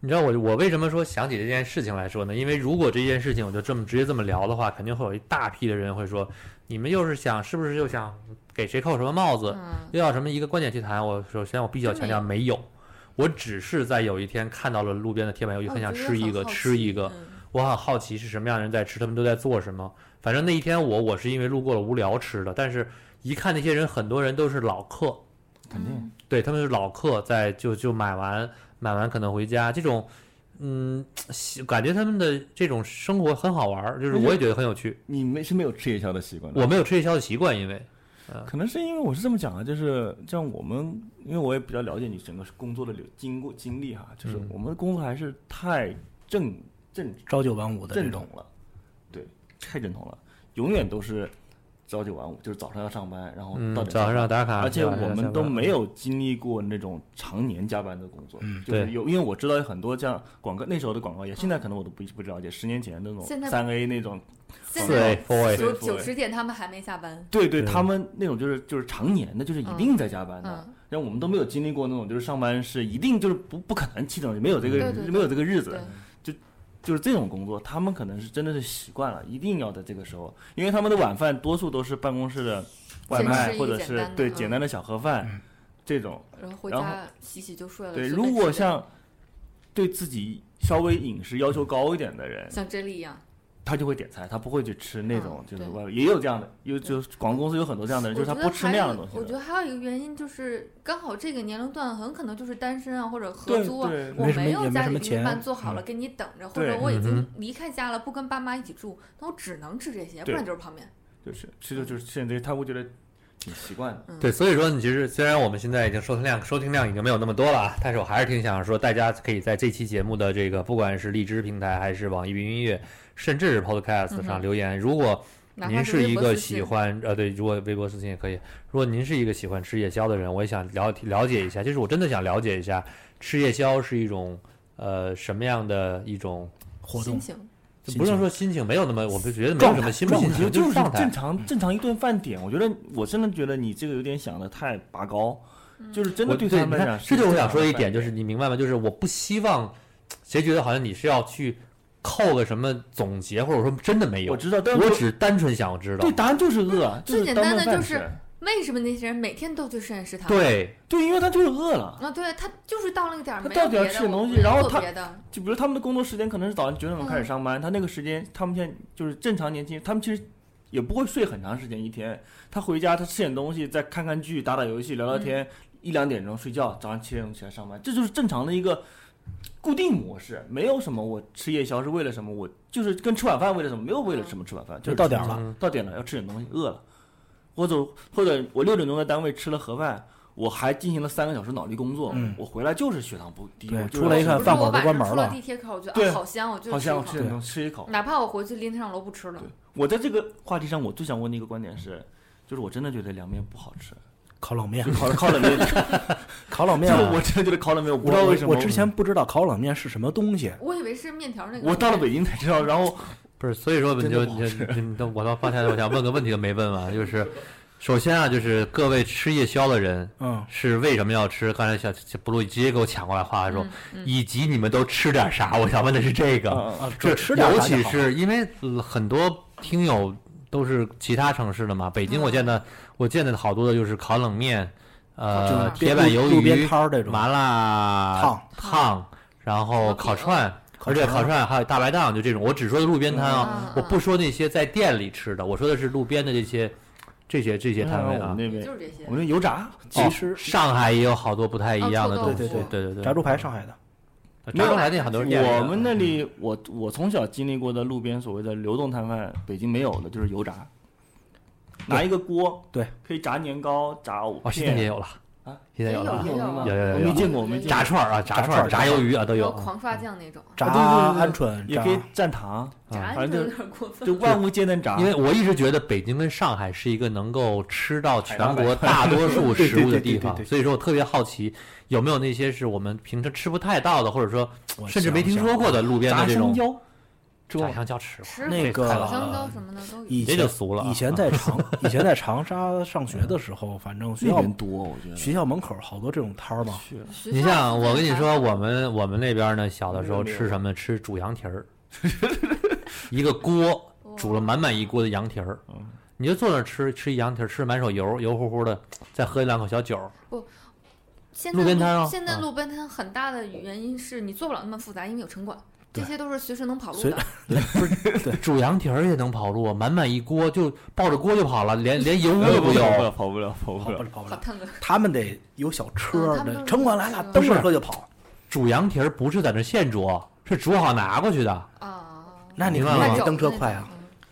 [SPEAKER 1] 你知道我我为什么说想起这件事情来说呢？因为如果这件事情我就这么直接这么聊的话，肯定会有一大批的人会说，你们又是想是不是又想给谁扣什么帽子，
[SPEAKER 3] 嗯，
[SPEAKER 1] 又要什么一个观点去谈？我首先我必须要强调
[SPEAKER 3] 真
[SPEAKER 1] 没有，我只是在有一天看到了路边的铁板鱿鱼，
[SPEAKER 3] 我
[SPEAKER 1] 很想
[SPEAKER 3] 哦觉得
[SPEAKER 1] 吃一
[SPEAKER 3] 很
[SPEAKER 1] 个
[SPEAKER 3] 好
[SPEAKER 1] 吃
[SPEAKER 3] 奇
[SPEAKER 1] 一个，
[SPEAKER 3] 嗯
[SPEAKER 1] 我很好奇是什么样的人在吃，他们都在做什么。反正那一天我我是因为路过了无聊吃的，但是一看那些人，很多人都是老客，
[SPEAKER 4] 肯定
[SPEAKER 3] 嗯
[SPEAKER 1] 对他们是老客在就就买完买完可能回家这种，嗯，喜感觉他们的这种生活很好玩儿，就是
[SPEAKER 4] 那就
[SPEAKER 1] 我也觉得很有趣。
[SPEAKER 4] 你们是没有吃夜宵的习惯的。
[SPEAKER 1] 我没有吃夜宵的习惯，因为
[SPEAKER 4] 可能是因为我是这么讲的，就是像我们，因为我也比较了解你整个工作的流经过经历哈，就是
[SPEAKER 1] 嗯
[SPEAKER 4] 我们的工作还是太正正
[SPEAKER 2] 朝九晚五的这
[SPEAKER 4] 正
[SPEAKER 2] 种
[SPEAKER 4] 统。了，对，太正统了，永远都是朝九晚五，就是早上要上班，然后
[SPEAKER 1] 嗯
[SPEAKER 4] 哦到，点
[SPEAKER 1] 早上要打卡，
[SPEAKER 4] 而且
[SPEAKER 1] 对吧
[SPEAKER 4] 我们都没。
[SPEAKER 1] 要下
[SPEAKER 4] 有
[SPEAKER 1] 班
[SPEAKER 4] 经历过那种常年加班的工作，
[SPEAKER 2] 嗯
[SPEAKER 4] 就是
[SPEAKER 1] 对
[SPEAKER 4] 有，因为我知道有很多像广告那时候的广告业，现在可能我都不不了解，十年前的那
[SPEAKER 3] 现
[SPEAKER 4] 种
[SPEAKER 3] 在
[SPEAKER 4] 三 A 那种，
[SPEAKER 3] 现
[SPEAKER 1] 四
[SPEAKER 3] 在
[SPEAKER 1] A four A，
[SPEAKER 3] 九
[SPEAKER 4] 对
[SPEAKER 3] 九十点他们还没下班，
[SPEAKER 4] 对对，
[SPEAKER 1] 对
[SPEAKER 4] 他们那种就是就是常年的，就是一定在加班的，
[SPEAKER 3] 嗯，
[SPEAKER 4] 让我们都没有经历过那种就是上班是一定就是不不可能七点钟没有这个
[SPEAKER 3] 对对对
[SPEAKER 4] 没有这个日子
[SPEAKER 3] 对，，
[SPEAKER 4] 就是这种工作，他们可能是真的是习惯了，一定要在这个时候，因为他们的晚饭多数都是办公室的外
[SPEAKER 3] 正
[SPEAKER 4] 卖
[SPEAKER 3] 式
[SPEAKER 4] 或者
[SPEAKER 3] 简
[SPEAKER 4] 是
[SPEAKER 3] 单的
[SPEAKER 4] 对
[SPEAKER 3] 嗯
[SPEAKER 4] 简单的小盒饭、
[SPEAKER 2] 嗯
[SPEAKER 4] 这种。
[SPEAKER 3] 然后回
[SPEAKER 4] 然
[SPEAKER 3] 家洗洗就睡了。
[SPEAKER 4] 对，
[SPEAKER 3] 呃随便
[SPEAKER 4] 如果
[SPEAKER 3] 吃点
[SPEAKER 4] 像对自己稍微饮食要求高一点的人，
[SPEAKER 3] 像这里一样，
[SPEAKER 4] 他就会点菜，他不会去吃那种
[SPEAKER 3] 嗯
[SPEAKER 4] 就是
[SPEAKER 3] 对
[SPEAKER 4] 外面也有这样的，有就是广告公司有很多这样的人，就
[SPEAKER 3] 我
[SPEAKER 4] 是
[SPEAKER 3] 觉
[SPEAKER 4] 他
[SPEAKER 3] 得
[SPEAKER 4] 不吃
[SPEAKER 3] 还
[SPEAKER 4] 那
[SPEAKER 3] 有
[SPEAKER 4] 样的东西
[SPEAKER 3] 我觉
[SPEAKER 4] 的。
[SPEAKER 3] 得还有一个原因就是，刚好这个年龄段很可能就是单身啊，或者合
[SPEAKER 4] 对
[SPEAKER 3] 租啊
[SPEAKER 4] 对，
[SPEAKER 3] 我
[SPEAKER 2] 没什么
[SPEAKER 3] 有
[SPEAKER 2] 也没
[SPEAKER 3] 家
[SPEAKER 2] 什
[SPEAKER 3] 里
[SPEAKER 2] 么
[SPEAKER 3] 的预
[SPEAKER 2] 钱
[SPEAKER 3] 饭做好了给你等着，或者
[SPEAKER 4] 嗯对
[SPEAKER 3] 我已
[SPEAKER 1] 嗯
[SPEAKER 3] 经离开家了，不跟爸妈一起住，那我只能吃这些，不
[SPEAKER 4] 对
[SPEAKER 3] 然就是泡面。
[SPEAKER 4] 就是吃就就是现在他会觉得挺习惯的。
[SPEAKER 1] 对，所以说你其实虽然我们现在已经收听量收听量已经没有那么多了啊，但是我还是挺想说，大家可以在这期节目的这个不管是荔枝平台还是网易云音乐，甚至是 Podcast
[SPEAKER 3] 嗯
[SPEAKER 1] 上
[SPEAKER 3] 哼
[SPEAKER 1] 留言。如果
[SPEAKER 3] 哪怕
[SPEAKER 1] 您是
[SPEAKER 3] 微
[SPEAKER 1] 一
[SPEAKER 3] 博
[SPEAKER 1] 个
[SPEAKER 3] 私
[SPEAKER 1] 喜
[SPEAKER 3] 信，
[SPEAKER 1] 欢呃，对，如果微博私信也可以。如果您是一个喜欢吃夜宵的人，我也想了了解一下，就是我真的想了解一下，吃夜宵是一种呃什么样的一种，
[SPEAKER 2] 活
[SPEAKER 3] 心
[SPEAKER 2] 动，
[SPEAKER 3] 情
[SPEAKER 1] 就
[SPEAKER 2] 心
[SPEAKER 1] 不是
[SPEAKER 2] 情
[SPEAKER 1] 说心情没有那么，我们觉得没有
[SPEAKER 4] 状
[SPEAKER 1] 什么
[SPEAKER 4] 态
[SPEAKER 1] 心不
[SPEAKER 4] 状
[SPEAKER 1] 心
[SPEAKER 4] 态
[SPEAKER 1] 情，
[SPEAKER 4] 就是是
[SPEAKER 1] 状态
[SPEAKER 4] 正。常正常一顿饭点。我觉得我真的觉得你这个有点想的太拔高，
[SPEAKER 3] 嗯
[SPEAKER 4] 就是真
[SPEAKER 1] 我
[SPEAKER 4] 的对
[SPEAKER 1] 对
[SPEAKER 4] 他
[SPEAKER 1] 你
[SPEAKER 4] 们来讲
[SPEAKER 1] 看，
[SPEAKER 4] 是
[SPEAKER 1] 这就是我
[SPEAKER 4] 正
[SPEAKER 1] 想
[SPEAKER 4] 常
[SPEAKER 1] 说
[SPEAKER 4] 的
[SPEAKER 1] 一
[SPEAKER 4] 饭
[SPEAKER 1] 点，就是你明白吗？就是我不希望谁觉得好像你是要去扣个什么总结，或者说真的没有
[SPEAKER 4] 我，知道，但是
[SPEAKER 1] 我只单纯想要知道
[SPEAKER 4] 对。答案就是饿啊，就
[SPEAKER 3] 最
[SPEAKER 4] 是
[SPEAKER 3] 简
[SPEAKER 4] 当
[SPEAKER 3] 单
[SPEAKER 4] 顿
[SPEAKER 3] 的
[SPEAKER 4] 饭
[SPEAKER 3] 就
[SPEAKER 4] 吃
[SPEAKER 3] 是
[SPEAKER 6] 为什么那些人每天都去深夜食堂？
[SPEAKER 1] 对，
[SPEAKER 4] 对，因为他就是饿了。
[SPEAKER 6] 啊，对他就是到那个点儿，
[SPEAKER 4] 他
[SPEAKER 6] 没
[SPEAKER 4] 到
[SPEAKER 6] 有
[SPEAKER 4] 点儿
[SPEAKER 6] 别的
[SPEAKER 4] 吃点
[SPEAKER 6] 我
[SPEAKER 4] 东西
[SPEAKER 6] 没有
[SPEAKER 4] 然后
[SPEAKER 6] 做
[SPEAKER 4] 他
[SPEAKER 6] 别的，
[SPEAKER 4] 就比如他们的工作时间可能是早上九点钟开始
[SPEAKER 6] 嗯
[SPEAKER 4] 上班，他那个时间，他们现在就是正常年轻人，他们其实也不会睡很长时间一天。他回家，他吃点东西，再看看剧、打打游戏、聊聊天，
[SPEAKER 2] 嗯
[SPEAKER 4] 一两点钟睡觉，早上七点钟起来上班，这就是正常的一个固定模式，没有什么我吃夜宵是为了什么，我就是跟吃晚饭为了什么，没有为了什么吃晚饭，就
[SPEAKER 2] 就是到点儿了。
[SPEAKER 1] 嗯
[SPEAKER 4] 到点了要吃点东西，饿了，或者或者我六点钟在单位吃了盒饭，我还进行了三个小时脑力工作，
[SPEAKER 2] 嗯
[SPEAKER 4] 我回来就是血糖不低，
[SPEAKER 2] 对
[SPEAKER 4] 我就是
[SPEAKER 2] 出来一看
[SPEAKER 6] 不是
[SPEAKER 2] 饭
[SPEAKER 6] 我
[SPEAKER 2] 馆
[SPEAKER 6] 晚
[SPEAKER 2] 都关
[SPEAKER 6] 上
[SPEAKER 2] 门
[SPEAKER 6] 出了
[SPEAKER 2] 了
[SPEAKER 6] 地铁口，我觉
[SPEAKER 4] 对
[SPEAKER 6] 得啊好香，我就
[SPEAKER 4] 好
[SPEAKER 6] 吃一
[SPEAKER 4] 像我
[SPEAKER 6] 口
[SPEAKER 4] 吃点东西吃一口。
[SPEAKER 6] 哪怕我回去拎上楼不吃了
[SPEAKER 4] 对，我在这个话题上，我最想问的一个观点是，就是我真的觉得凉面不好吃，
[SPEAKER 2] 烤冷面
[SPEAKER 4] 就，烤烤冷面，
[SPEAKER 2] 烤冷
[SPEAKER 4] 就
[SPEAKER 2] 面
[SPEAKER 4] 是
[SPEAKER 2] 啊，
[SPEAKER 4] 我真的觉得烤冷面，我不知道
[SPEAKER 2] 我
[SPEAKER 4] 为什么。
[SPEAKER 2] 我之前不知道烤冷面是什么东西，
[SPEAKER 6] 我以为是面条那个。
[SPEAKER 4] 我到了北京才知道，然后
[SPEAKER 1] 不是，所以说你
[SPEAKER 4] 真
[SPEAKER 1] 就
[SPEAKER 4] 的不
[SPEAKER 1] 你就你你我到刚才我想问个问题都没问完，就是首先啊，就是各位吃夜宵的人
[SPEAKER 2] 嗯，
[SPEAKER 1] 是为什么要吃？刚才小不如你直接给我抢过来话说，
[SPEAKER 6] 嗯
[SPEAKER 1] 以及你们都吃点啥？我想问的是这个。
[SPEAKER 4] 啊
[SPEAKER 2] 啊，
[SPEAKER 1] 这
[SPEAKER 2] 就吃点儿
[SPEAKER 1] 尤
[SPEAKER 2] 啥就
[SPEAKER 1] 其
[SPEAKER 2] 好
[SPEAKER 1] 是因为呃很多听友都是其他城市的嘛，北京我见
[SPEAKER 6] 嗯
[SPEAKER 1] 的、我见的好多的就是烤冷面，
[SPEAKER 6] 烤
[SPEAKER 1] 呃，
[SPEAKER 6] 串
[SPEAKER 1] 铁板鱿
[SPEAKER 2] 路边
[SPEAKER 1] 鱼、
[SPEAKER 2] 摊儿这种，
[SPEAKER 1] 麻辣
[SPEAKER 2] 烫
[SPEAKER 1] 烫，然后烤串，
[SPEAKER 2] 烤
[SPEAKER 1] 而且
[SPEAKER 2] 肠
[SPEAKER 1] 烤串还有大排档，就这种。我只说的路边摊啊
[SPEAKER 6] 嗯，
[SPEAKER 1] 我不说那些在店里吃的，我说的是路边的这些这些这些摊位
[SPEAKER 4] 嗯我
[SPEAKER 1] 啊
[SPEAKER 4] 们。那
[SPEAKER 6] 也
[SPEAKER 4] 边
[SPEAKER 6] 就是这些
[SPEAKER 4] 我。们那油炸，
[SPEAKER 2] 其实
[SPEAKER 1] 上海也有好多不太一样的
[SPEAKER 6] 哦臭
[SPEAKER 1] 东
[SPEAKER 6] 豆
[SPEAKER 1] 西，
[SPEAKER 6] 腐
[SPEAKER 1] 对对对对，啊
[SPEAKER 2] 炸猪排上海的，
[SPEAKER 1] 炸猪排那很多店里的
[SPEAKER 4] 我们那里，我我从小经历过的路边所谓的流动摊贩，北京没有的就是油炸，拿一个锅，
[SPEAKER 2] 对，
[SPEAKER 4] 可以炸年糕、炸藕
[SPEAKER 1] 哦，现在也
[SPEAKER 4] 片，
[SPEAKER 1] 有了
[SPEAKER 4] 啊，
[SPEAKER 1] 现在有了
[SPEAKER 6] 也
[SPEAKER 1] 啊
[SPEAKER 6] 有。
[SPEAKER 4] 吗
[SPEAKER 1] 有有有
[SPEAKER 4] 我
[SPEAKER 1] 有
[SPEAKER 4] 没见过，我没见
[SPEAKER 1] 炸
[SPEAKER 4] 过，
[SPEAKER 1] 串儿啊，炸
[SPEAKER 2] 炸
[SPEAKER 1] 串
[SPEAKER 2] 串
[SPEAKER 1] 儿、炸
[SPEAKER 2] 儿
[SPEAKER 1] 鱿鱼啊都
[SPEAKER 6] 然
[SPEAKER 1] 有
[SPEAKER 6] 后
[SPEAKER 1] 啊。
[SPEAKER 6] 狂刷酱那种，
[SPEAKER 2] 炸
[SPEAKER 4] 啊对对对
[SPEAKER 2] 鹌鹑，
[SPEAKER 4] 也
[SPEAKER 2] 炸
[SPEAKER 4] 可以蘸糖，
[SPEAKER 6] 炸
[SPEAKER 4] 反
[SPEAKER 6] 鹌鹑
[SPEAKER 4] 正
[SPEAKER 6] 有点过分。
[SPEAKER 4] 就 万物皆能炸。
[SPEAKER 1] 因为我一直觉得北京跟上海是一个能够吃到全
[SPEAKER 4] 海
[SPEAKER 1] 国
[SPEAKER 4] 南
[SPEAKER 1] 大多数食物的
[SPEAKER 2] 对对对对对
[SPEAKER 1] 地方
[SPEAKER 2] 对，
[SPEAKER 1] 所以说我特别好奇有没有那些是我们平时吃不太到的，或者说
[SPEAKER 2] 我
[SPEAKER 1] 甚至没
[SPEAKER 2] 想
[SPEAKER 1] 听说
[SPEAKER 2] 想
[SPEAKER 1] 过的路边的
[SPEAKER 4] 炸
[SPEAKER 1] 这
[SPEAKER 4] 香
[SPEAKER 1] 种
[SPEAKER 4] 蕉，吃过
[SPEAKER 1] 炸
[SPEAKER 4] 吗？
[SPEAKER 1] 香蕉吃过，
[SPEAKER 6] 吃
[SPEAKER 2] 那个
[SPEAKER 6] 烤香蕉什么的都有。
[SPEAKER 2] 以
[SPEAKER 1] 这
[SPEAKER 2] 前
[SPEAKER 1] 就俗了啊。
[SPEAKER 2] 以前在长以前在长沙上学的时候，反正学
[SPEAKER 4] 那
[SPEAKER 2] 校
[SPEAKER 4] 人多，我觉得
[SPEAKER 2] 学校门口好多这种摊儿嘛，
[SPEAKER 4] 去了，
[SPEAKER 6] 学
[SPEAKER 1] 你
[SPEAKER 6] 校
[SPEAKER 1] 像
[SPEAKER 6] 附近
[SPEAKER 1] 我跟你
[SPEAKER 6] 还
[SPEAKER 1] 说，
[SPEAKER 6] 好
[SPEAKER 1] 我们我们那边呢，小的时候
[SPEAKER 4] 没有
[SPEAKER 1] 吃什么？吃煮羊蹄儿，一个
[SPEAKER 6] 哦
[SPEAKER 1] 锅煮了满满一锅的羊蹄儿
[SPEAKER 4] 嗯，
[SPEAKER 1] 你就坐那儿吃，吃一羊蹄儿，吃满手油，油乎乎的，再喝两口小酒儿。
[SPEAKER 6] 现
[SPEAKER 1] 路
[SPEAKER 6] 在
[SPEAKER 1] 边摊啊
[SPEAKER 6] 现在
[SPEAKER 1] 啊
[SPEAKER 6] 路边摊很大的原因是你做不了那么复杂，因为有城管，这
[SPEAKER 2] 对
[SPEAKER 6] 些都是随时能跑路
[SPEAKER 2] 随
[SPEAKER 6] 的。
[SPEAKER 1] 煮羊蹄儿也能跑路啊，满满一锅就抱着锅就跑了，连连 油污
[SPEAKER 4] 跑
[SPEAKER 1] 都
[SPEAKER 4] 不哦
[SPEAKER 1] 不
[SPEAKER 4] 了，
[SPEAKER 1] 有。
[SPEAKER 4] 跑不了，跑
[SPEAKER 2] 跑
[SPEAKER 4] 不
[SPEAKER 2] 不
[SPEAKER 4] 了。
[SPEAKER 2] 了跑不
[SPEAKER 6] 好
[SPEAKER 2] 了，
[SPEAKER 6] 探个，
[SPEAKER 2] 他们得有小车
[SPEAKER 6] 嗯他们都
[SPEAKER 2] 儿，
[SPEAKER 6] 是
[SPEAKER 2] 城管来了，
[SPEAKER 6] 不
[SPEAKER 2] 蹬
[SPEAKER 1] 是
[SPEAKER 2] 上车就跑，
[SPEAKER 1] 煮羊蹄儿不是在那现煮，是煮好拿过去的。
[SPEAKER 6] 啊，
[SPEAKER 2] 那你
[SPEAKER 1] 明
[SPEAKER 2] 肯
[SPEAKER 1] 白
[SPEAKER 2] 定
[SPEAKER 1] 了
[SPEAKER 2] 得
[SPEAKER 6] 走
[SPEAKER 2] 蹬
[SPEAKER 6] 那
[SPEAKER 2] 车
[SPEAKER 6] 种嗯
[SPEAKER 2] 快啊，！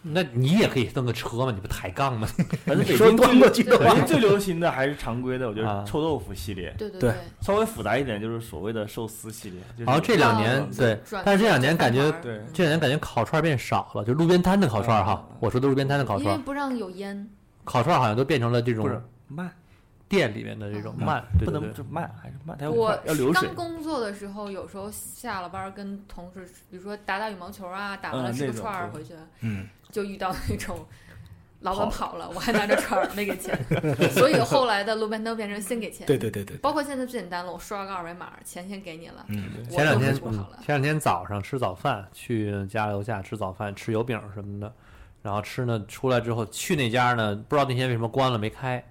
[SPEAKER 1] 那你也可以蹬个车嘛，你不抬杠吗？
[SPEAKER 4] 反正北
[SPEAKER 2] 说
[SPEAKER 4] 京
[SPEAKER 2] 端过
[SPEAKER 4] 最
[SPEAKER 2] 去的
[SPEAKER 4] 北
[SPEAKER 2] 话，
[SPEAKER 4] 京最流行的还是常规的，我觉
[SPEAKER 1] 啊
[SPEAKER 4] 得臭豆腐系列，
[SPEAKER 6] 对对
[SPEAKER 2] 对
[SPEAKER 4] 稍微复杂一点就是所谓的寿司系列。就是嗯
[SPEAKER 1] 然后这两年
[SPEAKER 6] 哦
[SPEAKER 1] 对
[SPEAKER 6] 转
[SPEAKER 1] 但是这两年
[SPEAKER 6] 转
[SPEAKER 1] 感觉
[SPEAKER 6] 摊儿
[SPEAKER 4] 对
[SPEAKER 1] 这两年感觉烤串儿变少了，就路边摊的烤串儿哈
[SPEAKER 4] 嗯。
[SPEAKER 1] 我说的路边摊的烤
[SPEAKER 6] 因
[SPEAKER 1] 串
[SPEAKER 6] 为
[SPEAKER 1] 儿，
[SPEAKER 6] 不让有烟，
[SPEAKER 1] 烤串儿好像都变成了这种
[SPEAKER 4] 不是慢，
[SPEAKER 1] 店里面的这种
[SPEAKER 6] 嗯
[SPEAKER 1] 慢，对
[SPEAKER 4] 不
[SPEAKER 1] 对
[SPEAKER 4] 能
[SPEAKER 1] 对。
[SPEAKER 4] 就慢，还是
[SPEAKER 1] 哎
[SPEAKER 4] 慢，它要
[SPEAKER 6] 我
[SPEAKER 4] 快要流水
[SPEAKER 6] 刚。工作的时候，有时候下了班儿跟同事，比如说打打羽毛球啊，打完了
[SPEAKER 4] 嗯
[SPEAKER 6] 吃
[SPEAKER 4] 那
[SPEAKER 6] 个
[SPEAKER 4] 种
[SPEAKER 6] 串儿
[SPEAKER 4] 对
[SPEAKER 6] 回去，
[SPEAKER 2] 嗯，
[SPEAKER 6] 就遇到那种老板跑了，我还拿着串儿没给钱，所以后来的路边摊变成先给钱。
[SPEAKER 2] 对对对对，
[SPEAKER 6] 包括现在最简单了，我刷个二维码，钱先给你了。
[SPEAKER 2] 嗯，
[SPEAKER 6] 我
[SPEAKER 1] 前两
[SPEAKER 6] 都
[SPEAKER 1] 天
[SPEAKER 6] 不好了，
[SPEAKER 1] 前两天早上吃早饭，去家楼下吃早饭，吃油饼什么的，然后吃呢，出来之后去那家呢，不知道那天为什么关了没开，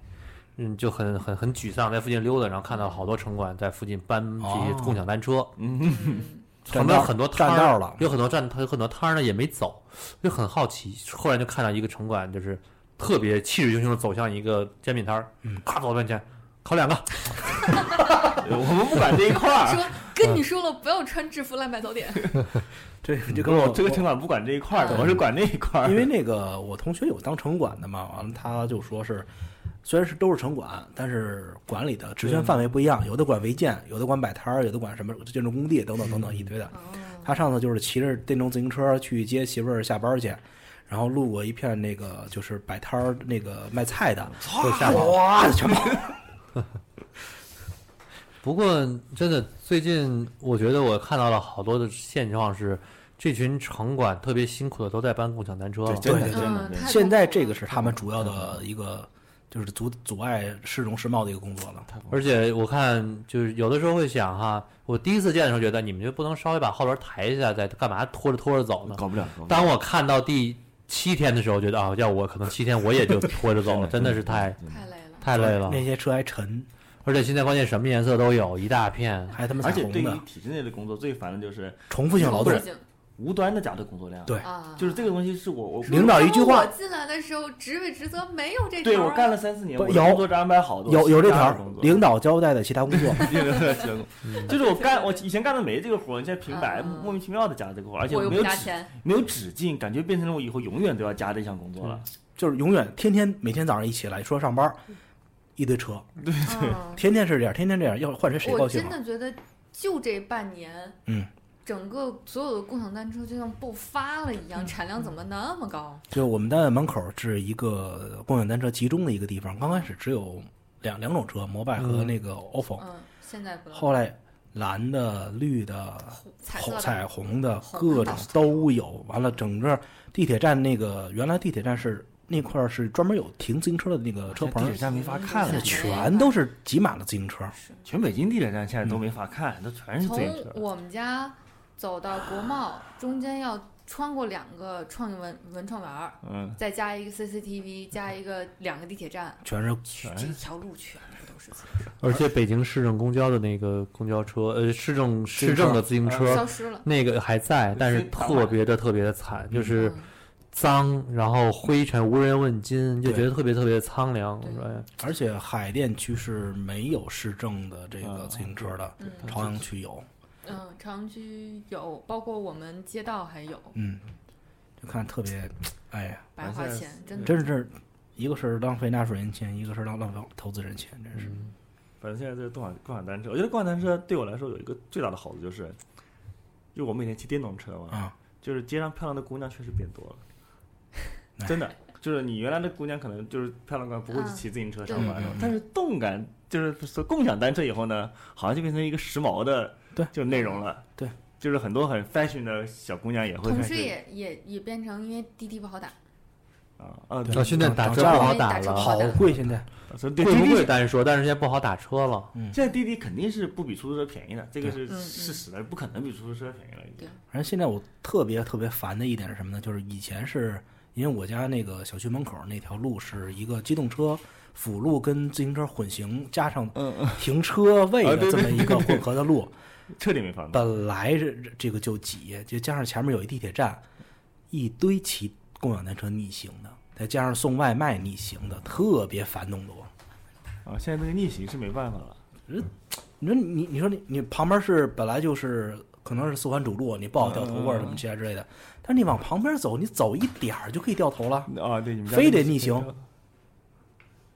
[SPEAKER 1] 嗯，就很很很沮丧，在附近溜达，然后看到好多城管在附近搬这些
[SPEAKER 2] 哦
[SPEAKER 1] 共享单车，
[SPEAKER 4] 嗯，
[SPEAKER 6] 嗯
[SPEAKER 1] 旁
[SPEAKER 2] 占道
[SPEAKER 1] 边
[SPEAKER 2] 儿
[SPEAKER 1] 很多摊
[SPEAKER 2] 占道
[SPEAKER 1] 儿
[SPEAKER 2] 儿了
[SPEAKER 1] 有很多站，有很多摊儿呢也没走，就很好奇。后来就看到一个城管，就是特别气势汹汹的走向一个煎饼摊儿，咔走到面前，烤两个，
[SPEAKER 4] 我们不管这一块儿，
[SPEAKER 6] 说跟你说了，不要穿制服来买早点。
[SPEAKER 2] 这就跟
[SPEAKER 4] 我
[SPEAKER 2] 我
[SPEAKER 4] 这个城管不管这一块儿的，
[SPEAKER 6] 嗯
[SPEAKER 4] 我是管那一块 儿。
[SPEAKER 2] 因为那个我同学有当城管的嘛，完了他就说是，虽然是都是城管，但是管理的职
[SPEAKER 4] 嗯
[SPEAKER 2] 权范围不一样，有的管违建，有的管摆摊儿，有的管什么建筑工地等等等
[SPEAKER 4] 嗯
[SPEAKER 2] 等一堆的。
[SPEAKER 6] 哦，
[SPEAKER 2] 他上次就是骑着电动自行车去接媳妇儿下班去，然后路过一片那个就是摆摊儿那个卖菜的，就吓跑了。
[SPEAKER 4] 哇，全部
[SPEAKER 1] 不过，真的，最近我觉得我看到了好多的现状是，这群城管特别辛苦的都在搬共享单车了。
[SPEAKER 4] 真的
[SPEAKER 2] 对
[SPEAKER 4] 真的
[SPEAKER 6] 嗯，
[SPEAKER 4] 真的
[SPEAKER 6] 太
[SPEAKER 2] 现
[SPEAKER 6] 痛
[SPEAKER 2] 在
[SPEAKER 6] 苦
[SPEAKER 2] 这
[SPEAKER 6] 了
[SPEAKER 2] 个是他们主要的一个，就是阻阻碍市容市貌的一个工作了。
[SPEAKER 1] 而且我看，就是有的时候会想哈，我第一次见的时候觉得你们就不能稍微把后轮抬一下，再干嘛拖着拖着走呢？
[SPEAKER 4] 搞不了，搞不了。
[SPEAKER 1] 当我哦 看到第七天的时候，觉得啊，要我可能七天我也就拖着走了，真的是太
[SPEAKER 6] 太累了。
[SPEAKER 1] 太累了。
[SPEAKER 2] 那些车还沉，
[SPEAKER 1] 而且现在关键什么颜色都有，一大片。
[SPEAKER 2] 还他妈
[SPEAKER 4] 而
[SPEAKER 2] 彩
[SPEAKER 4] 且
[SPEAKER 2] 虹
[SPEAKER 4] 对于
[SPEAKER 2] 的，
[SPEAKER 4] 体制内的工作最烦的就是
[SPEAKER 2] 重复性劳
[SPEAKER 3] 不
[SPEAKER 2] 动
[SPEAKER 4] 不。
[SPEAKER 3] 行
[SPEAKER 4] 无端的加的工作量。
[SPEAKER 2] 对
[SPEAKER 3] 啊，
[SPEAKER 4] 就是这个东西是我我
[SPEAKER 2] 领导一句
[SPEAKER 3] 我
[SPEAKER 2] 话，
[SPEAKER 3] 进来的时候，职位职责没有这条、啊。
[SPEAKER 4] 对我干了三四年，
[SPEAKER 2] 不
[SPEAKER 4] 我的
[SPEAKER 2] 有
[SPEAKER 4] 工作只安排好多，
[SPEAKER 2] 有有这条
[SPEAKER 4] 其他的工，作
[SPEAKER 2] 领导交代的其他工作，
[SPEAKER 4] 领导在其他工作
[SPEAKER 1] 嗯
[SPEAKER 4] 就是我干我以前干的没这个活，现在平白
[SPEAKER 3] 嗯嗯
[SPEAKER 4] 莫名其妙的加了这个活，而且
[SPEAKER 3] 我又
[SPEAKER 4] 没
[SPEAKER 3] 不
[SPEAKER 4] 有
[SPEAKER 3] 加
[SPEAKER 4] 止
[SPEAKER 3] 钱，
[SPEAKER 4] 没有止境，感觉变成了我以后永远都要加的一项工作了。
[SPEAKER 2] 就是永远天天每天早上一起来说上班，一堆车，
[SPEAKER 3] 嗯，
[SPEAKER 2] 天天是这样，天天这样，要换谁谁高
[SPEAKER 3] 我
[SPEAKER 2] 兴
[SPEAKER 3] 真
[SPEAKER 2] 啊？
[SPEAKER 3] 的觉得就这半年，
[SPEAKER 2] 嗯，
[SPEAKER 3] 整个所有的共享单车就像爆发了一
[SPEAKER 4] 嗯
[SPEAKER 3] 样，产量怎么那么高？
[SPEAKER 2] 就我们单位门口是一个共享单车集中的一个地方，刚开始只有两两种车，摩拜和那个
[SPEAKER 4] 哦
[SPEAKER 2] ofo，、
[SPEAKER 3] 嗯，现在不
[SPEAKER 2] 后来蓝的、绿的、
[SPEAKER 3] 彩色
[SPEAKER 2] 红
[SPEAKER 3] 的
[SPEAKER 4] 啊
[SPEAKER 2] 彩虹的
[SPEAKER 3] 红
[SPEAKER 2] 各
[SPEAKER 3] 的
[SPEAKER 2] 种都有。完了，整个地铁站那个原来地铁站是那块儿是专门有停自行车的那个车棚
[SPEAKER 4] 地铁，
[SPEAKER 3] 嗯
[SPEAKER 4] 站没法看
[SPEAKER 2] 那
[SPEAKER 3] 是
[SPEAKER 4] 了，
[SPEAKER 2] 全都是挤满了自行车。
[SPEAKER 4] 全北京地铁站现在都没法看，都全是自行
[SPEAKER 3] 嗯从
[SPEAKER 4] 车。
[SPEAKER 3] 我们家走到国贸中间要穿过两个创意文文创园儿，
[SPEAKER 4] 嗯，
[SPEAKER 3] 再加一个 CCTV，加一个两个地铁站，
[SPEAKER 2] 全是
[SPEAKER 3] 去
[SPEAKER 4] 全
[SPEAKER 3] 这
[SPEAKER 4] 是
[SPEAKER 3] 条路全部都是自行
[SPEAKER 1] 而且北京市政公交的那个公交车，呃，市政市政的自行
[SPEAKER 3] 车，
[SPEAKER 1] 车
[SPEAKER 3] 消，失了。
[SPEAKER 1] 那个还在，但是
[SPEAKER 4] 非常
[SPEAKER 1] 特别的特别的惨，就是
[SPEAKER 3] 嗯
[SPEAKER 1] 脏，然后灰尘，无人问津，就
[SPEAKER 2] 对
[SPEAKER 1] 觉得特别特别苍凉。
[SPEAKER 3] 对
[SPEAKER 1] 我说哎
[SPEAKER 2] 而且海淀区是没有市政的这个
[SPEAKER 4] 嗯
[SPEAKER 2] 自行车的，
[SPEAKER 3] 嗯
[SPEAKER 2] 朝阳区有。
[SPEAKER 3] 嗯，朝阳区有，包括我们街道还有
[SPEAKER 2] 嗯，就看特别，哎呀，
[SPEAKER 3] 白花钱，真的
[SPEAKER 2] 真是这一个是浪费纳税人钱，一个是浪浪费投资人钱，真是。
[SPEAKER 4] 嗯反正现在这共享共享单车，我觉得共享单车对我来说有一个最大的好处就是，就我每天骑电动车嘛，
[SPEAKER 2] 啊
[SPEAKER 4] 就是街上漂亮的姑娘确实变多 了，真的。就是你原来的姑娘可能就是漂亮姑娘不会去骑自行
[SPEAKER 3] 啊
[SPEAKER 4] 车上班
[SPEAKER 2] 嗯
[SPEAKER 4] 的
[SPEAKER 2] 对，
[SPEAKER 4] 但是动感就是说共享单车以后呢，好像就变成一个时髦的
[SPEAKER 2] 对
[SPEAKER 4] 就内容了，
[SPEAKER 2] 对，
[SPEAKER 4] 就是很多很 fashion 的小姑娘也会
[SPEAKER 3] 同
[SPEAKER 4] 开
[SPEAKER 3] 时
[SPEAKER 4] 始
[SPEAKER 3] 也也也变成，因为滴滴不好打，
[SPEAKER 4] 啊啊，
[SPEAKER 2] 对
[SPEAKER 1] 啊，现在打
[SPEAKER 2] 涨
[SPEAKER 1] 车
[SPEAKER 2] 价
[SPEAKER 1] 不
[SPEAKER 2] 了
[SPEAKER 1] 好打
[SPEAKER 3] 打车
[SPEAKER 1] 了，
[SPEAKER 2] 好贵，现在
[SPEAKER 4] 所以对
[SPEAKER 1] 贵
[SPEAKER 4] 滴
[SPEAKER 1] 不
[SPEAKER 4] 滴
[SPEAKER 1] 贵单说，但是现在不好打车了。
[SPEAKER 2] 嗯
[SPEAKER 4] 现在滴滴肯定是不比出租车便宜的，这个是
[SPEAKER 3] 嗯嗯
[SPEAKER 4] 事实的，不可能比出租车便宜了已经。
[SPEAKER 3] 对
[SPEAKER 2] 反正现在我特别特别烦的一点是什么呢？就是以前是因为我家那个小区门口那条路是一个机动车辅路跟自行车混行，加上停车位
[SPEAKER 4] 嗯啊
[SPEAKER 2] 的
[SPEAKER 4] 对
[SPEAKER 2] 这
[SPEAKER 4] 对
[SPEAKER 2] 么一个混合的路，
[SPEAKER 4] 彻底没法弄。
[SPEAKER 2] 本来是这个就挤，就加上前面有一地铁站，一堆骑共享单车逆行的，再加上送外卖逆行的，特别烦弄得我。
[SPEAKER 4] 啊，现在这个逆行是没办法了。
[SPEAKER 2] 你说你你说你你旁边是本来就是可能是四环主路，你不好掉头或者什么其他之类的，但是你往旁边走，你走一点儿就可以掉头了，
[SPEAKER 4] 啊，对，你们家
[SPEAKER 2] 非得
[SPEAKER 4] 那个
[SPEAKER 2] 逆行
[SPEAKER 4] 车，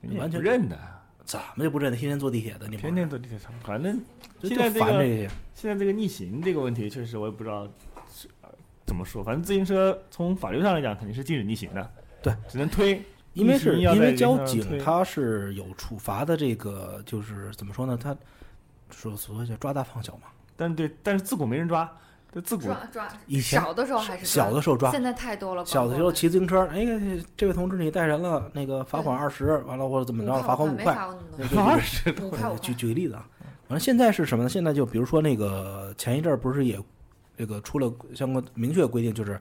[SPEAKER 4] 人家
[SPEAKER 2] 完全
[SPEAKER 4] 不认的，
[SPEAKER 2] 怎么就不认得？天天坐地铁的你
[SPEAKER 4] 天
[SPEAKER 2] 们，
[SPEAKER 4] 天坐地铁上。反正
[SPEAKER 2] 就
[SPEAKER 4] 现
[SPEAKER 2] 就
[SPEAKER 4] 在这
[SPEAKER 2] 烦这
[SPEAKER 4] 个
[SPEAKER 2] 些。
[SPEAKER 4] 现在这个逆行这个问题，确实我也不知道是呃怎么说。反正自行车从法律上来讲肯定是禁止逆行的，
[SPEAKER 2] 对，
[SPEAKER 4] 只能推。
[SPEAKER 2] 因为是
[SPEAKER 4] 逆行要
[SPEAKER 2] 因为
[SPEAKER 4] 在
[SPEAKER 2] 交
[SPEAKER 4] 人行上
[SPEAKER 2] 警
[SPEAKER 4] 推
[SPEAKER 2] 他是有处罚的，这个就是怎么说呢？他说所谓叫抓大放小嘛。
[SPEAKER 4] 但对，但是自古没人抓，这自古
[SPEAKER 3] 抓抓，
[SPEAKER 2] 以前
[SPEAKER 3] 小的时候还是
[SPEAKER 2] 小的时候抓，
[SPEAKER 3] 现在太多了。
[SPEAKER 2] 小的时候骑自行车，哎，这位同志你带人了，那个罚款二十，完了或者怎么着，罚款
[SPEAKER 3] 五
[SPEAKER 2] 五
[SPEAKER 3] 没
[SPEAKER 2] 块。
[SPEAKER 3] 罚过那么多
[SPEAKER 2] 对，
[SPEAKER 4] 二十
[SPEAKER 3] 五
[SPEAKER 2] 对
[SPEAKER 3] 块五
[SPEAKER 2] 举
[SPEAKER 3] 块，
[SPEAKER 2] 举个例子啊，完了现在是什么呢？现在就比如说那个前一阵儿不是也这个出了相关明确规定，就是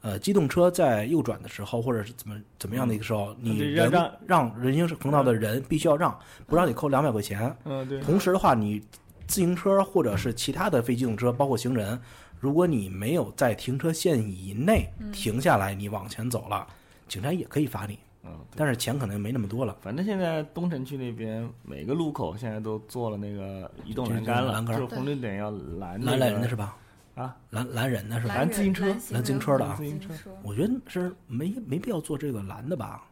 [SPEAKER 2] 呃，机动车在右转的时候，或者是怎么怎么样的一个时候，你
[SPEAKER 4] 对
[SPEAKER 2] 人
[SPEAKER 4] 嗯让嗯让
[SPEAKER 2] 让人行横道的人必须要让，不让你扣两百块钱。
[SPEAKER 4] 嗯，对，
[SPEAKER 2] 同时的话，你自行车或者是其他的非机动车，包括行人，如果你没有在停车线以内停下来，你往前走了，警察也可以罚你，
[SPEAKER 4] 嗯，对。
[SPEAKER 2] 但是钱可能没那么多了。
[SPEAKER 4] 反正现在东城区那边每个路口现在都做了那个移动
[SPEAKER 2] 就
[SPEAKER 4] 栏
[SPEAKER 2] 是
[SPEAKER 4] 杆了，
[SPEAKER 2] 栏杆
[SPEAKER 4] 就是红绿灯要拦
[SPEAKER 2] 拦
[SPEAKER 4] 那个
[SPEAKER 2] 来人的是吧？
[SPEAKER 4] 啊，
[SPEAKER 2] 拦拦人的是吧？
[SPEAKER 3] 拦
[SPEAKER 4] 自行车
[SPEAKER 2] 拦自行车的啊
[SPEAKER 3] 自行车。
[SPEAKER 2] 我觉得是没没必要做这个蓝的吧，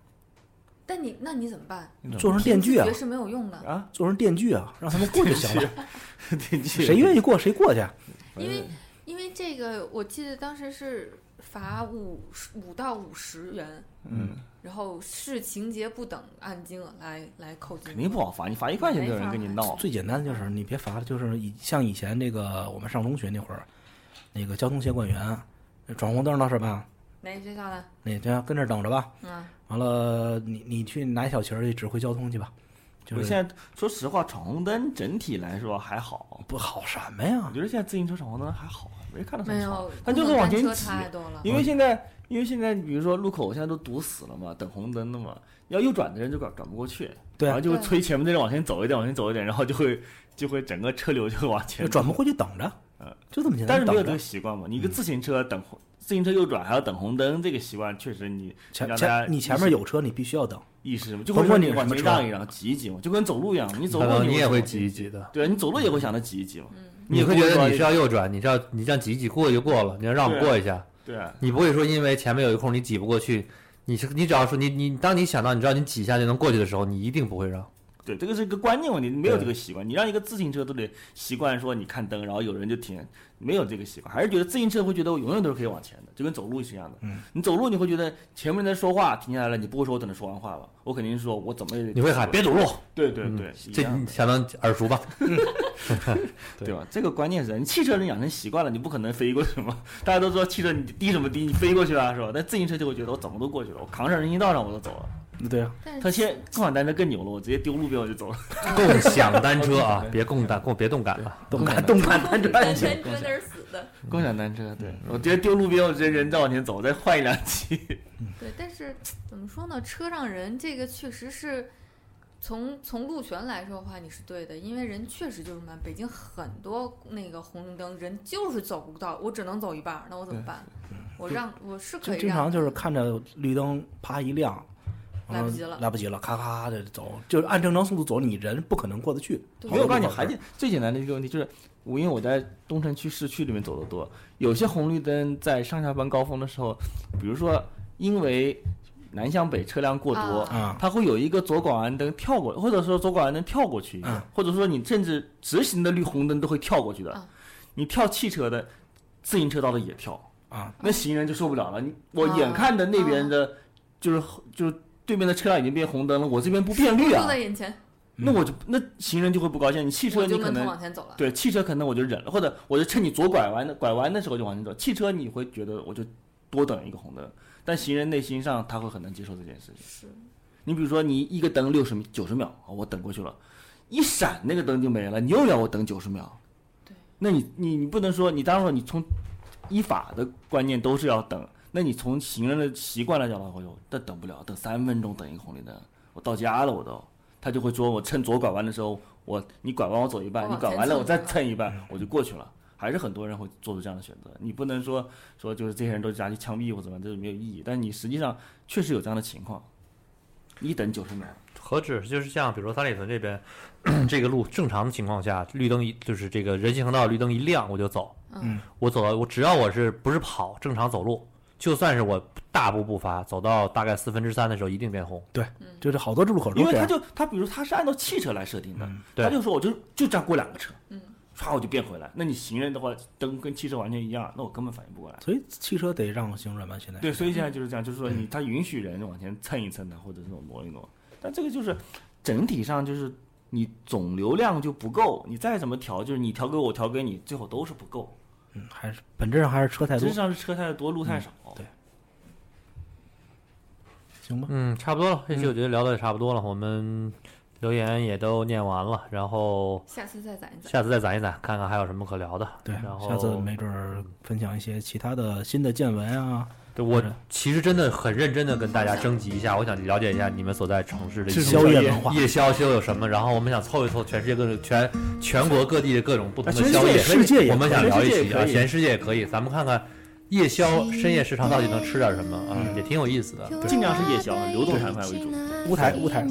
[SPEAKER 3] 但你那你怎么办？
[SPEAKER 4] 你怎么
[SPEAKER 2] 做成电锯啊
[SPEAKER 3] 觉，是没有用的，
[SPEAKER 4] 啊，
[SPEAKER 2] 做成电锯啊，让他们过就 行了，
[SPEAKER 4] 电锯
[SPEAKER 2] 谁愿意过谁过去。啊
[SPEAKER 3] 因为因为这个，我记得当时是罚五十五到五十元，
[SPEAKER 4] 嗯，
[SPEAKER 3] 然后视情节不等，按金额来来扣金额。
[SPEAKER 4] 肯定不好罚，你罚一块钱都有人跟你闹。
[SPEAKER 2] 最简单的就是你别罚了，就是以像以前那个我们上中学那会儿，那个交通协管员闯红灯了是吧？
[SPEAKER 3] 哪个学校的？
[SPEAKER 2] 那这样跟这儿等着吧。
[SPEAKER 3] 嗯，
[SPEAKER 2] 完了，你你去拿小旗儿去指挥交通去吧，就
[SPEAKER 4] 我
[SPEAKER 2] 是
[SPEAKER 4] 现在说实话，闯红灯整体来说还好，
[SPEAKER 2] 不好什么
[SPEAKER 4] 我
[SPEAKER 2] 呀？
[SPEAKER 4] 觉得现在自行车闯红灯还好，没看到什
[SPEAKER 3] 没
[SPEAKER 4] 么闯
[SPEAKER 3] 有，
[SPEAKER 4] 但就是
[SPEAKER 3] 共享
[SPEAKER 4] 往
[SPEAKER 3] 单
[SPEAKER 4] 前
[SPEAKER 3] 车
[SPEAKER 4] 挤。啊
[SPEAKER 3] 太多了。
[SPEAKER 4] 因为现在因为现在比如说路口现在都堵死了嘛，等红灯的嘛，要右转的人就转转不过去，
[SPEAKER 2] 对啊
[SPEAKER 4] 然后就会
[SPEAKER 6] 对
[SPEAKER 4] 催前面的人往前走一点，往前走一点，然后就会就会整个车流就往前
[SPEAKER 2] 就转不过去等着
[SPEAKER 4] 嗯，
[SPEAKER 2] 就这么简
[SPEAKER 4] 但
[SPEAKER 2] 单。
[SPEAKER 4] 是没
[SPEAKER 2] 等
[SPEAKER 4] 有这
[SPEAKER 2] 着嗯
[SPEAKER 4] 个习惯嘛，你一个自行车等红，自行车右转还要等红灯，这个习惯确实你
[SPEAKER 2] 前
[SPEAKER 4] 让大家
[SPEAKER 2] 前你前
[SPEAKER 4] 意
[SPEAKER 2] 面
[SPEAKER 4] 识
[SPEAKER 2] 有车，你必须要等。
[SPEAKER 4] 意识就
[SPEAKER 2] 甭
[SPEAKER 4] 跟
[SPEAKER 2] 管你
[SPEAKER 4] 你
[SPEAKER 2] 是
[SPEAKER 4] 往
[SPEAKER 2] 什么
[SPEAKER 4] 前
[SPEAKER 2] 车
[SPEAKER 4] 让一让，挤一挤嘛，就跟走路一样，你走
[SPEAKER 1] 啊可
[SPEAKER 4] 路
[SPEAKER 1] 能你也
[SPEAKER 4] 会
[SPEAKER 1] 会
[SPEAKER 4] 想
[SPEAKER 1] 挤一挤的。
[SPEAKER 4] 对你走路也会想着挤一挤嘛，
[SPEAKER 6] 嗯，
[SPEAKER 1] 你
[SPEAKER 4] 也
[SPEAKER 1] 会
[SPEAKER 4] 不
[SPEAKER 1] 觉
[SPEAKER 4] 说
[SPEAKER 1] 得你是要右转，你是要你这样挤一挤过去就过了，你要让我
[SPEAKER 4] 对啊
[SPEAKER 1] 过一下，
[SPEAKER 4] 对啊，
[SPEAKER 1] 你不会说因为前面有一空你挤不过去，你是你只要说你你当你想到你知道你挤一下就能过去的时候，你一定不会让。
[SPEAKER 4] 对，这个是一个观念问题，没有
[SPEAKER 1] 对
[SPEAKER 4] 这个习惯。你让一个自行车都得习惯说你看灯，然后有人就停，没有这个习惯，还是觉得自行车会觉得我永远都是可以往前的，就跟走路是一样的。
[SPEAKER 2] 嗯
[SPEAKER 4] 你走路你会觉得前面人在说话，停下来了，你不会说我等他说完话吧？我肯定是说我怎么也得
[SPEAKER 1] 你会喊别堵路，
[SPEAKER 4] 对对对，
[SPEAKER 1] 嗯
[SPEAKER 4] 是一
[SPEAKER 1] 这
[SPEAKER 4] 样
[SPEAKER 1] 你
[SPEAKER 4] 的
[SPEAKER 1] 相当耳熟吧？对
[SPEAKER 4] 对吧？这个观念是，你汽车人养成习惯了，你不可能飞过去嘛。 大家都说汽车你低什么低，你飞过去啊，是吧？但自行车就会觉得我怎么都过去了，我扛上人行道上我就走了。
[SPEAKER 2] 对啊，
[SPEAKER 6] 但
[SPEAKER 4] 他
[SPEAKER 6] 是
[SPEAKER 4] 现在共享单车更牛了，我直接丢路边我就走了。
[SPEAKER 1] 共享单车 啊，别共感共别动感了。
[SPEAKER 2] 动感动 感单车
[SPEAKER 6] 单
[SPEAKER 2] 也行。
[SPEAKER 6] 身真的是死的。
[SPEAKER 4] 共享单车，对 我直接丢路边，我直接人再往前走，再换一辆 骑。
[SPEAKER 6] 对，但是怎么说呢？车让人这个确实是从从路权来说的话，你是对的，因为人确实就是慢。北京很多那个红绿灯，人就是走不到，我只能走一半儿，那我怎么办？我让我是可
[SPEAKER 2] 经
[SPEAKER 6] 以
[SPEAKER 2] 经
[SPEAKER 6] 让
[SPEAKER 2] 常，就是看着绿灯啪一亮，
[SPEAKER 6] 来不
[SPEAKER 2] 嗯
[SPEAKER 6] 及了
[SPEAKER 2] 来不及了，咔咔的走，就是按正常速度走，你人不可能过得去。
[SPEAKER 6] 对
[SPEAKER 4] 没有，我 告诉你，
[SPEAKER 2] 好
[SPEAKER 4] 还是最简单的一个问题就是，我因为我在东城区市区里面走的多，有些红绿灯在上下班高峰的时候，比如说因为南向北车辆过多，
[SPEAKER 6] 啊
[SPEAKER 2] 啊，
[SPEAKER 4] 它会有一个左拐弯灯跳过，或者说左拐弯灯跳过去一个，
[SPEAKER 2] 嗯
[SPEAKER 4] 或者说你甚至直行的绿红灯都会跳过去的，
[SPEAKER 6] 啊
[SPEAKER 4] 你跳汽车的，自行车道的也跳
[SPEAKER 2] 啊，
[SPEAKER 4] 那行人就受不了了。你我
[SPEAKER 6] 啊
[SPEAKER 4] 眼看着那边的，就是就是对面的车辆已经变红灯了，我这边不变绿
[SPEAKER 6] 就
[SPEAKER 4] 啊
[SPEAKER 3] 嗯
[SPEAKER 6] 在，眼前，
[SPEAKER 4] 那我就那行人就会不高兴。你汽车
[SPEAKER 6] 我
[SPEAKER 4] 你
[SPEAKER 6] 就
[SPEAKER 4] 可
[SPEAKER 6] 闷头
[SPEAKER 4] 能
[SPEAKER 6] 往前
[SPEAKER 3] 啊
[SPEAKER 6] 走了。
[SPEAKER 4] 对汽车可能我就忍了，或者我就趁你左拐弯的拐弯的时候就往前走，汽车你会觉得我就多等一个红灯，但行人内心上他会很难接受这件事情。
[SPEAKER 6] 是，
[SPEAKER 4] 你比如说，你一个灯六十米、九十秒，啊我等过去了，一闪那个灯就没了，你又要我等九十秒，
[SPEAKER 6] 对，
[SPEAKER 4] 那你你你不能说你，当然说你从依法的观念都是要等，那你从行人的习惯来讲的话，我这等不了，等三分钟等一个红绿灯，我到家了我都，他就会说我趁左拐弯的时候，我你拐弯我走一半，
[SPEAKER 6] 我
[SPEAKER 4] 你
[SPEAKER 6] 往
[SPEAKER 4] 拐
[SPEAKER 6] 前
[SPEAKER 4] 完了
[SPEAKER 6] 蹭
[SPEAKER 4] 我再
[SPEAKER 6] 一半
[SPEAKER 4] 蹭一半，我就过去了。还是很多人会做出这样的选择，你不能说说就是这些人都拿去枪毙或怎么样，这是没有意义。但你实际上确实有这样的情况，一等九十秒，
[SPEAKER 1] 何止就是像比如说三里屯这边，这个路正常的情况下，绿灯一就是这个人行横道绿灯一亮我就走，
[SPEAKER 6] 嗯，
[SPEAKER 1] 我走到我只要我是不是跑正常走路，就算是我大步步伐走到大概四分之三的时候一定变红，
[SPEAKER 6] 嗯
[SPEAKER 2] 就是好多路口
[SPEAKER 4] 因
[SPEAKER 2] 都这
[SPEAKER 4] 为他
[SPEAKER 2] 样。嗯
[SPEAKER 4] 就他比如他是按照汽车来设定的，
[SPEAKER 1] 对
[SPEAKER 4] 他就说我就就这样过两个车，
[SPEAKER 6] 嗯，
[SPEAKER 4] 唰我就变回来。那你行人的话，灯跟汽车完全一样，那我根本反应不过来。
[SPEAKER 2] 所以汽车得让行人嘛，现在
[SPEAKER 4] 对，所以现在就是这样，就是说你他允许人往前蹭一蹭的，或者是挪一挪，但这个就是整体上就是你总流量就不够，你再怎么调，就是你调给我，我调给你，最后都是不够。
[SPEAKER 2] 嗯还是本质上还是车太
[SPEAKER 4] 实
[SPEAKER 2] 多嗯
[SPEAKER 4] 际，上是车太多，路太少。
[SPEAKER 2] 对行吧？
[SPEAKER 1] 嗯，差不多了，这期我觉得聊的也差不多了，我们留言也都念完了，然后
[SPEAKER 6] 下次再攒一攒。
[SPEAKER 1] 下次再攒一攒，看看还有什么可聊的，
[SPEAKER 2] 对，
[SPEAKER 1] 然后
[SPEAKER 2] 下次没准儿分享一些其他的新的见闻啊，
[SPEAKER 1] 对我其实真的很认真的跟大家征集一下，我想了解一下你们所在城市的一些
[SPEAKER 2] 宵夜文化。
[SPEAKER 1] 夜宵都有什么，然后我们想凑一凑全世界各种全全国各地的各种不同
[SPEAKER 4] 啊
[SPEAKER 1] 的
[SPEAKER 4] 全
[SPEAKER 1] 宵夜，
[SPEAKER 2] 世界也可以
[SPEAKER 1] 我们想聊一
[SPEAKER 4] 全世界
[SPEAKER 1] 起
[SPEAKER 4] 也
[SPEAKER 1] 啊，
[SPEAKER 4] 可以
[SPEAKER 1] 全世界也可以，咱们看看夜宵深夜食堂到底能吃点什么啊，
[SPEAKER 2] 嗯
[SPEAKER 1] 也挺有意思的。
[SPEAKER 4] 尽量是夜宵，流动摊贩为主。
[SPEAKER 2] 乌台乌台，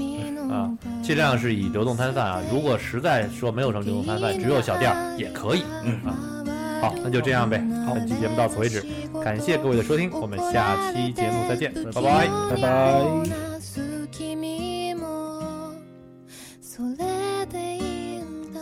[SPEAKER 1] 啊，尽量是以流动摊贩啊。如果实在说没有什么流动摊贩，只有小店儿也可以。嗯啊，好，那就这样呗。本期节目到此为止，感谢各位的收听，我们下期节目再见，拜拜。
[SPEAKER 2] 拜拜。
[SPEAKER 7] 君もそれでいいんだ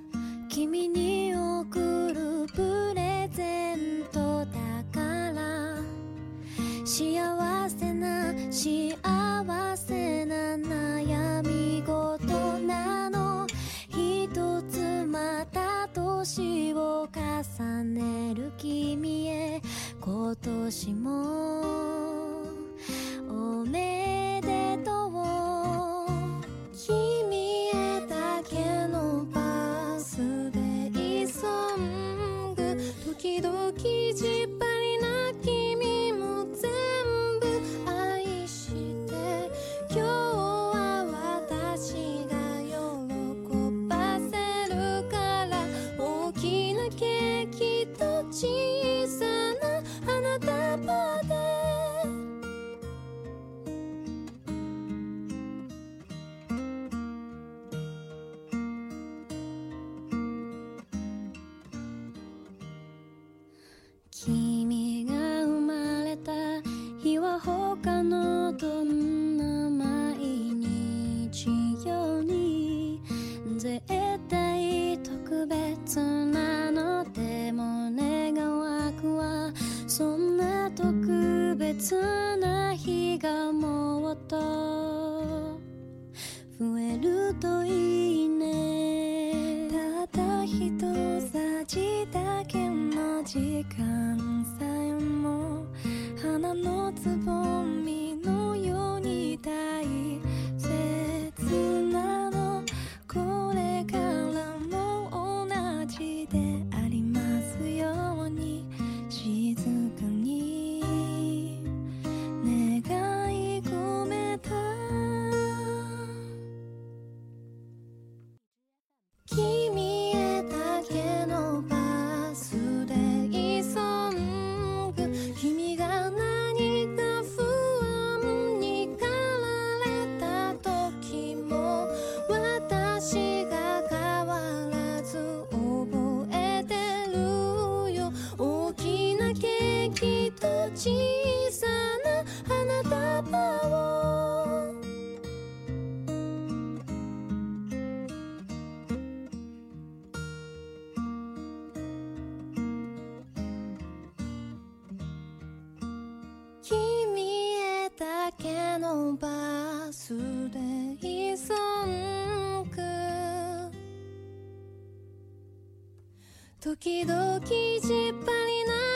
[SPEAKER 7] 年を重ねる君へ今年もおめでとう君へだけのバースデーソング時々じっぱりな君も全部愛して今日は私が喜ばせるから大きなケーキと小さな花束で君が生まれた日は他のどんな毎日より絶対特別なのでも願わくはそんな特別な日がもっと増えるといいねただ一さじだけの時間さえも花のつぼみのように大切なのこれからも同じでありますように静かに願い込めた君へだけのバースデーソング君が何か不安にかられた時も私が変わらず覚えてるよ大きなケーキと小さな花束を君へだけのバースデーソング時々じっぱりな